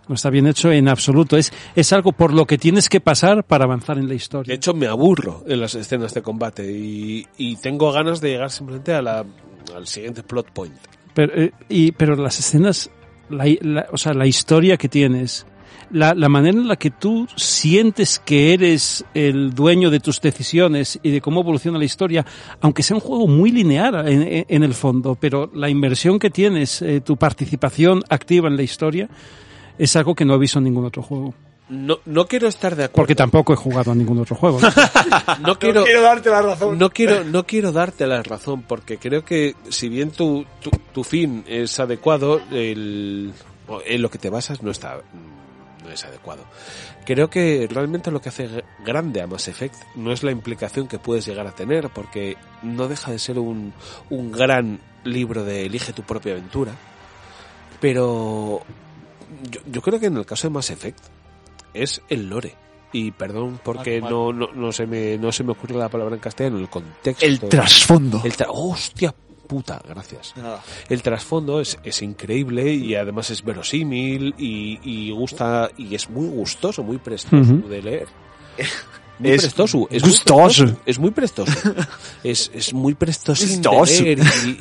S4: No está bien hecho en absoluto. Es, es algo por lo que tienes que pasar para avanzar en la historia.
S1: De hecho, me aburro en las escenas de combate y, y tengo ganas de llegar simplemente a la, al siguiente plot point.
S4: Pero, eh, y, pero las escenas, la, la- o sea, la historia que tienes, la, la manera en la que tú sientes que eres el dueño de tus decisiones y de cómo evoluciona la historia, aunque sea un juego muy lineal en, en- en el fondo, pero la inversión que tienes, eh, tu participación activa en la historia, es algo que no he visto en ningún otro juego.
S1: No, no quiero estar de acuerdo.
S4: Porque tampoco he jugado a ningún otro juego.
S1: no
S7: No
S1: quiero,
S7: quiero darte la razón.
S1: no quiero, no quiero darte la razón, porque creo que si bien tu, tu, tu fin es adecuado, el, o en lo que te basas no está no es adecuado. Creo que realmente lo que hace gr- grande a Mass Effect no es la implicación que puedes llegar a tener, porque no deja de ser un, un gran libro de elige tu propia aventura, pero yo, yo creo que en el caso de Mass Effect es el lore. Y perdón porque no, no, no se me, no se me ocurre la palabra en castellano, el contexto.
S3: El trasfondo.
S1: El tra- hostia puta, gracias. El trasfondo es, es increíble y además es verosímil y, y gusta y es muy gustoso, muy prestoso
S4: Ujú.
S1: de leer. Muy
S3: Es
S1: prestoso, es
S3: gustoso.
S1: Muy prestoso, es muy prestoso. es, es muy prestosín de
S3: Gustoso.
S1: leer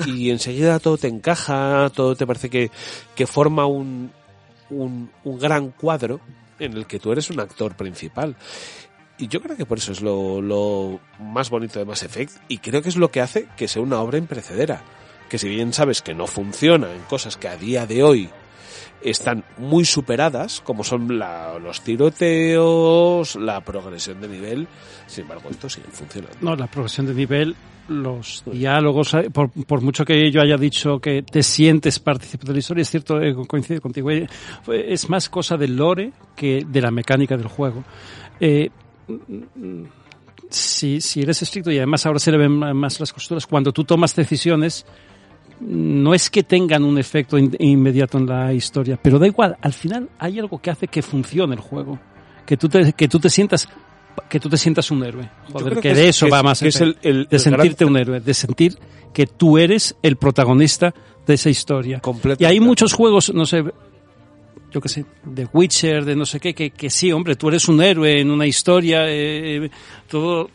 S1: y, y enseguida todo te encaja, todo te parece que, que forma un, un, un gran cuadro en el que tú eres un actor principal. y yo creo que por eso es lo, lo más bonito de Mass Effect y creo que es lo que hace que sea una obra imprecedera. Que si bien sabes que no funciona en cosas que a día de hoy están muy superadas, como son la- los tiroteos, la progresión de nivel, sin embargo, esto sigue funcionando.
S4: No, la progresión de nivel, los diálogos, eh, por, por mucho que yo haya dicho que te sientes partícipe de la historia, es cierto, eh, coincido contigo, eh, fue- es más cosa del lore que de la mecánica del juego. Eh, mm, mm, si, si eres estricto, y además ahora se le ven ma- más las costuras, cuando tú tomas decisiones, no es que tengan un efecto in- inmediato en la historia, pero da igual, al final hay algo que hace que funcione el juego, que tú te, que tú te sientas que tú te sientas un héroe. Joder,
S1: creo
S4: que,
S1: que
S4: de
S1: es-
S4: eso
S1: que
S4: va
S1: es-
S4: más
S1: que es
S4: Effect.
S1: el- el-
S4: de
S1: el gran-
S4: sentirte un héroe, de sentir que tú eres el protagonista de esa historia.
S1: Completamente.
S4: Y hay muchos juegos, no sé, yo qué sé, de Witcher, de no sé qué, que, que sí, hombre, tú eres un héroe en una historia, eh, eh, todo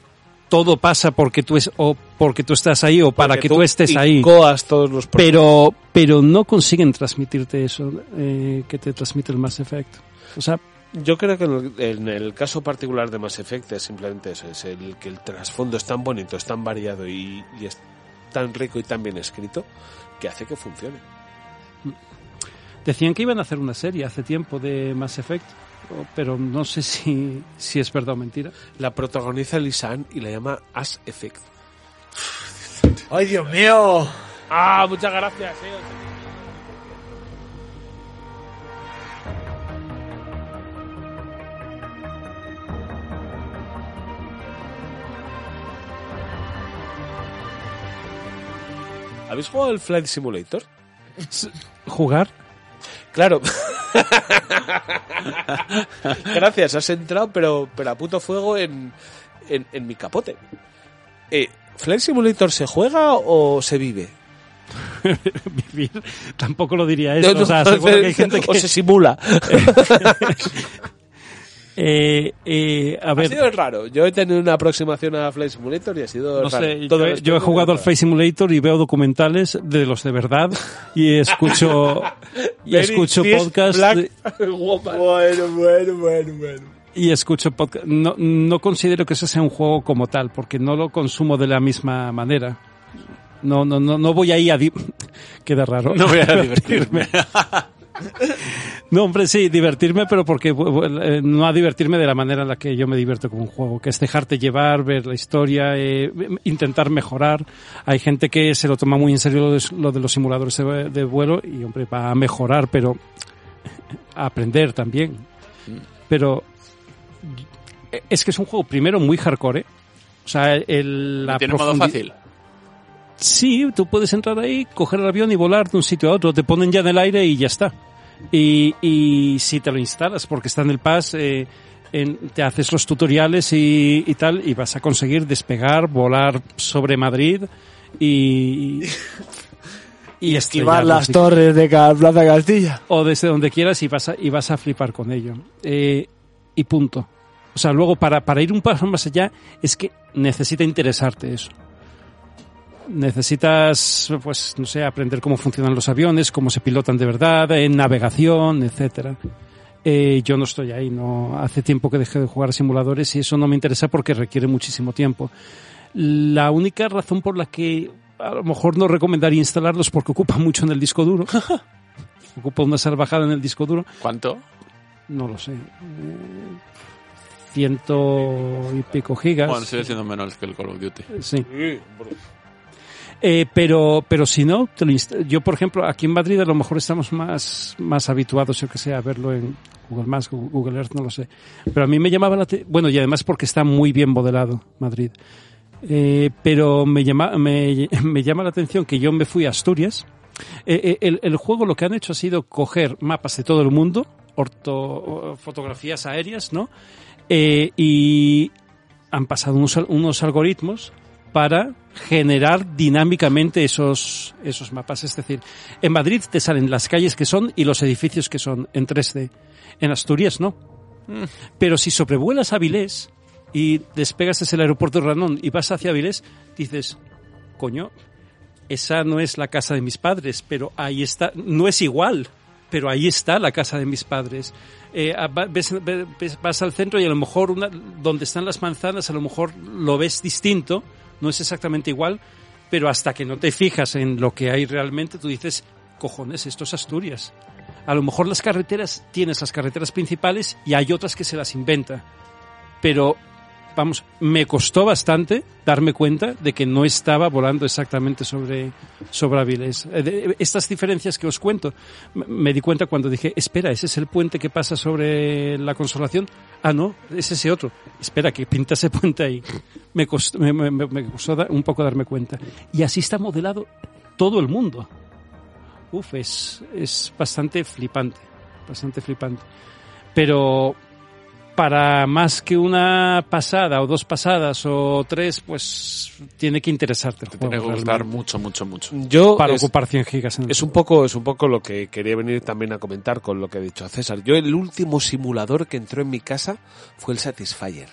S4: todo pasa porque tú es o porque tú estás ahí o para
S1: Porque
S4: que tú, estés ahí.
S1: incoas todos los problemas.
S4: Pero pero no consiguen transmitirte eso eh, que te transmite el Mass Effect. O sea,
S1: Yo creo que en el, en el caso particular de Mass Effect es simplemente eso, es el que el trasfondo es tan bonito, es tan variado y, y es tan rico y tan bien escrito que hace que funcione.
S4: Decían que iban a hacer una serie hace tiempo de Mass Effect, o- pero no sé si, si es verdad o mentira.
S1: La protagoniza Lisan y la llama As Effect.
S7: ¡Ay, Dios mío!
S1: Ah, muchas gracias. ¿Habéis jugado al Flight Simulator?
S4: ¿Jugar?
S1: Claro. Gracias, has entrado, pero, pero a puto fuego en, en, en mi capote. Eh, ¿Flight Simulator se juega o se vive?
S4: Vivir, tampoco lo diría eso.
S1: No, no,
S4: o sea, seguro que hay gente
S1: o
S4: que...
S1: se simula.
S4: Eh, eh, a
S1: ha
S4: ver,
S1: sido raro. Yo he tenido una aproximación a Flight Simulator y ha sido
S4: no
S1: raro.
S4: sé,
S1: Todo
S4: yo,
S1: esto
S4: yo he
S1: me
S4: jugado al
S1: encanta.
S4: Face Simulator y veo documentales de los de verdad y escucho, y
S1: Very
S4: escucho
S1: Fierce
S4: podcasts...
S1: Black
S4: de-
S1: Woman.
S7: Bueno, bueno, bueno, bueno.
S4: y escucho podcast. No, no considero que ese sea un juego como tal, porque no lo consumo de la misma manera. No, no, no, no voy ahí a... di- Queda raro.
S2: No voy a divertirme.
S4: No, hombre, sí, divertirme, pero porque bueno, eh, no a divertirme de la manera en la que yo me divierto con un juego, que es dejarte llevar, ver la historia, eh, intentar mejorar. Hay gente que se lo toma muy en serio lo de, lo de los simuladores de, de vuelo y, hombre, va a mejorar, pero a aprender también. Pero eh, es que es un juego, primero, muy hardcore, ¿eh? O sea, el, la
S2: Tiene modo
S4: profundi-
S2: fácil.
S4: Sí, tú puedes entrar ahí, coger el avión y volar de un sitio a otro. Te ponen ya en el aire y ya está. Y, y si te lo instalas, porque está en el pass, eh, en- te haces los tutoriales y, y tal, y vas a conseguir despegar, volar sobre Madrid y... Y,
S7: Esquivar
S4: estrellar
S7: las torres de Ca- Plaza Castilla.
S4: o desde donde quieras y vas a, y vas a flipar con ello. Eh, y punto. O sea, luego para, para ir un paso más allá es que necesita interesarte eso. Necesitas, pues, no sé, aprender cómo funcionan los aviones, cómo se pilotan de verdad, en navegación, etcétera. Eh, yo no estoy ahí, no hace tiempo que dejé de jugar a simuladores y eso no me interesa porque requiere muchísimo tiempo. La única razón por la que a lo mejor no recomendaría instalarlos porque ocupa mucho en el disco duro. ocupa una salvajada en el disco duro,
S2: ¿Cuánto?
S4: no lo sé. eh, ciento y pico gigas.
S2: Bueno, sigue siendo menos que el Call of Duty.
S4: Sí.
S1: Sí, bro.
S4: Eh, pero, pero si no, te lo insta- yo por ejemplo, aquí en Madrid a lo mejor estamos más, más habituados, yo que sé, a verlo en Google Maps, Gu- Google Earth, no lo sé. Pero a mí me llamaba la te- bueno, y además porque está muy bien modelado Madrid. Eh, pero me llama, me, me llama la atención que yo me fui a Asturias. Eh, eh, el, el juego lo que han hecho ha sido coger mapas de todo el mundo, orto, fotografías aéreas, ¿no? Eh, y han pasado unos, al- unos algoritmos para generar dinámicamente esos, esos mapas. Es decir, en Madrid te salen las calles que son y los edificios que son en 3D. En Asturias no. Pero si sobrevuelas Avilés y despegas desde el aeropuerto de Ranón y vas hacia Avilés, dices, coño, esa no es la casa de mis padres, pero ahí está, no es igual. pero ahí está la casa de mis padres. Eh, a- va- ves- ve- ves- vas al centro y a lo mejor una- donde están las manzanas, a lo mejor lo ves distinto, no es exactamente igual, pero hasta que no te fijas en lo que hay realmente, tú dices, cojones, esto es Asturias. A lo mejor las carreteras, tienes las carreteras principales y hay otras que se las inventa. Pero, vamos, me costó bastante darme cuenta de que no estaba volando exactamente sobre, sobre Avilés. Eh, de- Estas diferencias que os cuento, m- me di cuenta cuando dije, espera, ese es el puente que pasa sobre la Consolación. Ah, no, es ese otro. Espera, que pinta ese puente ahí. Me costó, me, me- me- me costó da- un poco darme cuenta. Y así está modelado todo el mundo. Uf, es, es bastante flipante, bastante flipante. Pero para más que una pasada o dos pasadas o tres, pues tiene que interesarte. el
S2: Te tiene que
S4: juego
S2: gustar
S4: realmente.
S2: mucho, mucho, mucho.
S1: Yo
S4: para
S1: es-
S4: ocupar 100 gigas en el
S1: Es un poco, es un poco lo que quería venir también a comentar con lo que ha dicho César. Yo el último simulador que entró en mi casa fue el Satisfyer.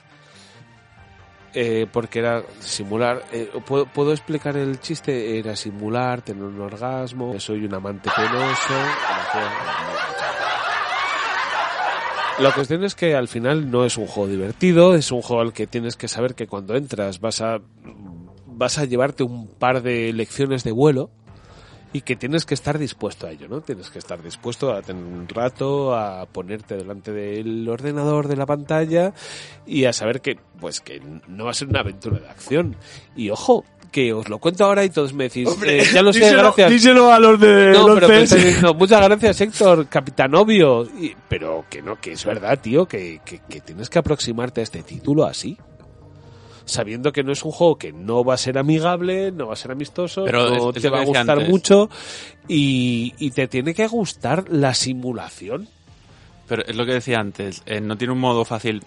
S1: Eh, porque era simular, eh, ¿puedo, puedo explicar el chiste? Era simular, tener un orgasmo, soy un amante penoso. La cuestión es que al final no es un juego divertido, es un juego al que tienes que saber que cuando entras vas a, vas a llevarte un par de lecciones de vuelo y que tienes que estar dispuesto a ello, ¿no? Tienes que estar dispuesto a tener un rato, a ponerte delante del ordenador, de la pantalla y a saber que, pues, que no va a ser una aventura de acción. Y ojo, que os lo cuento ahora y todos me decís, eh, ya lo sé,
S7: díselo,
S1: gracias.
S7: díselo a los de
S1: No,
S7: los
S1: pero me
S7: CS.
S1: está diciendo, muchas gracias, Héctor, capitán obvio. Y- pero que no, que es verdad, tío, que, que- que tienes que aproximarte a este título así. Sabiendo que no es un juego que no va a ser amigable, no va a ser amistoso,
S2: Pero
S1: no
S2: es- es
S1: te
S2: lo
S1: va a
S2: que decía
S1: gustar
S2: antes.
S1: mucho y, y te tiene que gustar la simulación.
S2: Pero es lo que decía antes, eh, no tiene un modo fácil.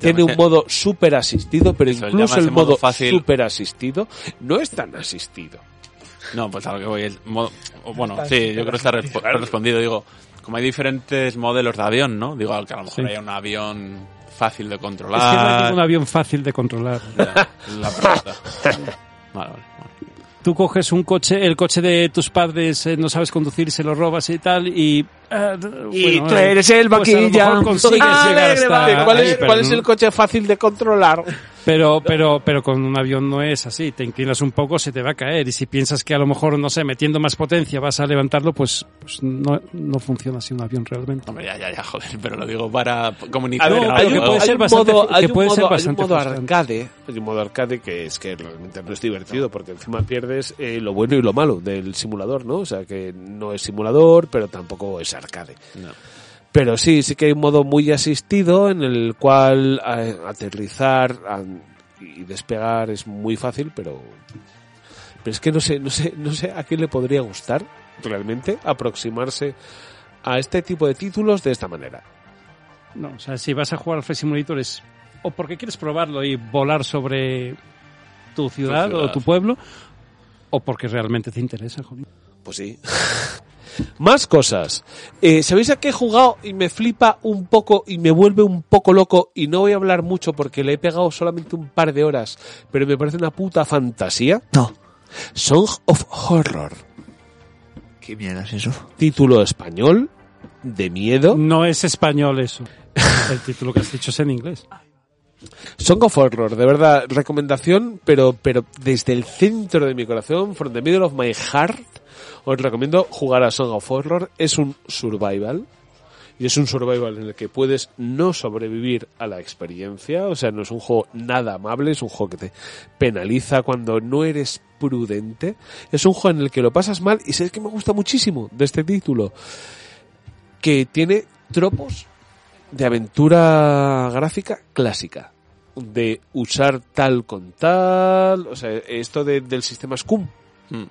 S1: Tiene un
S2: Llámese-
S1: modo súper asistido, pero
S2: Eso,
S1: incluso
S2: llámase
S1: el
S2: modo
S1: modo
S2: fácil.
S1: súper asistido no es tan asistido.
S2: No, pues a lo que voy es modo- o bueno, sí, yo creo que está respo- respondido. Digo, como hay diferentes modelos de avión, ¿no? Digo, que a lo mejor
S4: Sí.
S2: hay un avión fácil de controlar.
S4: Es que no hay ningún avión fácil de controlar.
S2: Ya, es la pregunta. Vale, vale, vale.
S4: Tú coges un coche, el coche de tus padres, eh, no sabes conducir, se lo robas y tal, y... ah,
S7: Y
S4: bueno,
S7: tú
S1: eh,
S7: eres el
S4: pues a lo
S7: vaquilla.
S4: mejor consigues llegar hasta
S1: ¿Cuál,
S4: ahí,
S1: es,
S4: pero
S1: cuál es
S4: no-
S1: el coche fácil de controlar?
S4: Pero, pero, pero con un avión no es así. Te inclinas un poco, se te va a caer. Y si piensas que a lo mejor, no sé, metiendo más potencia vas a levantarlo, pues, pues no, no funciona así un avión realmente.
S2: Hombre, ya, ya, ya, joder, pero lo digo para comunicar.
S1: A ver,
S4: No,
S1: hay
S4: pero que
S1: un,
S4: puede
S1: hay
S4: ser
S1: un
S4: bastante-
S1: modo,
S4: que
S1: hay un
S4: puede ser
S1: modo- hay un
S4: bastante
S1: modo
S4: frustrante.
S1: arcade, hay un modo arcade que es que realmente no es divertido porque encima pierdes eh, lo bueno y lo malo del simulador, ¿no? O sea que no es simulador, pero tampoco es arcade. Pero sí, sí que hay un modo muy asistido en el cual eh, aterrizar an- y despegar es muy fácil, pero pero es que no sé, no sé, no sé a quién le podría gustar realmente aproximarse a este tipo de títulos de esta manera.
S4: No, o sea, si vas a jugar al Flight Simulator es o porque quieres probarlo y volar sobre tu ciudad, o
S2: ciudad.
S4: tu pueblo, o porque realmente te interesa, joder.
S1: Pues sí. Más cosas. Eh, ¿Sabéis a qué he jugado y me flipa un poco y me vuelve un poco loco? Y no voy a hablar mucho porque le he pegado solamente un par de horas, pero me parece una puta fantasía.
S7: No.
S1: Song of Horror,
S7: ¿Qué mierda es eso?
S1: título español de miedo.
S4: No es español eso. El título que has dicho es en inglés.
S1: Song of Horror, de verdad, recomendación, pero, pero desde el centro de mi corazón, from the middle of my heart, os recomiendo jugar a Song of Horror. Es un survival. Y es un survival en el que puedes no sobrevivir a la experiencia. O sea, no es un juego nada amable, es un juego que te penaliza cuando no eres prudente. Es un juego en el que lo pasas mal y sé que me gusta muchísimo de este título. Que tiene tropos de aventura gráfica clásica. De usar tal con tal. O sea, esto de- del sistema Scum
S2: Mm.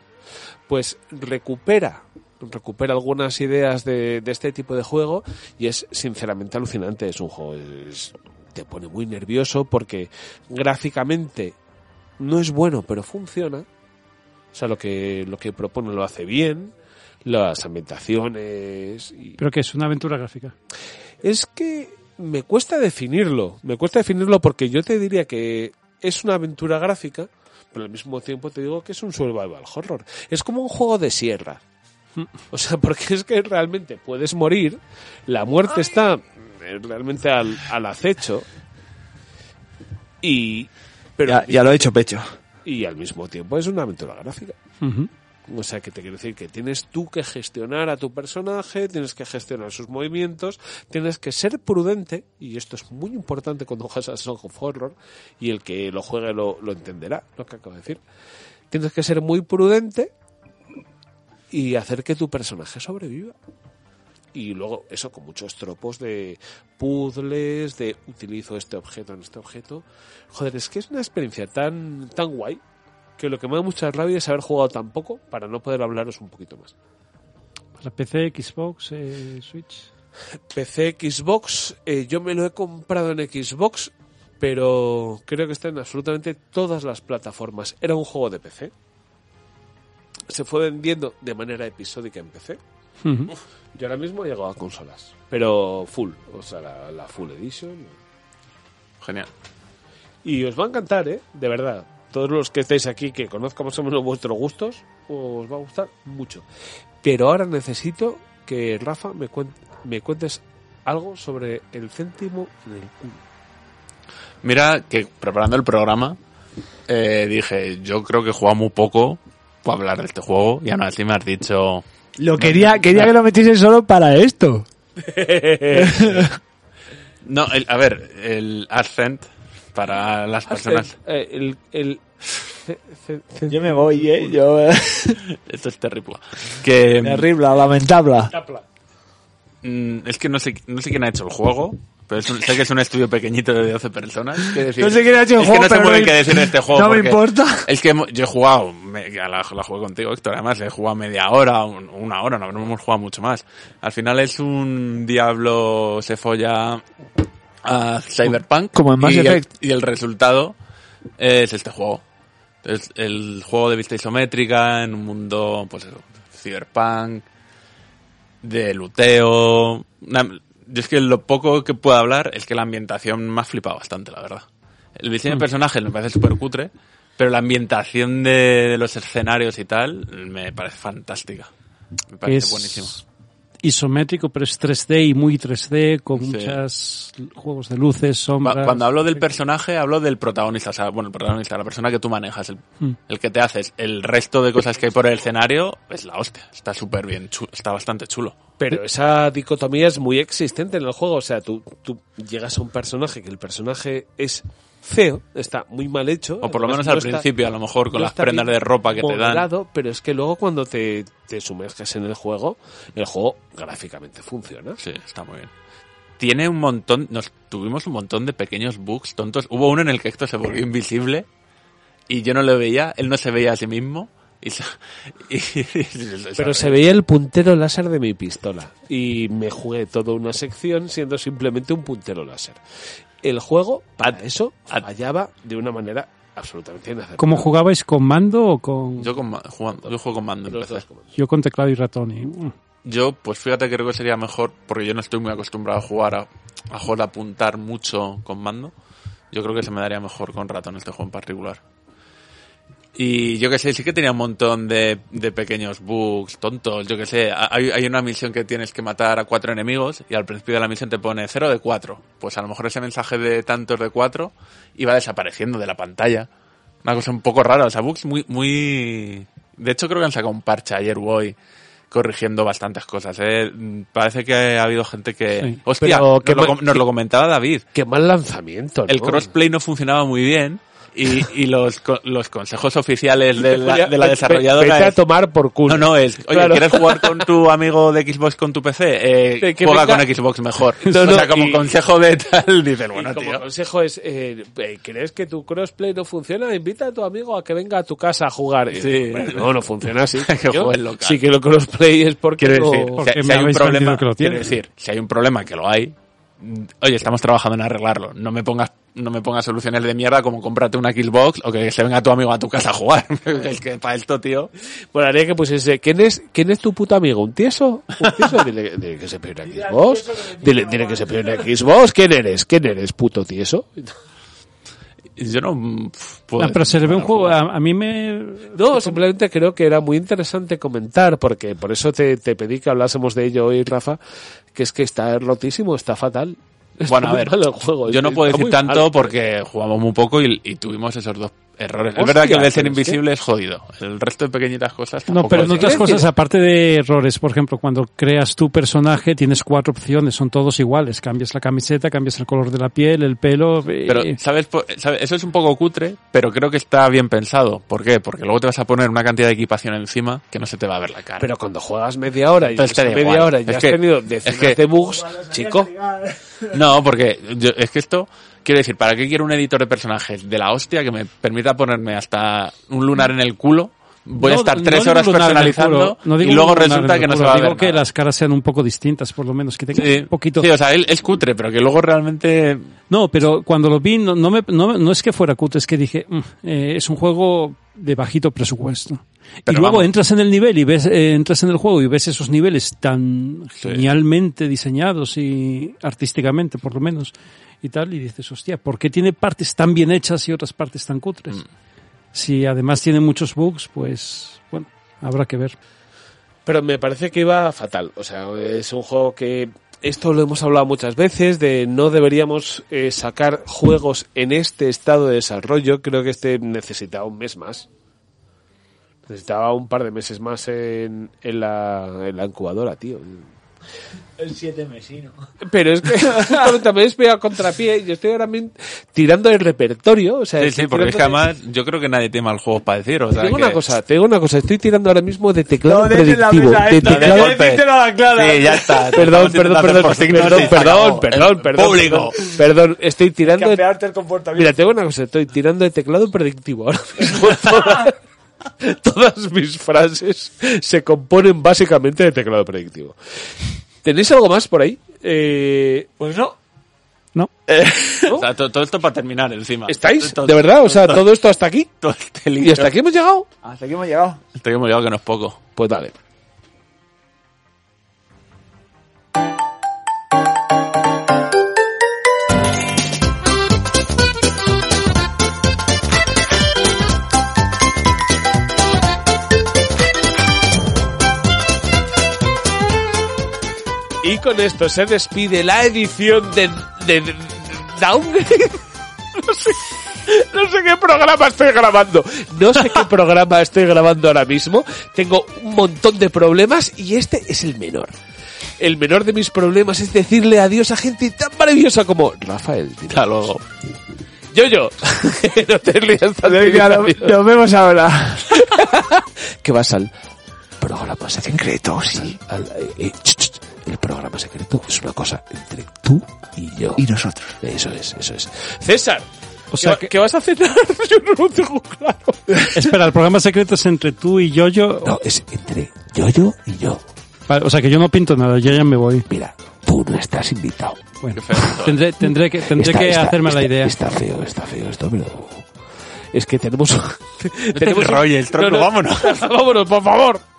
S1: pues recupera recupera algunas ideas de, de este tipo de juego y es sinceramente alucinante es un juego es- te pone muy nervioso porque gráficamente no es bueno pero funciona o sea lo que lo que propone lo hace bien las ambientaciones y-
S4: Pero que es una aventura gráfica.
S1: es que me cuesta definirlo. Me cuesta definirlo porque yo te diría que es una aventura gráfica, pero al mismo tiempo te digo que es un survival horror. Es como un juego de sierra. O sea, porque es que realmente puedes morir, la muerte está eh, realmente al, al acecho y... Pero,
S7: Ya, ya lo he hecho pecho.
S1: Y al mismo tiempo es una aventura gráfica. O sea, que te quiero decir que tienes tú que gestionar a tu personaje, tienes que gestionar sus movimientos, tienes que ser prudente, y esto es muy importante cuando juegas a Song of Horror, y el que lo juegue lo, lo entenderá, lo que acabo de decir. Tienes que ser muy prudente y hacer que tu personaje sobreviva. Y luego, eso con muchos tropos de puzzles, de utilizo este objeto en este objeto. Joder, es que es una experiencia tan, tan guay que lo que me da mucha rabia es haber jugado tan poco para no poder hablaros un poquito más.
S4: Para PC, Xbox, eh, Switch.
S1: PC, Xbox, eh, yo me lo he comprado en Xbox, pero creo que está en absolutamente todas las plataformas. Era un juego de PC. Se fue vendiendo de manera episódica en PC. Yo ahora mismo he llegado a consolas, pero full, o sea, la, la full edition.
S2: Genial.
S1: Y os va a encantar, ¿eh? De verdad. Todos los que estéis aquí, que conozco más o menos vuestros gustos, os va a gustar mucho. Pero ahora necesito que Rafa me, cuen- me cuentes algo sobre el céntimo en el culo.
S2: Mira que preparando el programa eh, dije, yo creo que he jugado muy poco para hablar de este juego y aún así me has dicho...
S3: Lo quería, quería que lo metiese solo para esto.
S2: No, el- a ver, el Ascent para las personas...
S1: Eh, el, el ce- ce- ce-
S3: Yo me voy, eh. Yo,
S2: Esto es terrible. Que,
S3: terrible, lamentable.
S1: Tapla.
S2: mm, es que no sé, no sé quién ha hecho el juego, pero es un- sé que es un estudio pequeñito de 12 personas. que decir,
S3: No sé quién ha hecho el
S2: es
S3: juego,
S2: que no sé
S3: pero
S2: muy
S3: no
S2: bien
S3: me-
S2: qué decir de este juego.
S3: no me
S2: porque
S3: importa.
S2: Es que hemos- yo he jugado, me- la, la jugué contigo, Héctor, además le he jugado media hora, un- una hora, no, no hemos jugado mucho más. Al final es un diablo, se folla a Cyberpunk.
S3: Como en Mass
S2: y el-
S3: Effect.
S2: y el resultado es este juego. Es el juego de vista isométrica en un mundo, pues eso, cyberpunk, de luteo. Na- Yo es que lo poco que puedo hablar es que la ambientación me ha flipado bastante, la verdad. El diseño
S4: Mm.
S2: de personajes me parece súper cutre, pero la ambientación de, de los escenarios y tal me parece fantástica. Me parece
S4: Es
S2: buenísimo.
S4: Isométrico, pero es 3D y muy 3D, con
S2: Sí.
S4: muchos juegos de luces,
S2: Cu-
S4: sombras.
S2: Cuando hablo del personaje, hablo del protagonista, o sea, bueno, el protagonista, la persona que tú manejas, el,
S4: Mm.
S2: el que te haces. El resto de cosas que hay por el escenario es la hostia. Está súper bien, chu- está bastante chulo.
S1: Pero esa dicotomía es muy existente en el juego. O sea, tú, tú llegas a un personaje que el personaje es feo, está muy mal hecho.
S2: O por lo
S1: además
S2: menos
S1: no
S2: al
S1: está-
S2: principio, a lo mejor con
S1: no
S2: las
S1: está
S2: prendas
S1: bien
S2: de ropa que te dan.
S1: modelado, pero es que luego cuando te, te sumerges en el juego, el juego gráficamente funciona.
S2: Sí, está muy bien. Tiene un montón, nos tuvimos un montón de pequeños bugs tontos. Hubo uno en el que Héctor se volvió invisible y yo no lo veía, él no se veía a sí mismo. Y, se- y- y-
S1: Pero se veía el puntero láser de mi pistola y me jugué toda una sección siendo simplemente un puntero láser. El juego, para eso, fallaba de una manera absolutamente inaceptable.
S4: ¿Cómo jugabais? ¿Con mando o con.? Yo,
S2: Yo, con, ma- jugando, yo juego con mando.
S1: Los
S2: empecé.
S1: dos comandos.
S4: con teclado y ratón. y, mm,
S2: Yo, pues fíjate, creo que sería mejor, porque yo no estoy muy acostumbrado a jugar a, a juegos de apuntar mucho con mando. Yo creo que se me daría mejor con ratón este juego en particular. Y yo que sé, sí que tenía un montón de, de pequeños bugs, tontos, yo que sé. A- Hay, hay una misión que tienes que matar a cuatro enemigos y al principio de la misión te pone cero de cuatro. Pues a lo mejor ese mensaje de tantos de cuatro iba desapareciendo de la pantalla. Una cosa un poco rara, o sea, bugs muy, muy... De hecho creo que han sacado un parche ayer o hoy corrigiendo bastantes cosas, ¿eh? Mm, Parece que ha habido gente que...
S4: Sí.
S2: Hostia,
S1: Pero
S2: nos
S1: que
S2: lo
S1: ma-
S2: com- nos lo comentaba David
S1: Qué mal lanzamiento.
S2: el
S1: ¿no?
S2: crossplay no funcionaba muy bien y, y los, co- los consejos oficiales de la, de la
S1: eh, Ve-
S2: desarrolladora
S1: Vete a
S2: es-
S1: tomar por culo.
S2: no, no, es, oye,
S1: Claro.
S2: ¿quieres jugar con tu amigo de Xbox con tu PC?
S1: Sí,
S2: Eh,
S1: que
S2: juega
S1: venga.
S2: con Xbox mejor.
S1: No, no,
S2: o sea, como
S1: y-
S2: consejo de tal, dices, bueno,
S1: y como
S2: tío.
S1: consejo es, eh, eh, ¿crees que tu crossplay no funciona? Invita a tu amigo a que venga a tu casa a jugar. Y,
S2: Sí.
S1: hombre, no, no funciona así.
S2: Que
S1: coño.
S2: juegue local.
S1: Sí que lo crossplay es porque...
S2: Quiero
S1: no-
S2: decir,
S4: Porque
S2: si,
S4: me
S2: si hay un
S4: habéis vendido
S2: problema,
S4: que lo
S2: quiero
S4: tienes.
S2: decir, si hay un problema que lo hay, mm, oye, estamos trabajando en arreglarlo. No me pongas, no me pongas soluciones de mierda como comprarte una Xbox o que se venga tu amigo a tu casa a jugar. es que para esto, tío.
S1: Bueno, haría que pusiese, ¿quién es, ¿quién es tu puto amigo? ¿Un tieso? ¿Un tieso? Dile, dile que se pide una Xbox. Dile, dile que se pide una Xbox. ¿Quién eres? ¿Quién eres, puto tieso?
S2: Yo no pf, puedo.
S4: Ah, pero se le ve un
S2: decir nada.
S4: juego. A, a mí me.
S1: No, simplemente creo que era muy interesante comentar, porque por eso te, te pedí que hablásemos de ello hoy, Rafa, que es que está rotísimo, está fatal. Está
S2: Bueno, a
S1: muy
S2: ver,
S1: malo el juego,
S2: Yo no
S1: está
S2: puedo
S1: muy
S2: decir tanto
S1: malo.
S2: porque jugamos muy poco y, y tuvimos esos dos errores.
S1: Hostia,
S2: es verdad que el de ser
S1: pero es que-
S2: invisible es jodido. El resto de pequeñitas cosas
S4: No,
S2: tampoco
S4: pero
S2: es-
S4: en otras
S1: Creo que-
S4: cosas, aparte de errores, por ejemplo, cuando creas tu personaje tienes cuatro opciones, son todos iguales. Cambias la camiseta, cambias el color de la piel, el pelo. eh,
S2: Pero, ¿sabes? Po- ¿sabes? Eso es un poco cutre, pero creo que está bien pensado. ¿Por qué? Porque luego te vas a poner una cantidad de equipación encima que no se te va a ver la cara.
S1: Pero cuando juegas media hora y
S2: Entonces te da
S1: esa media
S2: igual.
S1: hora y
S2: Es
S1: has
S2: que-
S1: tenido
S2: es
S1: decenas
S2: que-
S1: de bugs, chico.
S2: No, porque yo- es que esto, quiero decir, ¿para qué quiero un editor de personajes de la hostia que me permita ponerme hasta un lunar en el culo? Voy a
S4: No,
S2: estar
S4: no
S2: tres
S4: digo
S2: horas
S4: lunar en el
S2: personalizando
S4: culo, no digo
S2: y luego
S4: lunar en el
S2: resulta que no
S4: culo,
S2: se va a
S4: digo
S2: ver.
S4: que
S2: nada.
S4: las caras sean un poco distintas, por lo menos, que tengan
S2: Sí,
S4: un poquito.
S2: sí, o sea, él es cutre, pero que luego realmente
S4: No, pero cuando lo vi, no, no, me- no- no es que fuera cutre, es que dije, "Mm, eh, es un juego de bajito presupuesto.
S2: Pero
S4: y luego
S2: vamos.
S4: entras en el nivel y ves, eh, entras en el juego y ves esos niveles tan
S2: Sí.
S4: genialmente diseñados y artísticamente, por lo menos, y tal, y dices, hostia, ¿por qué tiene partes tan bien hechas y otras partes tan
S2: Mm.
S4: cutres? Si además tiene muchos bugs, pues, bueno, habrá que ver.
S1: Pero me parece que iba fatal. O sea, es un juego que. Esto lo hemos hablado muchas veces, de no deberíamos eh, sacar juegos en este estado de desarrollo. Creo que este necesitaba un mes más. Necesitaba un par de meses más en, en la, en la incubadora, tío.
S3: El 7 mesino.
S1: Pero es que pero también estoy a contrapié. Yo estoy ahora mismo tirando el repertorio. O sea,
S2: Sí,
S1: estoy
S2: sí, porque es que
S1: tirando de-
S2: además yo creo que nadie tema el juego para decir. O sea,
S1: Te digo
S2: que-
S1: una cosa, te digo una cosa. Estoy tirando ahora mismo de teclado
S3: No, dejen la
S1: predictivo.
S3: mesa
S1: de
S3: esta,
S2: La de
S1: teclado-
S3: dejen-
S2: golpe.
S3: Díselo a la clara.
S2: Sí, ya está.
S1: Perdón,
S2: Estamos intentando
S1: perdón,
S2: hacer
S1: perdón,
S2: por signos y
S1: perdón,
S2: se acabó.
S1: perdón, perdón,
S2: El
S1: perdón,
S2: Público.
S1: perdón, Perdón, estoy tirando. de-
S3: Campearte el comportamiento.
S1: Mira, tengo una cosa, estoy tirando de teclado predictivo ahora mismo. Todas, todas mis frases se componen básicamente de teclado predictivo. ¿Tenéis algo más por ahí? Eh,
S3: Pues no.
S4: No.
S2: O sea, to- todo esto para terminar encima.
S1: ¿Estáis?
S2: Todo-
S1: ¿De verdad? O sea,
S2: todo-
S1: todo esto hasta aquí.
S2: todo este lío.
S1: ¿Y hasta aquí hemos llegado?
S3: Hasta aquí hemos llegado.
S2: Estoy como yo, que no es poco.
S1: Pues dale. Y con esto se despide la edición de, de, de- Downgrade. No sé, no sé qué programa estoy grabando. No sé qué programa estoy grabando ahora mismo. Tengo un montón de problemas y este es el menor. El menor de mis problemas es decirle adiós a gente tan maravillosa como Rafael.
S2: Hasta luego.
S1: Yo, yo. no te rías tanto.
S3: Nos vemos ahora.
S1: que vas al programa secreto, sí. Al- eh, eh, ch, ch, ch. el programa secreto es una cosa entre tú y yo.
S7: Y nosotros.
S1: Eso es, eso es. César, o
S4: sea
S1: sea,
S4: que-
S1: ¿qué, vas a cenar? Yo no lo tengo claro.
S4: Espera, el programa secreto es entre tú y Yoyo.
S1: No, es entre yo, yo y yo.
S4: Vale, O sea que yo no pinto nada, yo ya me voy.
S1: Mira, tú no estás invitado.
S4: Bueno,
S2: feo esto, ¿eh?
S4: tendré, tendré que, tendré
S1: Está-
S4: que
S1: está-
S4: hacerme la
S1: está-
S4: idea.
S1: Está feo, está feo esto, pero... Es que tenemos...
S2: rolles, tronco, vámonos.
S1: vámonos, por favor.